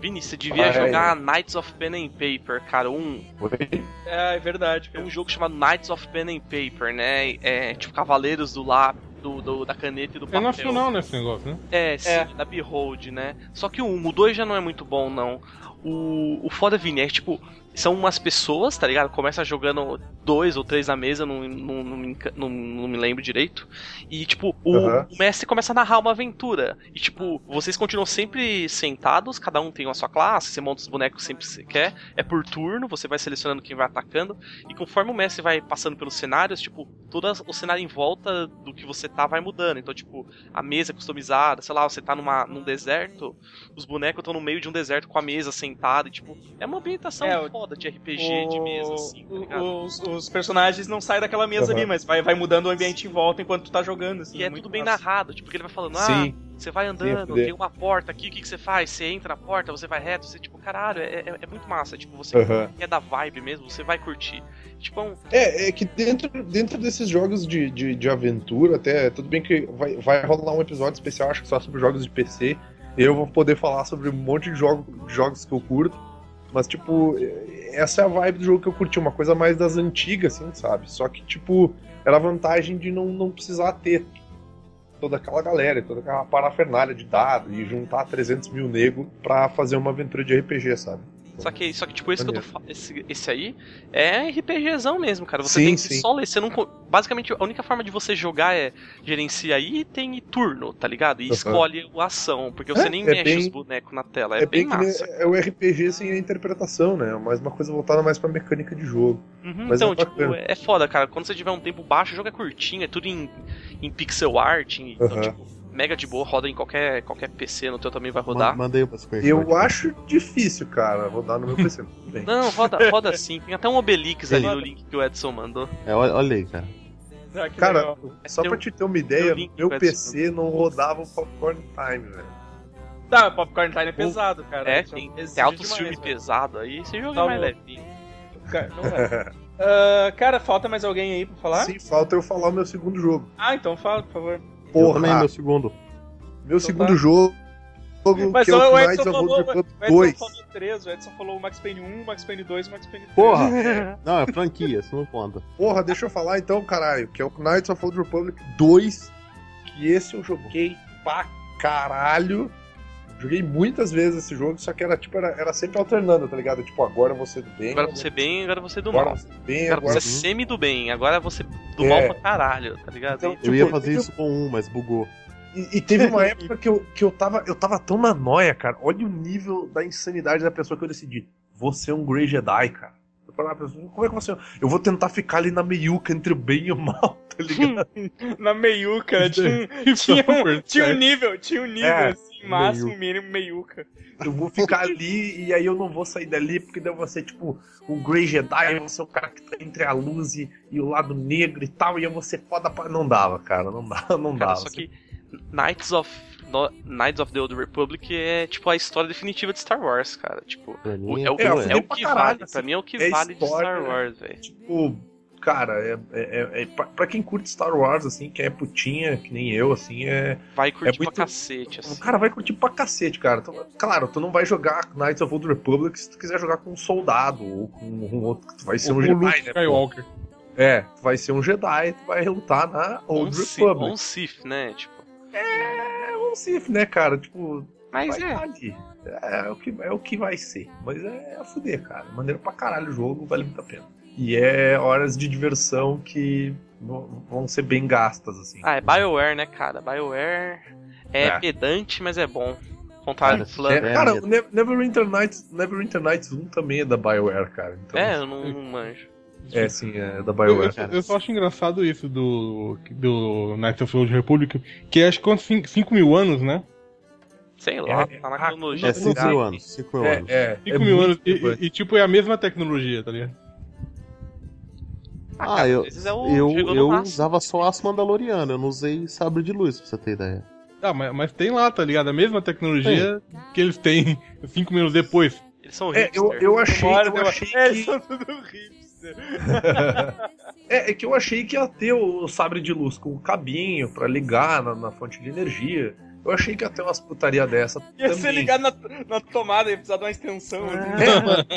S4: Vini, você devia
S2: Vai.
S4: jogar Knights of Pen and Paper, cara. Um,
S2: Oi?
S3: É, é verdade,
S4: Tem
S3: cara.
S4: um jogo chamado Knights of Pen and Paper, né? É tipo Cavaleiros do Lápis, do, do- da caneta e do
S6: É
S4: papel.
S6: nacional, né, esse negócio, né?
S4: É, sim,
S3: É.
S4: um, da Behold, né? Só que o 1, o 2 já não é muito bom, não. O, o foda, Vini, é que, tipo, são umas pessoas, tá ligado? Começa jogando dois ou três na mesa, não, não, não, me enca- não- não me lembro direito. E, tipo, o,
S2: Aham.
S4: o mestre começa a narrar uma aventura. E, tipo, vocês continuam sempre sentados, cada um tem a sua classe, você monta os bonecos sempre que você quer. É por turno, você vai selecionando quem vai atacando. E conforme o mestre vai passando pelos cenários, tipo, todo o cenário em volta do que você tá vai mudando. Então, tipo, a mesa é customizada, sei lá, você tá numa, num deserto, os bonecos estão no meio de um deserto com a mesa sentada, e, tipo, é uma ambientação
S3: É, o-
S4: foda de RPG, de mesa, assim, tá
S3: o-
S4: ligado?
S3: os, os personagens não saem daquela mesa
S2: Aham.
S3: ali, mas vai, vai mudando o ambiente em volta enquanto tu tá jogando. Assim,
S4: E é
S3: muito
S4: tudo bem
S3: massa.
S4: narrado, tipo, que ele vai falando, ah,
S2: Sim.
S4: você vai
S2: Sim, é
S4: andando,
S2: fuder.
S4: tem uma porta aqui, o que, que você faz? Você entra na porta, você vai reto, você, tipo, caralho, é, é- é muito massa, tipo, você
S2: Aham.
S4: quer da vibe mesmo, você vai curtir. Tipo, é um,
S2: É, é que dentro, dentro desses jogos de, de, de aventura, até, tudo bem que vai, vai rolar um episódio especial, acho que só sobre jogos de PC. Eu vou poder falar sobre um monte de jogo, jogos que eu curto. Mas, tipo, essa é a vibe do jogo que eu curti, uma coisa mais das antigas, assim, sabe? Só que, tipo, era a vantagem de não, não precisar ter toda aquela galera, toda aquela parafernália de dado e juntar 300 mil negros pra fazer uma aventura de RPG, sabe?
S4: Só que, só que tipo, esse, que eu tô,
S2: Maneiro.
S4: fa- esse, esse aí é RPGzão mesmo, cara. Você
S2: Sim,
S4: tem que
S2: sim.
S4: só ler. Você não, co- basicamente, a única forma de você jogar é gerencia aí e tem turno, tá ligado? E
S2: Aham.
S4: escolhe a ação, porque você
S2: É,
S4: nem
S2: é
S4: mexe
S2: bem-
S4: os bonecos na tela. É,
S2: É,
S4: bem,
S2: bem, que nem-
S4: massa.
S2: é o RPG sem a interpretação, né? Mas uma coisa voltada mais pra mecânica de jogo.
S4: Uhum,
S2: mas
S4: então,
S2: é
S4: tipo,
S2: bacana.
S4: é foda, cara. Quando você tiver um tempo baixo, o jogo é curtinho, é tudo em, em pixel art. em- Então,
S2: Aham.
S4: tipo, mega de boa, roda em qualquer, qualquer PC, no teu também vai rodar.
S10: Ma- Mandei umas coisas.
S2: Eu acho difícil, cara, rodar no meu PC. mas tudo bem.
S4: Não, roda, roda sim. Tem até um Obelix ali
S10: Sim.
S4: no link que o Edson mandou.
S10: É, olha, olha aí, cara.
S3: Ah, que
S2: Cara,
S3: legal.
S2: só
S4: Tem
S2: pra
S4: um-
S2: te ter uma
S4: tem
S2: ideia,
S4: um link
S2: meu
S4: com esse
S2: PC não rodava o Popcorn Time, velho.
S3: Tá, Popcorn Time é pesado, cara.
S4: É,
S3: Isso
S4: tem, tem
S3: exige
S4: altos
S3: demais,
S4: filmes
S3: velho.
S4: pesados aí, esse jogo
S3: Tá
S4: é mais
S3: bom.
S4: levinho.
S3: Cara, não é. Ah, cara, falta mais alguém aí pra falar?
S2: Sim, falta eu falar o meu segundo jogo.
S3: Ah, então fala, por favor.
S10: Eu
S2: Porra,
S10: também,
S2: meu,
S10: meu segundo.
S2: segundo
S3: tá.
S2: jogo. jogo
S3: Mas
S2: que é o
S3: o Edson
S2: Knights of
S3: falou,
S2: Old Republic
S3: O Edson
S2: 2.
S3: falou 3, o Edson falou o Max Payne 1, o Max Payne 2, o Max Payne 3.
S10: Porra! não, é franquia, isso não conta.
S2: Porra, deixa eu falar então, caralho, que é o Knights of Old Republic 2, que esse eu joguei pra caralho. Joguei muitas vezes esse jogo, só que era tipo, era, era sempre alternando, tá ligado? Tipo, agora você do bem.
S4: Agora você bem, agora você é do
S2: agora
S4: mal.
S2: você do bem,
S4: Agora
S2: agora
S4: você é semi do bem, agora você do
S2: É.
S4: mal pra caralho, tá ligado?
S2: Então,
S4: E-
S10: eu
S2: Tipo,
S10: ia fazer
S2: eu-
S10: isso com um, mas bugou.
S2: E, e teve uma época que, eu, que eu, tava, eu tava tão na noia, cara. Olha o nível da insanidade da pessoa que eu decidi. Você é um Grey Jedi, cara. Eu falei pra pessoa, como é que você. Eu vou tentar ficar ali na meiuca entre o bem e o mal, tá ligado?
S3: Na meiuca, tinha, um- tinha, um, tinha um nível, tinha um nível,
S2: Então, É,
S3: assim, máximo, mínimo, meiuca.
S2: Eu vou ficar ali e aí eu não vou sair dali, porque daí eu vou ser tipo um Grey Jedi, você é o cara que tá entre a luz e, e o lado negro e tal, e eu vou ser foda pra. Não dava, cara. Não dava, não
S4: cara,
S2: dava.
S4: só que Knights of no- Knights of the Old Republic é tipo a história definitiva de Star Wars, cara. Tipo,
S10: Pra
S4: o-
S10: mim,
S4: é o,
S10: é,
S2: eu
S4: é
S2: fudei
S4: o
S2: pra
S4: que
S2: caralho,
S4: vale,
S2: assim,
S4: pra mim é o que
S2: é
S4: vale de Star
S2: história, né?
S4: Wars, velho.
S2: Tipo, cara, é, é, é- é- pra, pra quem curte Star Wars, assim, que é putinha, que nem eu, assim, é.
S4: Vai curtir
S2: muito-
S4: pra cacete, assim.
S2: O cara vai curtir pra cacete, cara. Então, claro, tu não vai jogar Knights of Old Republic se tu quiser jogar com um soldado ou com um outro. Tu vai ser um
S6: o
S2: Jedi,
S6: Luke
S2: né? pô?
S6: Skywalker.
S2: É, tu vai ser um Jedi, tu vai lutar na
S4: Um
S2: Old
S4: Sith,
S2: Republic.
S4: um Sith, né? Tipo.
S2: É um Sith, né, cara? Tipo,
S4: Mas
S2: vai
S4: é.
S2: tá ali. É, é o que, é o que vai ser. Mas é, a fuder, cara. Maneiro pra caralho o jogo, vale muito a pena. E é horas de diversão que vão vão ser bem gastas, assim.
S4: Ah, é BioWare, né, cara? BioWare é,
S2: É.
S4: pedante, mas é bom. Contrário
S10: Cara,
S4: do Flan.
S2: É,
S10: É,
S2: cara,
S10: amigo.
S2: o Ne- Neverwinter Nights, Neverwinter Nights 1 também é da BioWare, cara. Então,
S4: É, eu não, não manjo.
S2: É, sim, é da
S6: Eu, eu-
S2: BioWare.
S10: cara.
S6: eu só acho engraçado isso do, do Knights of the Old Republic, que acho que quanto 5 mil anos, né?
S4: Sei lá,
S2: É,
S4: tá na
S2: é,
S4: cronologia.
S10: é
S4: do
S10: cinco
S4: cara.
S10: mil anos. Cinco mil anos.
S2: É,
S6: 5 mil anos.
S2: muito
S6: E,
S2: depois.
S6: e- e, tipo, é a mesma tecnologia, tá ligado?
S10: Ah, eu,
S4: Às vezes é o-
S10: eu,
S4: chegou no
S10: eu
S4: máximo.
S10: usava só aço mandaloriano, eu não usei sabre de luz, pra você ter ideia.
S6: Ah, mas, mas tem lá, tá ligado? A mesma tecnologia que eles têm 5 minutos depois.
S4: Eles são
S2: É, eu,
S4: hipster.
S2: eu achei,
S3: Bora,
S2: eu
S3: deu-
S2: achei
S3: É, eles
S2: que...
S3: são tudo hipster.
S2: É, é que eu achei que ia ter o sabre de luz com o cabinho pra ligar na, na fonte de energia. Eu achei que ia ter umas putaria dessa
S3: Ia
S2: também. É.
S3: ser ligado na, na tomada, ia precisar de uma extensão. assim.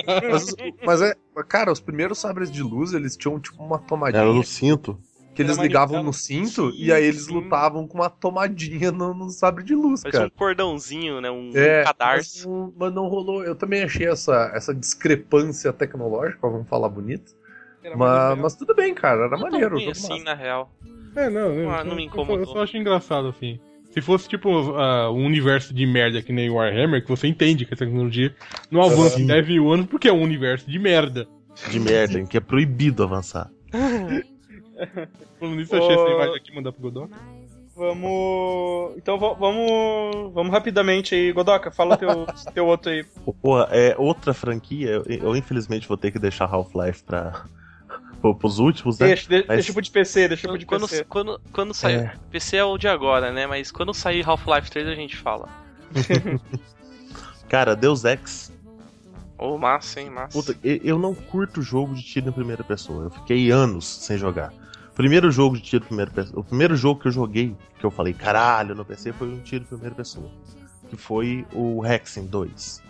S5: é,
S2: Mas, mas é, cara, os primeiros sabres de luz, eles tinham tipo uma
S10: Era
S2: tomadinha.
S10: no cinto.
S5: Que eles
S3: Era
S5: ligavam
S3: manipulado.
S5: no cinto
S3: Sim,
S5: e aí eles
S3: sim.
S5: lutavam com uma tomadinha no, no sabre de luz,
S4: Parece um
S5: cara.
S4: cordãozinho, né? Um
S5: É, mas
S4: cadarço.
S5: não, mas não rolou. Eu também achei essa, essa discrepância tecnológica, vamos falar bonito.
S3: Era
S5: Mas,
S3: muito
S5: mas tudo bem, cara, era
S4: Não tão
S5: maneiro.
S4: ruim
S5: jogo
S4: assim,
S5: massa.
S4: na real.
S6: É, não, eu-
S4: Ah,
S6: eu-
S4: não me
S6: eu-
S4: incomodou.
S6: Eu só acho engraçado, assim. Se fosse, tipo, ah, um universo de merda que nem Warhammer, que você entende que a tecnologia não avança em
S5: Sim.
S6: 10 mil anos porque é um universo de merda.
S5: De merda, em que é proibido avançar.
S6: Falando nisso, eu achei essa
S3: Ô.
S6: imagem aqui, mandar pro Godot.
S3: Vamos. Então va- vamos. Vamos rapidamente aí, Godoka, fala teu, teu outro aí.
S5: Porra, é outra franquia. Eu, eu, infelizmente vou ter que deixar Half-Life pra. pro- pros últimos, né?
S3: Deixa, de,
S5: Mas-
S3: deixa pro de PC, deixa
S5: Tipo
S3: pro de
S4: quando,
S3: PC.
S4: quando, quando sair.
S5: É.
S4: PC é o de agora, né? Mas quando sair Half-Life 3 a gente fala.
S5: Cara, Deus Ex.
S4: Ô, massa, hein? Massa.
S5: Puta, e- eu não curto jogo de tiro em primeira pessoa. Eu fiquei anos sem jogar. Primeiro jogo de tiro em primeira pessoa. O primeiro jogo que eu joguei, que eu falei, caralho, no PC, foi um tiro em primeira pessoa. Que foi o Hexen 2.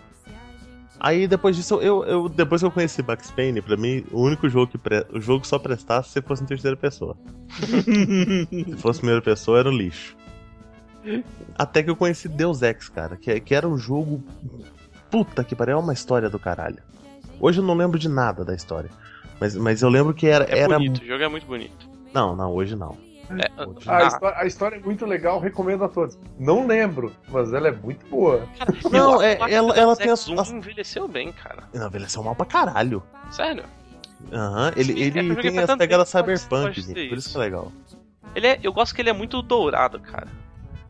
S5: Aí depois disso, eu, eu- depois que eu conheci Max Payne, pra mim, o único jogo que pre- o jogo só prestasse se fosse em terceira pessoa. se fosse primeira pessoa, era um lixo. Até que eu conheci Deus Ex, cara, que, que era um jogo. Puta que pariu, é uma história do caralho. Hoje eu não lembro de nada da história. Mas, mas eu lembro que era.
S4: é
S5: era...
S4: bonito, o jogo é muito bonito.
S5: Não, não, hoje não.
S4: É,
S5: Hoje
S9: A,
S4: Ah.
S9: histó- a história é muito legal, recomendo a todos. Não lembro, mas ela é muito boa.
S5: Não, é,
S4: Eu acho
S5: ela,
S4: que
S5: ela
S4: o
S5: tem as.
S4: Zex
S5: as...
S4: 1 envelheceu bem, cara.
S5: um- Não, envelheceu um mal pra caralho.
S4: Sério.
S5: Aham, ele,
S4: Sim, é que eu
S5: ele
S4: joguei
S5: tem
S4: pra
S5: as
S4: tanto
S5: pegadas
S4: tempo, pode-
S5: cyberpunk,
S4: pode
S5: gente,
S4: ser
S5: por
S4: isso.
S5: isso que é legal.
S4: Ele é, eu gosto que ele é muito dourado, cara.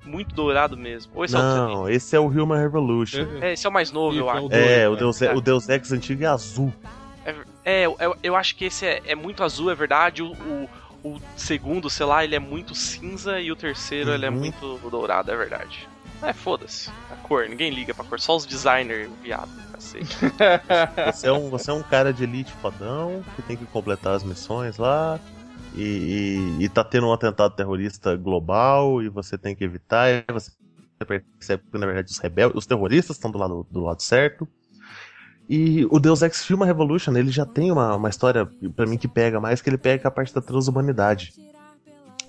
S4: Muito dourado mesmo. Ou esse é o
S5: Não, esse é o Human Revolution.
S6: É,
S4: é, esse é o mais novo, eu
S6: Isso, é
S4: acho.
S6: o
S5: É, o
S6: dois,
S5: Deus,
S4: cara.
S5: o Deus Ex antigo é azul.
S4: É, eu, eu- eu acho que esse é, é muito azul, é verdade. O, o- o segundo, sei lá, ele é muito cinza e o terceiro ele é
S5: Uhum.
S4: muito dourado, é verdade. É, foda-se. A cor, ninguém liga pra cor, só os designers, viado, cacete.
S5: Você é um, você é um cara de elite fodão que tem que completar as missões lá. E, e, e tá tendo um atentado terrorista global e você tem que evitar. E você percebe que, na verdade, os rebeldes, os terroristas estão do lado, do lado certo. E o Deus Ex Human Revolution, ele já tem uma, uma história, pra mim, que pega mais, que ele pega a parte da transhumanidade.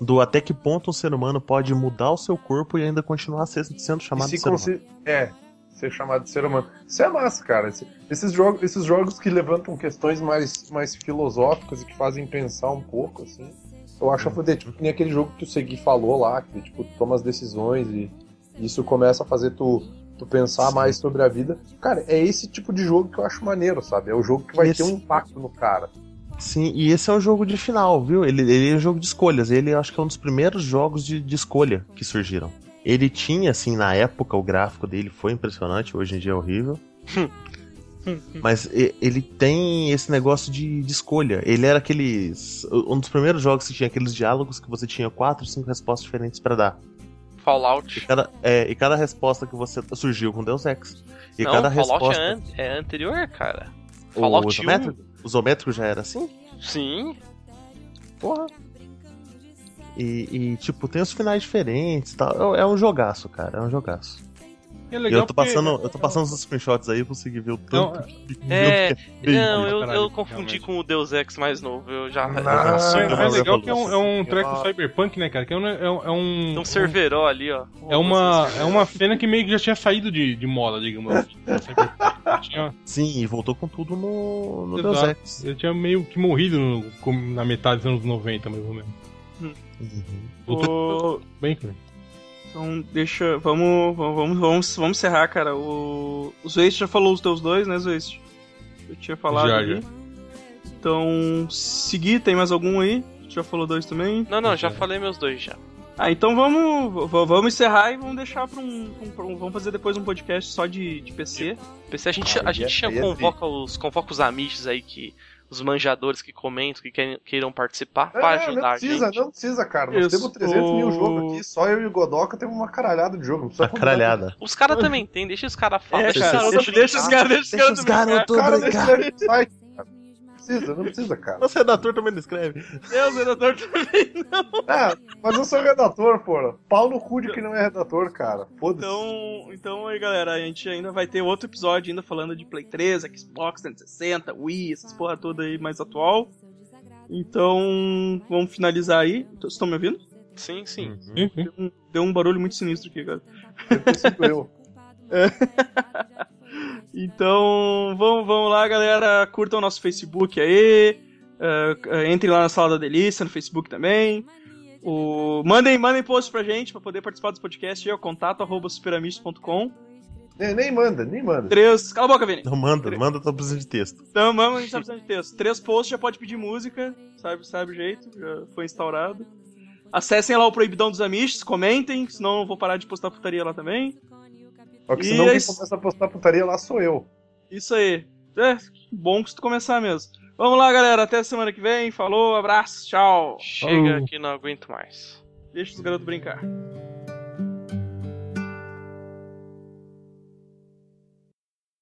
S5: Do até que ponto um ser humano pode mudar o seu corpo e ainda continuar se- sendo chamado
S9: E
S5: de
S9: se
S5: ser humano.
S9: consi- É, ser chamado de ser humano. Isso é massa, cara. Esse- esses, jogos, esses jogos que levantam questões mais, mais filosóficas e que fazem pensar um pouco, assim. Eu acho a
S5: Uhum.
S9: fuder, tipo, que nem aquele jogo que o Segui falou lá, que tipo, tu toma as decisões e isso começa a fazer tu, tu pensar
S5: Sim.
S9: mais sobre a vida. Cara, é esse tipo de jogo que eu acho maneiro, sabe? É o jogo que vai
S5: Esse-
S9: ter um impacto no cara.
S5: Sim, e esse é um jogo de final, viu? Ele, ele é um jogo de escolhas. Ele eu acho que é um dos primeiros jogos de, de escolha que surgiram. Ele tinha, assim, na época, o gráfico dele foi impressionante, hoje em dia é horrível. Mas e- ele tem esse negócio de, de escolha. Ele era aqueles. Um dos primeiros jogos que tinha aqueles diálogos que você tinha quatro, cinco respostas diferentes pra dar. E
S4: Fallout.
S5: cada, é, e cada resposta que você. surgiu com Deus Ex. E
S4: Não,
S5: cada
S4: Fallout
S5: resposta.
S4: é, an- é anterior, cara.
S5: O
S4: Fallout 1.
S5: isométrico, o isométrico já era assim?
S4: Sim.
S5: Porra. E, e, tipo, tem os finais diferentes e tal. É é um jogaço, cara. É um jogaço.
S6: E é
S5: E
S6: legal
S5: eu tô
S6: porque-
S5: passando, eu tô passando os screenshots aí pra conseguir ver o
S6: Não,
S5: tanto. que-
S4: É,
S5: que-
S4: Não, eu,
S6: caralho,
S4: eu confundi
S6: realmente.
S4: com o Deus Ex mais novo. Eu já.
S5: Ah,
S9: Não,
S6: É,
S5: Super
S6: é legal
S5: Revolution.
S6: que é um, é
S5: assim,
S6: um treco cyberpunk, né, cara? Que é um. É um, é um-
S4: Tem um serveró ali, ó.
S6: É uma, é uma cena que meio que já tinha saído de, de moda, digamos assim. Já tinha,
S5: Sim, e voltou com tudo no, no Deus
S6: Exato.
S5: Ex.
S6: já tinha meio que morrido no- com- na metade dos anos 90, mais ou menos.
S5: Uhum.
S3: O-
S6: Bem, cara.
S3: Então, deixa. Vamos, vamos, vamos, vamos, vamos encerrar, cara. O, o Zwist já falou os teus dois, né, Zwist? Eu tinha falado.
S6: Já,
S3: ali.
S6: já.
S3: Então, seguir, tem mais algum aí? Tu Já falou dois também?
S4: Não, não, já
S5: Uhum.
S4: falei meus dois já.
S3: Ah, então vamos, v- vamos encerrar e vamos deixar pra um, pra um- pra um- Vamos fazer depois um podcast só de, de PC.
S4: PC, a gente,
S9: Aí
S4: a
S9: é-
S4: gente
S9: aí é
S4: convoca, os, convoca os amiches aí que. Os manjadores que comentam, que querem- queiram participar
S9: É,
S4: pra ajudar
S9: não precisa,
S4: a gente.
S9: não precisa, cara. Nós
S3: Isso.
S9: temos 300 mil
S3: O-
S9: jogos aqui, só eu e o Godoka temos uma caralhada de jogo. Não precisa
S5: Uma caralhada.
S4: Os caras também tem, deixa os caras
S3: É,
S4: falar. deixa os
S3: cara,
S4: caras
S3: deixa, deixa os caras, deixa os caras brincar.
S9: Cara, nem escreve no site, cara. Não precisa, não precisa, cara.
S5: Nosso redator é também não escreve.
S3: Deus, editor também.
S9: É, mas eu sou redator, porra. Pau no cu de quem não é redator, cara. Foda-se.
S3: Então, então aí, galera, a gente ainda vai ter outro episódio ainda falando de Play 3, Xbox 360, Wii, essas porra toda aí mais atual. Então, vamos finalizar aí. Vocês estão me ouvindo?
S4: Sim, sim.
S6: Uhum.
S3: Deu um, deu um barulho muito sinistro aqui, cara.
S2: Eu.
S3: Então, vamos, vamos lá, galera. Curtam o nosso Facebook aí. eh, entrem lá na Sala da Delícia, no Facebook também. O... Mandem, mandem posts pra gente pra poder participar dos podcasts. É o contato arroba superamistos.com.
S9: Nem, nem manda, nem manda.
S3: Três. Cala a boca, Vini.
S5: Não, manda, manda, tô precisando de texto.
S3: Então, vamos, a gente tá precisando de texto. Três posts, já pode pedir música, sabe, sabe o jeito, já foi instaurado. Acessem lá o Proibidão dos Amishes, comentem, senão eu vou parar de postar putaria lá também.
S9: Só que
S3: E
S9: senão quem
S3: esse-
S9: começa a postar putaria lá sou eu.
S3: Isso aí. É, bom que tu começar mesmo. Vamos lá, galera, até semana que vem. Falou, abraço, tchau.
S4: Chega
S6: Falou.
S4: que não aguento mais.
S3: Deixa os garotos brincar.